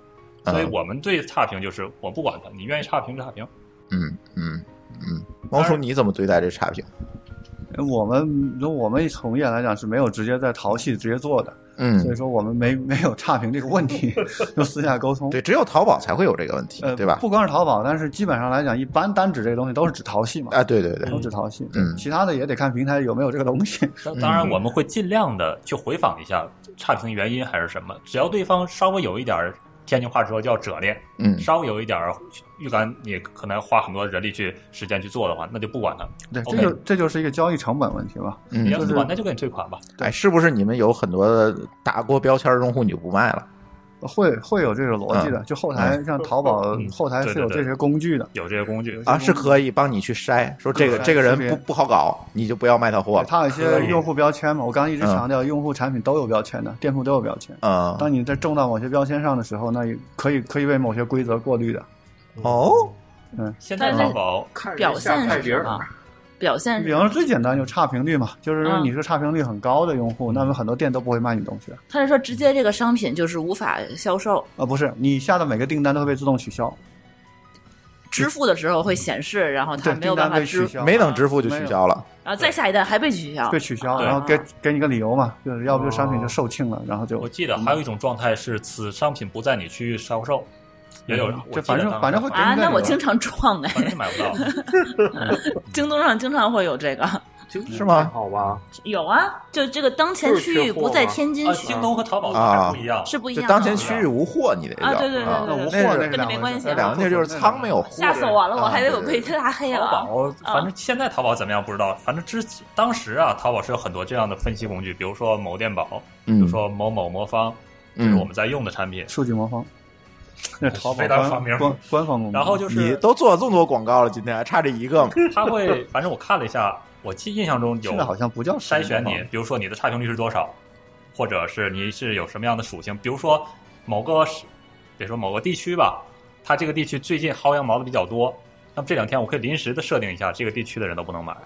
[SPEAKER 5] 所以我们对差评就是我不管他，你愿意差评就差评。
[SPEAKER 3] 嗯嗯嗯，猫叔你怎么对待这差评？
[SPEAKER 4] 我们从我们从业来讲是没有直接在淘系直接做的，
[SPEAKER 3] 嗯
[SPEAKER 4] 所，以说我们没没有差评这个问 题，就私下沟通。
[SPEAKER 3] 对，只有淘宝才会有这个问题，
[SPEAKER 4] 呃，
[SPEAKER 3] 对吧？
[SPEAKER 4] 不光是淘宝，但是基本上来讲，一般单指这个东西都是指淘系嘛，
[SPEAKER 3] 啊，对对对，
[SPEAKER 4] 都指淘系。
[SPEAKER 3] 嗯
[SPEAKER 4] 其他的也得看平台有没有这个东西。
[SPEAKER 5] 当当然，我们会尽量的去回访一下差评原因还是什么。只要对方稍微有一点儿天津话说叫折裂，
[SPEAKER 3] 嗯
[SPEAKER 5] 稍微有一点儿预感，你可能要花很多人力去时间去做的话，那就不管他，
[SPEAKER 4] 对，这
[SPEAKER 5] OK
[SPEAKER 4] 就这就是一个交易成本问题嘛。
[SPEAKER 3] 嗯
[SPEAKER 5] 你，要不管那就给你退款吧。
[SPEAKER 3] 哎，是不是你们有很多的打过标签儿用户你就不卖了？
[SPEAKER 4] 会会有这种逻
[SPEAKER 3] 嗯
[SPEAKER 4] 辑的，就后台像淘宝
[SPEAKER 5] 嗯
[SPEAKER 4] 后台
[SPEAKER 5] 对
[SPEAKER 4] 是
[SPEAKER 5] 对
[SPEAKER 4] 有
[SPEAKER 5] 对
[SPEAKER 4] 这些工具的，
[SPEAKER 5] 有这些工具，
[SPEAKER 3] 啊，是可以帮你去筛，说这个
[SPEAKER 4] 筛
[SPEAKER 3] 这个人
[SPEAKER 4] 识别
[SPEAKER 3] 不不好搞，你就不要卖他货
[SPEAKER 4] 对
[SPEAKER 3] 了。
[SPEAKER 4] 它有一
[SPEAKER 5] 可
[SPEAKER 4] 些
[SPEAKER 5] 以
[SPEAKER 4] 用户标签嘛。我刚刚一直
[SPEAKER 3] 嗯
[SPEAKER 4] 强调，用户产品都有标签的，店铺都有标签。
[SPEAKER 3] 嗯，
[SPEAKER 4] 当你在中到某些标签上的时候，那也可以可以为某些规则过滤的。
[SPEAKER 1] 嗯
[SPEAKER 3] 哦，
[SPEAKER 5] 现在淘宝
[SPEAKER 6] 看
[SPEAKER 2] 表现
[SPEAKER 6] 看
[SPEAKER 2] 是
[SPEAKER 6] 别
[SPEAKER 2] 什
[SPEAKER 6] 人
[SPEAKER 2] 么？表现
[SPEAKER 4] 比
[SPEAKER 2] 是
[SPEAKER 4] 方说最简单就差评率嘛，就是说
[SPEAKER 2] 嗯
[SPEAKER 4] 你是差评率很高的用
[SPEAKER 3] 嗯
[SPEAKER 4] 户，那么很多店都不会卖你东西的。
[SPEAKER 2] 他是说直接这个商品就是无法销售，
[SPEAKER 4] 啊，不是，你下的每个订单都会被自动取消，
[SPEAKER 2] 支付的时候会显示，然后他
[SPEAKER 4] 嗯对，
[SPEAKER 2] 没有
[SPEAKER 4] 订
[SPEAKER 2] 办
[SPEAKER 4] 单
[SPEAKER 2] 法
[SPEAKER 4] 被
[SPEAKER 2] 支
[SPEAKER 4] 取
[SPEAKER 2] 付，
[SPEAKER 4] 消，
[SPEAKER 3] 没等支付就取消了。
[SPEAKER 2] 然后再下一单还被取消
[SPEAKER 3] 啊
[SPEAKER 4] 被。取消，
[SPEAKER 5] 对
[SPEAKER 4] 然后给
[SPEAKER 2] 嗯
[SPEAKER 4] 给你个理由嘛，就是要不就
[SPEAKER 3] 哦
[SPEAKER 4] 商品就售罄了，然后就
[SPEAKER 5] 我记得还有一种状态是此商品不在你区域销售，也有。我
[SPEAKER 4] 这
[SPEAKER 5] 记得
[SPEAKER 4] 嗯反正
[SPEAKER 5] 当时
[SPEAKER 4] 反正会
[SPEAKER 5] 买
[SPEAKER 2] 啊，
[SPEAKER 4] 对
[SPEAKER 2] 那我
[SPEAKER 4] 对
[SPEAKER 2] 经常撞哎，
[SPEAKER 5] 反正买不到。
[SPEAKER 2] 京东上经常会有这个，
[SPEAKER 3] 是吗
[SPEAKER 6] 好 吧，
[SPEAKER 2] 有啊，就这个当前区域不在天津
[SPEAKER 5] 啊，
[SPEAKER 2] 区
[SPEAKER 5] 京东和淘宝还不一样，
[SPEAKER 2] 是不一
[SPEAKER 3] 就
[SPEAKER 2] 样的，
[SPEAKER 3] 当前区域无货，你得
[SPEAKER 2] 啊
[SPEAKER 3] 叫
[SPEAKER 2] 对对对
[SPEAKER 3] 啊
[SPEAKER 2] 对对
[SPEAKER 4] 无货
[SPEAKER 3] 那
[SPEAKER 4] 那
[SPEAKER 3] 是
[SPEAKER 4] 是
[SPEAKER 2] 那
[SPEAKER 4] 两
[SPEAKER 2] 没
[SPEAKER 4] 回
[SPEAKER 2] 关
[SPEAKER 4] 事
[SPEAKER 2] 系
[SPEAKER 3] 那
[SPEAKER 2] 啊
[SPEAKER 3] 两个那就是仓没有货，
[SPEAKER 2] 吓死我了，我
[SPEAKER 3] 啊
[SPEAKER 2] 还以为我
[SPEAKER 3] 对
[SPEAKER 2] 被拉黑
[SPEAKER 5] 淘
[SPEAKER 2] 了。
[SPEAKER 5] 宝，
[SPEAKER 2] 啊
[SPEAKER 5] 反正现在淘宝怎么样不知道，反正之当时啊，淘宝是有很多这样的分析工具，比如说某店宝，比如
[SPEAKER 3] 嗯
[SPEAKER 5] 说某某魔方，这
[SPEAKER 3] 嗯
[SPEAKER 5] 是我们在用的产品。
[SPEAKER 4] 数据魔方，那是淘宝
[SPEAKER 5] 非常发
[SPEAKER 4] 官
[SPEAKER 5] 明
[SPEAKER 4] 官官方公布。
[SPEAKER 5] 然后就
[SPEAKER 3] 你
[SPEAKER 5] 是
[SPEAKER 3] 都做了这么多广告了，今天还差这一个吗？
[SPEAKER 5] 他会，反正我看了一下，我记印象中有
[SPEAKER 4] 现在好像不叫
[SPEAKER 5] 筛选你
[SPEAKER 4] 商业，
[SPEAKER 5] 比如说你的差评率是多少，或者是你是有什么样的属性，比如说某个，比如说某个地区吧，它这个地区最近薅羊毛的比较多，那那么这两天我可以临时的设定一下，这个地区的人都不能买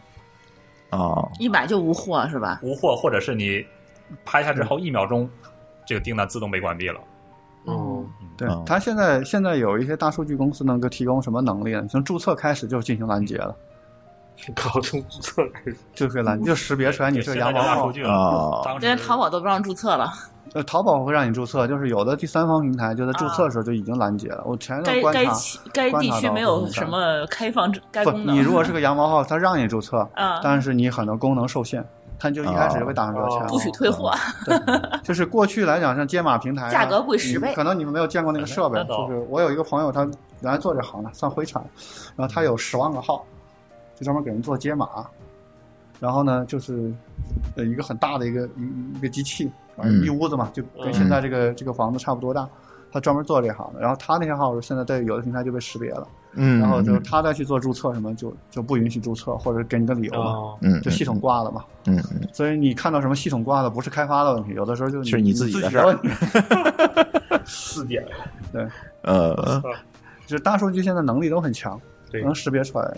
[SPEAKER 3] 哦，
[SPEAKER 2] 一买就无货是吧？
[SPEAKER 5] 无货，或者是你拍下之后一秒钟，这个订单自动被关闭了。
[SPEAKER 2] 嗯，
[SPEAKER 4] 对
[SPEAKER 3] 嗯，
[SPEAKER 4] 它现在现在有一些大数据公司能够提供什么能力呢？从注册开始就进行拦截了，
[SPEAKER 6] 高中注册开始，
[SPEAKER 4] 就可以拦，就识别出来你
[SPEAKER 5] 嗯对
[SPEAKER 4] 是
[SPEAKER 5] 现在
[SPEAKER 4] 羊
[SPEAKER 5] 就大
[SPEAKER 4] 毛
[SPEAKER 5] 数
[SPEAKER 4] 号。
[SPEAKER 5] 据了
[SPEAKER 3] 哦
[SPEAKER 5] 当时
[SPEAKER 2] 连淘宝都不让注册了，
[SPEAKER 4] 呃，淘宝会让你注册，就是有的第三方平台就在注册的时候就已经拦截了。我前一段
[SPEAKER 2] 该
[SPEAKER 4] 观
[SPEAKER 2] 该
[SPEAKER 4] 察，
[SPEAKER 2] 区该地区没有什么开放该
[SPEAKER 4] 不，
[SPEAKER 2] 功能。
[SPEAKER 4] 你如 果是个羊毛号，它让你注册，
[SPEAKER 2] 啊，
[SPEAKER 4] 但是你很多功能受限，它就一开始就被打上标签了。
[SPEAKER 2] 不许退货，
[SPEAKER 3] 嗯
[SPEAKER 4] 对，就是过去来讲，像街马平台啊，
[SPEAKER 2] 价格贵10倍
[SPEAKER 4] 你可能你们没有见过
[SPEAKER 3] 嗯
[SPEAKER 4] 那个设备
[SPEAKER 5] 那，倒
[SPEAKER 4] 就是我有一个朋友，他原来做这行的，算灰产，然后他有十万个号，就专门给人做街马，然后呢，就是呃一个很大的一个一一个机器，反正
[SPEAKER 3] 嗯
[SPEAKER 4] 一屋子嘛，就跟现在这个这个房子差不多大。他专门做这行的，然后他那些号现在在有的平台就被识别了，
[SPEAKER 3] 嗯，
[SPEAKER 4] 然后就他再去做注册什么就就不允许注册，或者给你个理由嘛，
[SPEAKER 1] 哦
[SPEAKER 6] 啊，
[SPEAKER 3] 嗯，
[SPEAKER 4] 就系统挂了嘛。
[SPEAKER 3] 嗯，
[SPEAKER 4] 所以你看到什么系统挂的，不是开发的问题，有的时候就是
[SPEAKER 3] 是你
[SPEAKER 4] 你
[SPEAKER 3] 自己
[SPEAKER 4] 己
[SPEAKER 3] 的事儿
[SPEAKER 4] 问题。
[SPEAKER 6] 四点了，
[SPEAKER 3] 嗯呃，
[SPEAKER 4] 就是大数据现在能力都很强，
[SPEAKER 6] 对
[SPEAKER 4] 能识别出来。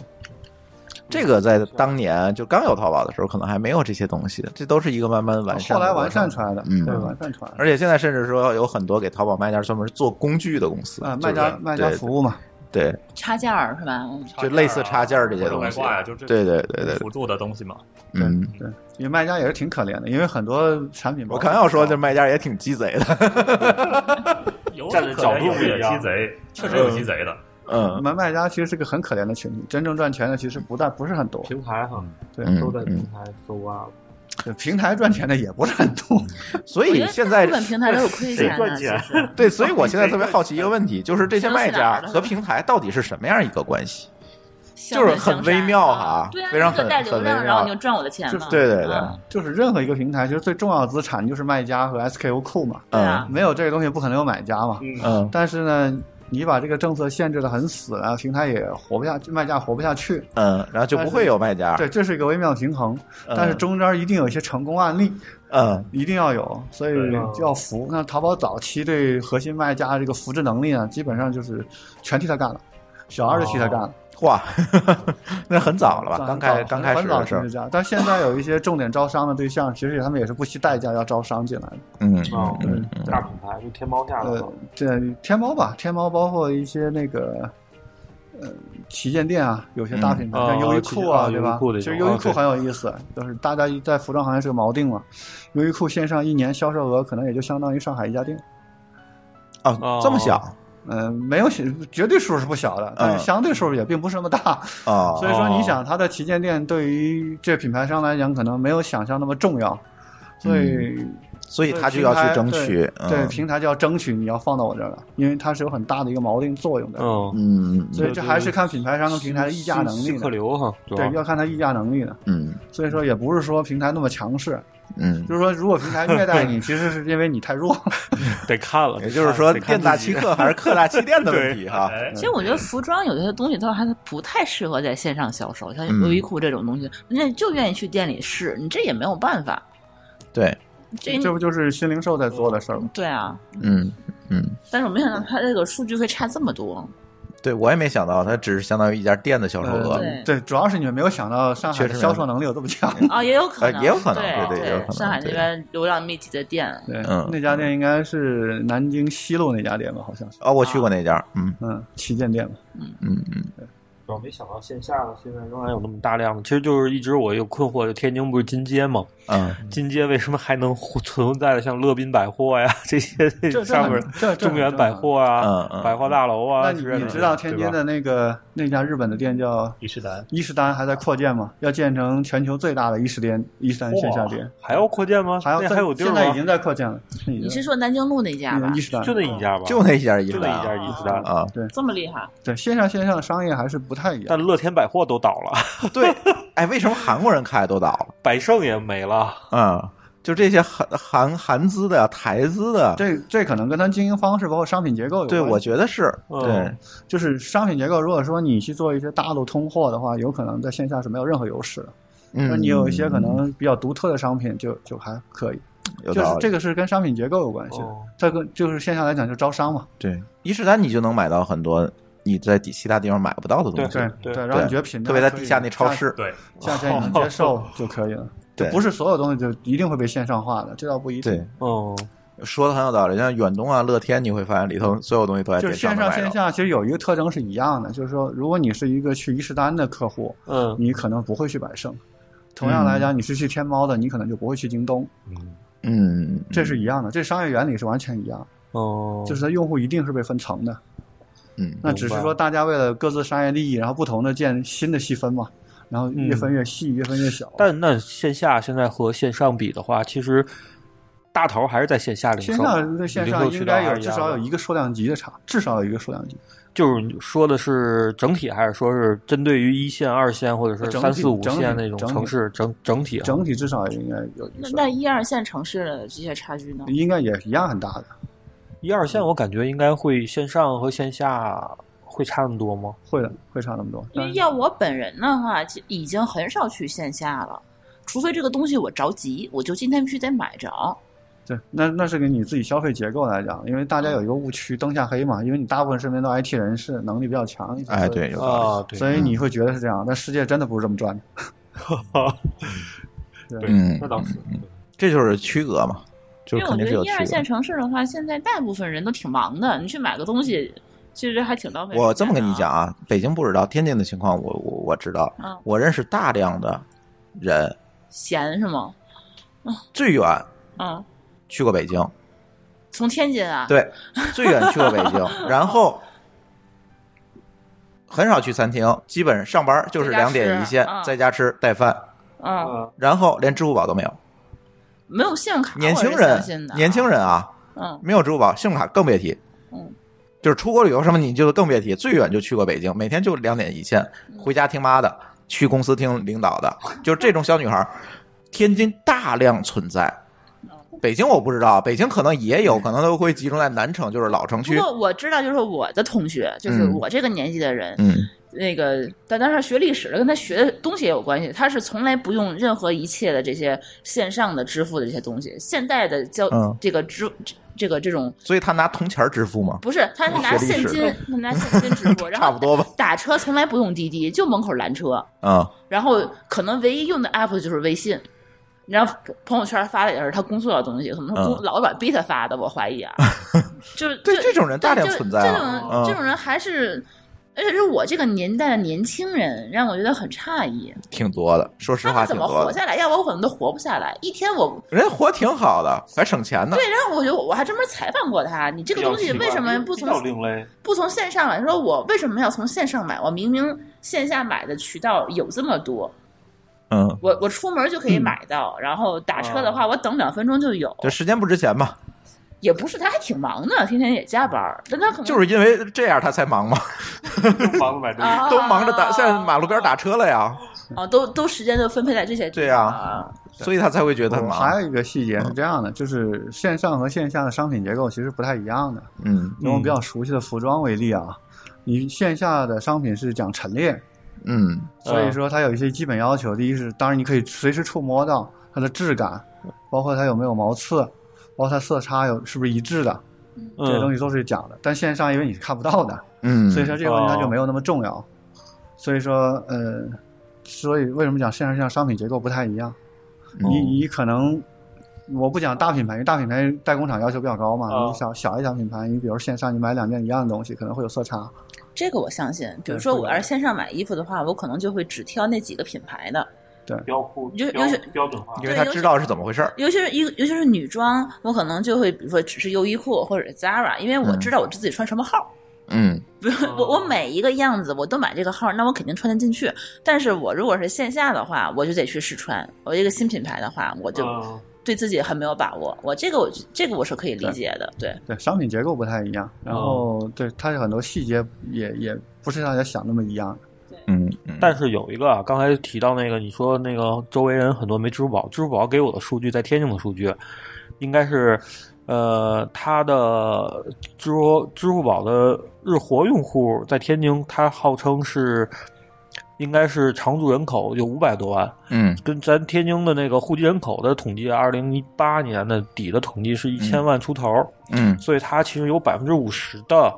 [SPEAKER 3] 这个在当年就刚有淘宝的时候，可能还没有这些东西，这都是一个慢慢完善
[SPEAKER 4] 后
[SPEAKER 3] 的
[SPEAKER 4] 来
[SPEAKER 3] 过
[SPEAKER 4] 完
[SPEAKER 3] 程
[SPEAKER 4] 善出来的，
[SPEAKER 3] 嗯
[SPEAKER 4] 对，完善出来的。
[SPEAKER 3] 而且现在甚至说有很多给淘宝卖家专门做工具的公司，
[SPEAKER 4] 啊，
[SPEAKER 3] 就是
[SPEAKER 4] 卖家卖家服务嘛，
[SPEAKER 3] 对，
[SPEAKER 2] 差价儿是吧？
[SPEAKER 3] 就类似插件儿这些
[SPEAKER 5] 或者
[SPEAKER 3] 东
[SPEAKER 5] 外
[SPEAKER 3] 西
[SPEAKER 5] 挂呀，就是
[SPEAKER 3] 对对对对，
[SPEAKER 5] 辅助的东西嘛。
[SPEAKER 3] 嗯，
[SPEAKER 4] 对，因为卖家也是挺可怜的，因为很多产品啊
[SPEAKER 3] 我刚要说这卖家也挺鸡贼的，
[SPEAKER 5] 有
[SPEAKER 6] 站的
[SPEAKER 5] 可
[SPEAKER 6] 角
[SPEAKER 5] 能
[SPEAKER 6] 度
[SPEAKER 5] 有
[SPEAKER 6] 不
[SPEAKER 5] 也
[SPEAKER 6] 一样
[SPEAKER 5] 鸡贼，确实有鸡贼的。
[SPEAKER 3] 嗯
[SPEAKER 4] 卖卖家其实是个很可怜的群体，真正赚钱的其实不但不是很多，
[SPEAKER 6] 平台哈，
[SPEAKER 4] 对，
[SPEAKER 3] 嗯
[SPEAKER 6] 都在平台搜啊，
[SPEAKER 4] 对平台赚钱的也不是很多。
[SPEAKER 3] 嗯所
[SPEAKER 2] 我
[SPEAKER 3] 以
[SPEAKER 2] 觉得
[SPEAKER 3] 现
[SPEAKER 2] 大
[SPEAKER 3] 在
[SPEAKER 2] 部分平台都有亏钱
[SPEAKER 6] 谁
[SPEAKER 2] 的，
[SPEAKER 6] 赚
[SPEAKER 2] 其
[SPEAKER 6] 钱
[SPEAKER 2] 实
[SPEAKER 3] 对，所以我现 在特别好奇一个问题，就是这些卖家和平台到底是什么样一个关系？ 就是很微妙哈
[SPEAKER 2] 对啊，
[SPEAKER 3] 非常
[SPEAKER 2] 你可
[SPEAKER 3] 很
[SPEAKER 2] 带流
[SPEAKER 3] 很微
[SPEAKER 2] 量，然后
[SPEAKER 3] 妙
[SPEAKER 2] 你就赚我的钱
[SPEAKER 4] 就
[SPEAKER 2] 嘛。
[SPEAKER 3] 对对对，
[SPEAKER 2] 啊
[SPEAKER 4] 就是任何一个平台，其实最重要的资产就是卖家和 SKU 库嘛，
[SPEAKER 2] 对啊
[SPEAKER 3] 嗯
[SPEAKER 4] 没有这个东西不可能有买家嘛。
[SPEAKER 6] 嗯，
[SPEAKER 3] 嗯
[SPEAKER 4] 但是呢，你把这个政策限制的很死了，平台也活不下去，卖价活不下去。
[SPEAKER 3] 嗯，然后就不会有卖家，
[SPEAKER 4] 对，这是一个微妙的平衡，
[SPEAKER 3] 啊嗯
[SPEAKER 4] 但是中间一定有一些成功案例，
[SPEAKER 3] 嗯
[SPEAKER 4] 一定要有，所以
[SPEAKER 6] 对啊
[SPEAKER 4] 就要扶。那淘宝早期对核心卖家这个扶持能力呢，基本上就是全替他干了。小二就替他干了，
[SPEAKER 3] 哇， 那很早哦了吧？
[SPEAKER 4] 早
[SPEAKER 3] 刚开刚开始
[SPEAKER 4] 很早
[SPEAKER 3] 的
[SPEAKER 4] 替
[SPEAKER 3] 时候
[SPEAKER 4] 他，干，但现在有一些重点招商的对象，其实他们也是不惜代价要招商进来的。
[SPEAKER 3] 嗯
[SPEAKER 6] 哦
[SPEAKER 3] 嗯
[SPEAKER 4] 嗯
[SPEAKER 6] 大品牌就天猫下的
[SPEAKER 4] 呃，这天猫吧，天猫包括一些那个呃旗舰店啊，有些大品牌、
[SPEAKER 1] 嗯
[SPEAKER 4] 像
[SPEAKER 1] 哦
[SPEAKER 4] 优衣
[SPEAKER 1] 旗
[SPEAKER 4] 库啊
[SPEAKER 1] 哦
[SPEAKER 4] 对
[SPEAKER 1] 优
[SPEAKER 4] 吧
[SPEAKER 1] 衣？库这
[SPEAKER 4] 其实
[SPEAKER 1] 种
[SPEAKER 4] 优衣
[SPEAKER 1] 哦
[SPEAKER 4] 库
[SPEAKER 1] 对
[SPEAKER 4] 很有意思，就是大家在服装行业是个锚定嘛。优衣库线上一年销售额可能也就相当于上海一家店，哦
[SPEAKER 3] 啊，这么小
[SPEAKER 4] 嗯、没有绝对数是不小的，但
[SPEAKER 3] 嗯
[SPEAKER 4] 是相对数也并不是那么大。
[SPEAKER 3] 啊，
[SPEAKER 4] 所以说，你想它的旗舰店对于这品牌商来讲，可能没有想象那么重要。所以，
[SPEAKER 3] 嗯所以他就要去争取，
[SPEAKER 4] 对
[SPEAKER 3] 嗯
[SPEAKER 4] 平台就要争取你要放到我这儿来，因为它是有很大的一个锚定作用的。
[SPEAKER 1] 嗯，
[SPEAKER 3] 嗯
[SPEAKER 4] 所以这还是看品牌商跟平台的议价能力
[SPEAKER 1] 新客
[SPEAKER 4] 的，
[SPEAKER 1] 流哈，主
[SPEAKER 4] 对，
[SPEAKER 1] 要
[SPEAKER 4] 要看它议价能力的。
[SPEAKER 3] 嗯
[SPEAKER 4] 所以说也不是说平台那么强势，
[SPEAKER 3] 嗯
[SPEAKER 4] 就，是说如果平台虐待 你，其实是因为你太弱了。
[SPEAKER 1] 得看了，
[SPEAKER 3] 也就是说
[SPEAKER 1] 得看
[SPEAKER 3] 店大
[SPEAKER 1] 自己
[SPEAKER 3] 欺客还是客大欺店 的问题哈，
[SPEAKER 5] 哎
[SPEAKER 2] 其实我觉得服装有些东西都是还不太适合在线上销售，像
[SPEAKER 3] 嗯
[SPEAKER 2] 优衣库这种东西，人家就愿意去店里试，你这也没有办法。
[SPEAKER 3] 对，
[SPEAKER 2] 这
[SPEAKER 4] 这不就是新零售在做的事儿吗？
[SPEAKER 2] 对啊，
[SPEAKER 3] 嗯嗯。
[SPEAKER 2] 但是我没想到它这个数据会差这么 多。
[SPEAKER 3] 对，我也没想到，它只是相当于一家店的销售额
[SPEAKER 4] 呃。
[SPEAKER 2] 对
[SPEAKER 4] 对，主要是你们没有想到上海
[SPEAKER 3] 确
[SPEAKER 4] 的
[SPEAKER 3] 实没有
[SPEAKER 4] 销售能力有这么强。
[SPEAKER 1] 嗯
[SPEAKER 2] 啊，也有可
[SPEAKER 3] 呃
[SPEAKER 2] 能，
[SPEAKER 3] 也有可能对
[SPEAKER 2] 对
[SPEAKER 3] 对也有可能
[SPEAKER 2] 上海那
[SPEAKER 3] 对
[SPEAKER 2] 边流量密集的店，
[SPEAKER 4] 对
[SPEAKER 3] 嗯，
[SPEAKER 4] 那家店应该是南京西路那家店吧？好像是，
[SPEAKER 3] 哦，我去过那家，嗯
[SPEAKER 4] 嗯，旗舰店吧。
[SPEAKER 3] 嗯嗯，
[SPEAKER 6] 主要没想到线下的现在仍
[SPEAKER 1] 还
[SPEAKER 6] 然
[SPEAKER 1] 有
[SPEAKER 6] 有
[SPEAKER 1] 那么大量的，其实就是一直我有困惑，就天津不是金街吗？
[SPEAKER 3] 嗯，
[SPEAKER 1] 金街为什么还能存在的像乐宾百货呀这些
[SPEAKER 4] 这
[SPEAKER 1] 上面
[SPEAKER 4] 这
[SPEAKER 1] 中原百。货啊、
[SPEAKER 3] 嗯嗯
[SPEAKER 1] 百货大楼啊
[SPEAKER 4] 那
[SPEAKER 1] 之
[SPEAKER 4] 你
[SPEAKER 1] 类的？
[SPEAKER 4] 你知道天津
[SPEAKER 1] 对吧
[SPEAKER 4] 的那个那家日本的店叫
[SPEAKER 5] 伊势丹
[SPEAKER 4] 伊势丹还在扩建嘛？要建成全球最大的伊势店，伊势丹线下店，
[SPEAKER 1] 还要扩建吗？
[SPEAKER 4] 还要
[SPEAKER 1] 那
[SPEAKER 4] 在
[SPEAKER 1] 还有地儿
[SPEAKER 4] 现
[SPEAKER 1] 吗
[SPEAKER 4] 在已？经在扩建了。
[SPEAKER 2] 你
[SPEAKER 3] 嗯
[SPEAKER 4] 你
[SPEAKER 2] 是说南京路那家吧
[SPEAKER 4] 伊？势丹
[SPEAKER 1] 就那一家吧，
[SPEAKER 3] 就那一家一
[SPEAKER 1] 就那一家伊势丹。
[SPEAKER 3] 啊，
[SPEAKER 2] 这么厉害？
[SPEAKER 4] 对线上线上商业还是不太一样
[SPEAKER 1] 但。乐天百货都倒了，
[SPEAKER 3] 对，哎，为什么韩国人开的都倒了？
[SPEAKER 1] 百盛也没了。
[SPEAKER 3] 嗯，就这些韩韩韩资的、台资的，
[SPEAKER 4] 这这可能跟它经营方式包括商品结构有关。
[SPEAKER 3] 对，我觉得是
[SPEAKER 1] 嗯
[SPEAKER 3] 对，
[SPEAKER 4] 就是商品结构，如果说你去做一些大陆通货的话，有可能在线下是没有任何优势的。
[SPEAKER 3] 嗯，
[SPEAKER 4] 那你有一些可能比较独特的商品就，就还可以。
[SPEAKER 3] 有
[SPEAKER 4] 就是
[SPEAKER 3] 道理
[SPEAKER 4] 这个是跟商品结构有关系的
[SPEAKER 1] 哦。
[SPEAKER 4] 它跟就是线下来讲就招商嘛。
[SPEAKER 3] 对伊势丹，你就能买到很多你在地其他地方买不到的东西，
[SPEAKER 4] 对
[SPEAKER 1] 对
[SPEAKER 4] 对，然后你觉得品质
[SPEAKER 3] 特别在地下那超市，
[SPEAKER 5] 对，
[SPEAKER 4] 价钱你 能接受就可以了。
[SPEAKER 3] 对，
[SPEAKER 4] 不是所有东西就一定会被线上化的，这倒不一定。
[SPEAKER 3] 对，
[SPEAKER 1] 嗯，
[SPEAKER 3] 说的很有道理。像远东啊、乐天，你会发现里头所有东西都在
[SPEAKER 1] 哎
[SPEAKER 4] 就
[SPEAKER 3] 电
[SPEAKER 4] 是线
[SPEAKER 3] 上
[SPEAKER 4] 上
[SPEAKER 3] 能买
[SPEAKER 4] 线
[SPEAKER 3] 到
[SPEAKER 4] 下其实有一个特征是一样的，就是说，如果你是一个去伊势丹的客户，
[SPEAKER 1] 嗯，
[SPEAKER 4] 你可能不会去百盛；同样来讲，你是去天猫的，你可能就不会去京东，
[SPEAKER 5] 嗯，
[SPEAKER 3] 嗯，
[SPEAKER 4] 这是一样的。这商业原理是完全一样，
[SPEAKER 1] 哦，
[SPEAKER 4] 就是它用户一定是被分层的，
[SPEAKER 3] 嗯
[SPEAKER 4] 那只是说大家为了各自商业利益，然后不同的建新的细分嘛，然后越分越细，越分越小。
[SPEAKER 1] 嗯但那线下现在和线上比的话，其实大头还是在线下零售，
[SPEAKER 4] 线上对线
[SPEAKER 1] 零售
[SPEAKER 4] 上
[SPEAKER 1] 渠
[SPEAKER 4] 应
[SPEAKER 1] 道
[SPEAKER 4] 该
[SPEAKER 1] 还
[SPEAKER 4] 有
[SPEAKER 1] 是
[SPEAKER 4] 至
[SPEAKER 1] 样
[SPEAKER 4] 少有
[SPEAKER 1] 的
[SPEAKER 4] 一个数量级的差，至少有一个数量级。
[SPEAKER 1] 就是你说的是整体，还是说是针对于一线、二线或者是
[SPEAKER 4] 呃整
[SPEAKER 1] 三
[SPEAKER 4] 体
[SPEAKER 1] 四五
[SPEAKER 4] 整
[SPEAKER 1] 线
[SPEAKER 4] 体
[SPEAKER 1] 那种
[SPEAKER 4] 整
[SPEAKER 1] 城
[SPEAKER 4] 体
[SPEAKER 1] 市整整体啊？
[SPEAKER 4] 整体至少应该有一
[SPEAKER 2] 那
[SPEAKER 4] 个
[SPEAKER 2] 那一二线城市的这些差距呢？
[SPEAKER 3] 嗯
[SPEAKER 4] 应该也一样很大的，
[SPEAKER 1] 一二线我感觉应该会线上和线下会差那么多吗？
[SPEAKER 4] 会的，会差那么多。
[SPEAKER 2] 因为
[SPEAKER 4] 但
[SPEAKER 2] 要我本人的话，其已经很少去线下了，除非这个东西我着急，我就今天必须得买着。
[SPEAKER 4] 对，那那是给你自己消费结构来讲，因为大家有一个误区，灯下黑嘛，因为你大部分身边都 IT 人士，能力比较强。
[SPEAKER 3] 哎，对，，嗯有道理。
[SPEAKER 1] 啊，对，
[SPEAKER 4] 所以你会觉得是这样，但世界真的不是这么转的。
[SPEAKER 6] 对
[SPEAKER 3] 嗯，
[SPEAKER 6] 那倒是。
[SPEAKER 3] 这就是区隔嘛，就
[SPEAKER 2] 因
[SPEAKER 3] 是
[SPEAKER 2] 为我
[SPEAKER 3] 肯定
[SPEAKER 2] 觉
[SPEAKER 3] 是
[SPEAKER 2] 得
[SPEAKER 3] 有
[SPEAKER 2] 一
[SPEAKER 3] 区
[SPEAKER 2] 二
[SPEAKER 3] 隔
[SPEAKER 2] 线。城市的话，现在大部分人都挺忙的，你去买个东西，其实还挺浪费时间的啊。
[SPEAKER 3] 我这么跟你讲啊，北京不知道，天津的情况我我我知道
[SPEAKER 2] 嗯，
[SPEAKER 3] 我认识大量的人，
[SPEAKER 2] 闲是吗？
[SPEAKER 3] 最远
[SPEAKER 2] 嗯，
[SPEAKER 3] 去过北京，
[SPEAKER 2] 从天津啊，，
[SPEAKER 3] 对，最远去过北京，然后很少去餐厅，基本上班就是
[SPEAKER 2] 在家
[SPEAKER 3] 两
[SPEAKER 2] 吃
[SPEAKER 3] 点一线
[SPEAKER 2] 嗯，
[SPEAKER 3] 在家吃带饭，
[SPEAKER 2] 嗯，
[SPEAKER 6] 嗯，
[SPEAKER 3] 然后连支付宝都没有。
[SPEAKER 2] 没有信用卡，
[SPEAKER 3] 年轻
[SPEAKER 2] 我是相信
[SPEAKER 3] 人
[SPEAKER 2] 的，啊
[SPEAKER 3] 年轻，人啊，
[SPEAKER 2] 嗯，
[SPEAKER 3] 没有支付宝，信用卡更别提。
[SPEAKER 2] 嗯，
[SPEAKER 3] 就是出国旅游什么，你就更别提。最远就去过北京，每天就两点一线，
[SPEAKER 2] 嗯
[SPEAKER 3] 回家听妈的，去公司听领 导的，就是这种小女孩儿，天津大量存在。
[SPEAKER 2] 嗯
[SPEAKER 3] 北京我不知道，北京可能也有，可能都会集中在南城，就是老城
[SPEAKER 2] 不
[SPEAKER 3] 区。
[SPEAKER 2] 过我知道，就是我的同学，就是
[SPEAKER 3] 嗯
[SPEAKER 2] 我这个年纪的人，
[SPEAKER 3] 嗯，
[SPEAKER 2] 那个，但但是学历史的跟他学的东西也有关系。他是从来不用任何一切的这些线上的支付的这些东西，现代的交、
[SPEAKER 3] 嗯
[SPEAKER 2] 这个支这这个这种
[SPEAKER 3] 所以他拿铜钱儿支付吗？
[SPEAKER 2] 不是，他是拿
[SPEAKER 3] 学历
[SPEAKER 2] 现
[SPEAKER 3] 史
[SPEAKER 2] 金， 他拿现金支付，然后
[SPEAKER 3] 差不多吧
[SPEAKER 2] 打车从来不用滴滴，就门口拦车，
[SPEAKER 3] 嗯，
[SPEAKER 2] 然后可能唯一用的 app 就是微信。然后朋友圈发的也是他工作的东西，可能是工、
[SPEAKER 3] 嗯
[SPEAKER 2] 老板逼他发的，我怀 疑啊。就是
[SPEAKER 3] 对
[SPEAKER 2] 就
[SPEAKER 3] 这种人
[SPEAKER 2] 对
[SPEAKER 3] 大量
[SPEAKER 2] 就
[SPEAKER 3] 存在
[SPEAKER 2] 这
[SPEAKER 3] 啊
[SPEAKER 2] 种、
[SPEAKER 3] 嗯
[SPEAKER 2] 这种人还是，而且是我这个年代的年轻人，让我觉得很诧异。
[SPEAKER 3] 嗯挺多的。说实
[SPEAKER 2] 他
[SPEAKER 3] 话，
[SPEAKER 2] 们怎
[SPEAKER 3] 挺
[SPEAKER 2] 么
[SPEAKER 3] 多
[SPEAKER 2] 活
[SPEAKER 3] 的。
[SPEAKER 2] 下来？要不我可能都活不下来。一天我
[SPEAKER 3] 人家活挺好的，还省钱呢。
[SPEAKER 2] 对，然后我就我还专门采访过他，你这个东西为什么不
[SPEAKER 6] 比
[SPEAKER 2] 从
[SPEAKER 6] 较另类？
[SPEAKER 2] 不从线上买？他说我为什么要从线上买？我明明线下买的渠道有这么多，
[SPEAKER 3] 嗯，哦
[SPEAKER 2] 我我出门就可以买到，然后打车的话，我等两分钟就有。
[SPEAKER 3] 就时间不值钱嘛，
[SPEAKER 2] 也不是，他还挺忙的，天天也加班儿，但他可能
[SPEAKER 3] 就是因为这样他才忙嘛，
[SPEAKER 6] 就忙着买东西。
[SPEAKER 2] 啊
[SPEAKER 3] 都忙着打，现在马路边打车了呀，
[SPEAKER 2] 啊，都都时间都分配在这些地
[SPEAKER 3] 对
[SPEAKER 2] 方
[SPEAKER 3] 呀
[SPEAKER 2] 啊，
[SPEAKER 3] 所以他才会觉得
[SPEAKER 4] 我
[SPEAKER 3] 忙嗯
[SPEAKER 4] 还。有一个细节是这样的，就是线上和线下的商品结构其实不太一样的。
[SPEAKER 3] 嗯
[SPEAKER 4] 以我们比较熟悉的服装为例啊，你线下的商品是讲陈列，
[SPEAKER 3] 嗯
[SPEAKER 4] 所以
[SPEAKER 1] 嗯
[SPEAKER 4] 说它有一些基本要求。第一是，当然你可以随时触摸到它的质感，包括它有没有毛刺，包括它色差有是不是一致的，这些东
[SPEAKER 1] 嗯，
[SPEAKER 4] 西都是讲的。但线上因为你是看不到的，
[SPEAKER 3] 嗯，
[SPEAKER 4] 所以说这个问题它
[SPEAKER 1] 哦
[SPEAKER 4] 就没有那么重要。所以说，呃，所以为什么讲线上线下商品结构不太一样？你
[SPEAKER 3] 嗯
[SPEAKER 4] 你可能。我不讲大品牌，因为大品牌代工厂要求比较高嘛。
[SPEAKER 1] 哦
[SPEAKER 4] 你小小一点品牌，你比如线上你买两件一样的东西，可能会有色差。
[SPEAKER 2] 这个我相信。比如
[SPEAKER 4] 对
[SPEAKER 2] 说，
[SPEAKER 4] 会
[SPEAKER 2] 我
[SPEAKER 4] 有
[SPEAKER 2] 要是线上买衣服的话，我可能就会只挑那几个品牌的。
[SPEAKER 6] 标库
[SPEAKER 2] 就
[SPEAKER 6] 标
[SPEAKER 2] 就是
[SPEAKER 6] 标准化，
[SPEAKER 3] 因为他知道是怎么回事儿。
[SPEAKER 2] 尤其是尤尤其是女装，我可能就会比如说只是优衣库或者 Zara，因为我
[SPEAKER 3] 嗯
[SPEAKER 2] 知道我自己穿什么号。
[SPEAKER 3] 嗯
[SPEAKER 2] 比如 我我每一个样子我都买这个号，那我肯定穿得进去。但是我如果是线下的话，我就得去试穿。我一个新品牌的话，我
[SPEAKER 3] 哦
[SPEAKER 2] 就
[SPEAKER 6] 嗯，
[SPEAKER 2] 对自己很没有把握。我这个我这个我是可以理解的，对。
[SPEAKER 4] 对，商品结构不太一样，然后、对它有很多细节也也不是大家想那么一样。
[SPEAKER 3] 嗯，嗯
[SPEAKER 1] 但是有一个啊，刚才提到那个，你说那个周围人很多没支付宝，支付宝给我的数据在天津的数据，应该是，呃，它的支付支付宝的日活用户在天津，它号称是。应该是常住人口有五百多万，
[SPEAKER 3] 嗯
[SPEAKER 1] 跟咱天津的那个户籍人口的统计，二零一八年的底的统计是一千万出头，
[SPEAKER 3] 嗯
[SPEAKER 1] 所以它其实有百分之五十的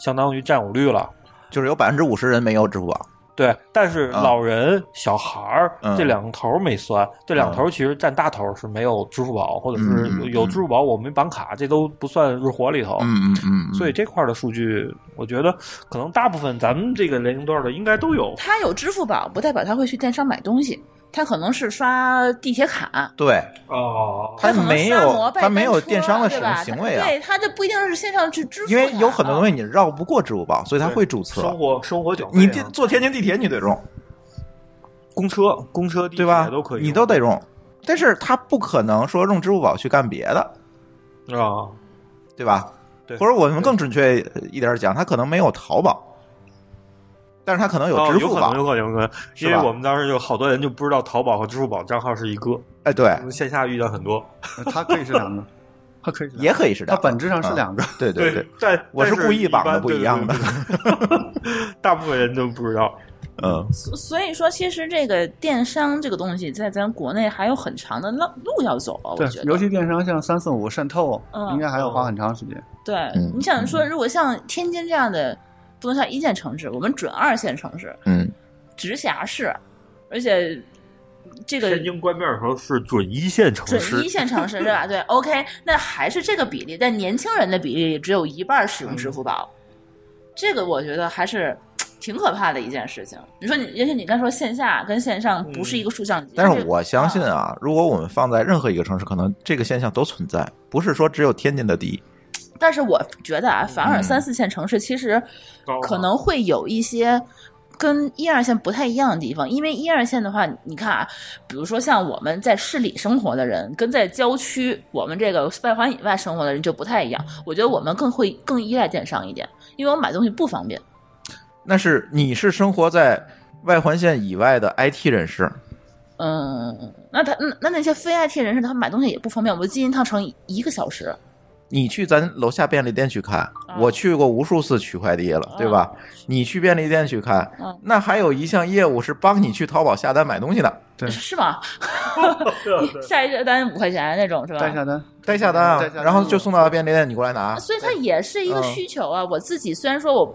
[SPEAKER 1] 相当于占有率了。
[SPEAKER 3] 就是有百分之五十人没有支付宝。
[SPEAKER 1] 对，但是
[SPEAKER 3] 啊
[SPEAKER 1] 老人、小孩儿
[SPEAKER 3] 嗯
[SPEAKER 1] 这两头儿没算，这两头儿其实占大头儿是没有支付宝，或者是
[SPEAKER 3] 嗯嗯嗯
[SPEAKER 1] 有支付宝我没绑卡，这都不算入伙里
[SPEAKER 4] 哦
[SPEAKER 1] 头。
[SPEAKER 3] 嗯嗯嗯，嗯
[SPEAKER 1] 所以这块儿的数据，我觉得可能大部分咱们这个年龄段儿的应该都有。
[SPEAKER 2] 他有支付宝，不代表他会去电商买东西，他可能是刷地铁卡，
[SPEAKER 3] 对
[SPEAKER 1] 啊
[SPEAKER 6] 哦，
[SPEAKER 3] 他
[SPEAKER 2] 可能
[SPEAKER 3] 没
[SPEAKER 2] 刷
[SPEAKER 3] 有
[SPEAKER 2] 摩拜
[SPEAKER 3] 他没有
[SPEAKER 2] 单车
[SPEAKER 3] 电商的使
[SPEAKER 2] 对
[SPEAKER 3] 用
[SPEAKER 2] 吧
[SPEAKER 3] 行
[SPEAKER 2] 他
[SPEAKER 3] 为啊，
[SPEAKER 2] 对他这不一定是线上去支付的，啊
[SPEAKER 3] 因为有很多东
[SPEAKER 2] 西
[SPEAKER 3] 西你绕不过支付宝，所以他会注册
[SPEAKER 1] 生。活生活缴费啊，
[SPEAKER 3] 你地坐天津地铁你得用，
[SPEAKER 1] 公车、公车、地
[SPEAKER 3] 对吧
[SPEAKER 1] 铁都可？以用，
[SPEAKER 3] 你都得用，但是他不可能说用支付宝去干别的，
[SPEAKER 1] 啊。
[SPEAKER 3] 对吧？
[SPEAKER 1] 对
[SPEAKER 3] 或者我们更准确一点讲，他可能没有淘宝，但是他可能有
[SPEAKER 1] 哦
[SPEAKER 3] 支付
[SPEAKER 1] 可能有
[SPEAKER 3] 宝。
[SPEAKER 1] 可能，有可能，
[SPEAKER 3] 是
[SPEAKER 1] 因为
[SPEAKER 3] 吧
[SPEAKER 1] 我们当时有好多人就不知道淘宝和支付宝账号是一个，
[SPEAKER 3] 哎，对
[SPEAKER 1] 我，们线下遇到很多。
[SPEAKER 4] 它可以是两个，它可以是两个
[SPEAKER 3] 也可以是的，
[SPEAKER 4] 它 本质上是两个。
[SPEAKER 3] 对对对，
[SPEAKER 1] 但
[SPEAKER 3] 我
[SPEAKER 1] 但
[SPEAKER 3] 是
[SPEAKER 1] 是
[SPEAKER 3] 故意绑的
[SPEAKER 1] 般
[SPEAKER 3] 不一样的，
[SPEAKER 1] 对对对 大部分人都不知道。
[SPEAKER 3] 嗯，
[SPEAKER 2] 所所以说，其实这个电商这个东西在咱国内还有很长的路路要走啊，我觉
[SPEAKER 4] 对，
[SPEAKER 2] 得。
[SPEAKER 4] 尤其电商像三四五渗透，
[SPEAKER 2] 嗯
[SPEAKER 4] 应该还要花很长时间。
[SPEAKER 2] 对、
[SPEAKER 3] 嗯
[SPEAKER 2] 你想说，如果像天津这样的，不能算一线城市，我们准二线城市、
[SPEAKER 3] 嗯，
[SPEAKER 2] 直辖市，而且这个
[SPEAKER 1] 天津关面儿头是准一线城
[SPEAKER 2] 准
[SPEAKER 1] 市
[SPEAKER 2] 一，线城市对吧？对，OK，那还是这个比例，但年轻人的比例只有一半使
[SPEAKER 3] 嗯
[SPEAKER 2] 用支付宝，这个我觉得还是挺可怕的一件事情。你说你，也许你刚说线下跟线上不是一个竖向级，
[SPEAKER 3] 嗯但是我相信啊，如果我们放在任何一个城市，可能这个现象都存在，不是说只有天津的低。
[SPEAKER 2] 但是我觉得啊，反而
[SPEAKER 3] 嗯
[SPEAKER 2] 三四线城市其实
[SPEAKER 6] 高
[SPEAKER 2] 可能会有一些跟一二线不太一样的地方，因为一二线的话，你看啊，比如说像我们在市里生活的人，跟在郊区我们这个外环以外生活的人就不太一样。我觉得我们更会更依赖电商一点，因为我买东西不方便。
[SPEAKER 3] 那是你是生活在外环线以外的 IT 人士，
[SPEAKER 2] 嗯，那他那那那些非 IT 人士，他买东西也不方便。我进一趟城一个小时，
[SPEAKER 3] 你去咱楼下便利店去看，我去过无数次取快递了，对吧？你去便利店去看
[SPEAKER 2] 嗯，
[SPEAKER 3] 那还有一项业务是帮你去淘宝下单买东西的，
[SPEAKER 4] 对
[SPEAKER 2] 是吗？ 下一个单五块钱那种是吧？
[SPEAKER 4] 带下单，
[SPEAKER 3] 代下单啊
[SPEAKER 4] 代下，单
[SPEAKER 3] 然后就送到便利店，你过来拿。
[SPEAKER 2] 啊所以它也是一个
[SPEAKER 3] 嗯
[SPEAKER 2] 需求啊。我自己虽然说我不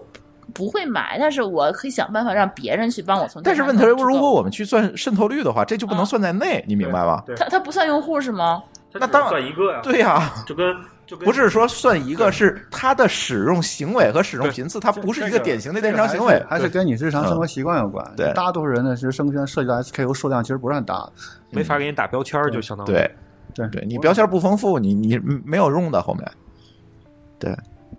[SPEAKER 2] 不会买，但是我可以想办法让别人去帮我从
[SPEAKER 3] 但
[SPEAKER 2] 电
[SPEAKER 3] 是
[SPEAKER 2] 商
[SPEAKER 3] 问
[SPEAKER 2] 上知
[SPEAKER 3] 题是，
[SPEAKER 2] 道。
[SPEAKER 3] 如果我们去算渗透率的话，这就不能
[SPEAKER 2] 啊
[SPEAKER 3] 算在内，你明白吧？
[SPEAKER 1] 对
[SPEAKER 2] 它它不算用户是吗？
[SPEAKER 3] 那当然
[SPEAKER 1] 算一个呀，
[SPEAKER 3] 对呀、
[SPEAKER 1] 就跟就跟
[SPEAKER 3] 不是说算一个，是它的使用行为和使用频次，它不是一个典型的电商行为。嗯
[SPEAKER 4] 还是跟你日常生活习惯有关。
[SPEAKER 3] 对
[SPEAKER 4] 大多数人呢，其实生鲜涉及到 SKU 数量其实不是很大的。
[SPEAKER 1] 没法给你打标签儿，就相当于
[SPEAKER 3] 对
[SPEAKER 4] 对
[SPEAKER 3] 对，你标签不丰富，你你没有用的后面，对，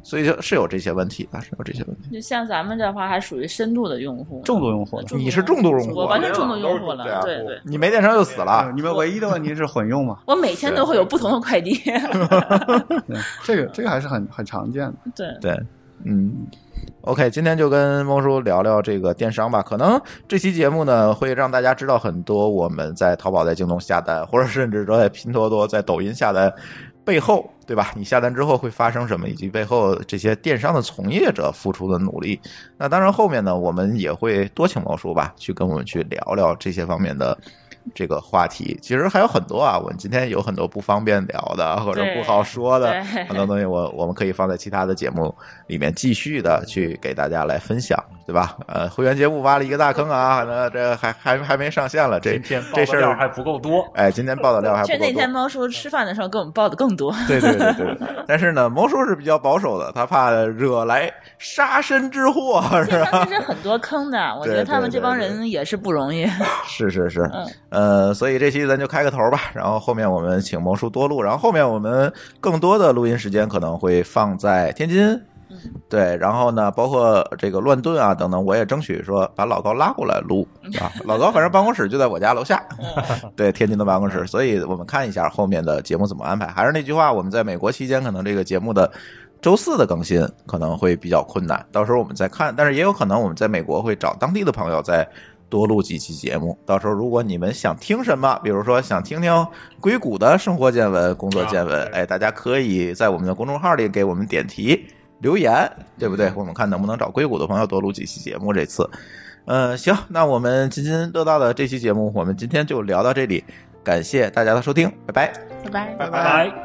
[SPEAKER 3] 所以就是有这些问题的，是有这些问题。
[SPEAKER 2] 就像咱们这话还属于深度的用户，
[SPEAKER 4] 重度用户的，
[SPEAKER 2] 重
[SPEAKER 3] 你是重度用户
[SPEAKER 2] 我完全重度用户了
[SPEAKER 3] 对啊，
[SPEAKER 2] 对对。
[SPEAKER 3] 你没电商就死
[SPEAKER 4] 对
[SPEAKER 3] 了，
[SPEAKER 4] 你们唯一的问题是混用嘛？
[SPEAKER 2] 我每天都会有不同的快递，
[SPEAKER 4] 对，这个这个还是很很常见的。
[SPEAKER 2] 对，
[SPEAKER 3] 对，嗯。OK，今天就跟猫叔聊聊这个电商吧。可能这期节目呢，会让大家知道很多我们在淘宝、在京东下单，或者甚至说在拼多多、在抖音下单背后，对吧？你下单之后会发生什么，以及背后这些电商的从业者付出的努力。那当然，后面呢，我们也会多请猫叔吧，去跟我们去聊聊这些方面的。这个话题其实还有很多啊，我们今天有很多不方便聊的或者
[SPEAKER 2] 对
[SPEAKER 3] 不好说的
[SPEAKER 2] 对
[SPEAKER 3] 很多东西我，我们可以放在其他的节目里面继续的去给大家来分享，对吧？呃，会员节目挖了一个大坑啊，那这还还还没上线了，这
[SPEAKER 5] 今天报
[SPEAKER 3] 这
[SPEAKER 5] 的
[SPEAKER 3] 事
[SPEAKER 5] 料
[SPEAKER 3] 儿
[SPEAKER 5] 还不够多，
[SPEAKER 3] 哎，今天报的料还不
[SPEAKER 2] 其实
[SPEAKER 3] 够
[SPEAKER 2] 那天
[SPEAKER 3] 多。嗯
[SPEAKER 2] 猫叔吃饭的时候给我们报的 更多，
[SPEAKER 3] 对对对对，对但是呢，魔术是比较保守的，他怕惹来杀身之祸，是
[SPEAKER 2] 电
[SPEAKER 3] 吧？
[SPEAKER 2] 商其实很多坑的，我觉得
[SPEAKER 3] 对
[SPEAKER 2] 他们
[SPEAKER 3] 对
[SPEAKER 2] 这帮
[SPEAKER 3] 对
[SPEAKER 2] 人也是不容易。
[SPEAKER 3] 是是是，
[SPEAKER 2] 嗯
[SPEAKER 3] 呃，所以这期咱就开个头吧，然后后面我们请魔术多录，然后后面我们更多的录音时间可能会放在天津
[SPEAKER 2] 嗯。
[SPEAKER 3] 对，然后呢，包括这个乱炖啊等等，我也争取说把老高拉过来录
[SPEAKER 2] 嗯
[SPEAKER 3] 啊。老高反正办公室就在我家楼下，对，天津的办公
[SPEAKER 5] 嗯
[SPEAKER 3] 室，所以我们看一下后面的节目怎么安排。还是那句话，我们在美国期间，可能这个节目的周四的更新可能会比较困难，到时候我们再看。但是也有可能我们在美国会找当地的朋友再多录几期节目。到时候如果你们想听什么，比如说想听听硅谷的生活见闻、工作见闻
[SPEAKER 5] 啊，对
[SPEAKER 3] 哎，大家可以在我们的公众号里给我们点题。留言对不对？
[SPEAKER 5] 嗯
[SPEAKER 3] 我们看能不能找硅谷的朋友多录几期节目。这次，嗯，行，那我们津津乐道的这期节目，我们今天就聊到这里，感谢大家的收听，拜拜。
[SPEAKER 2] 拜拜。
[SPEAKER 3] 哎
[SPEAKER 6] 拜
[SPEAKER 5] 拜拜。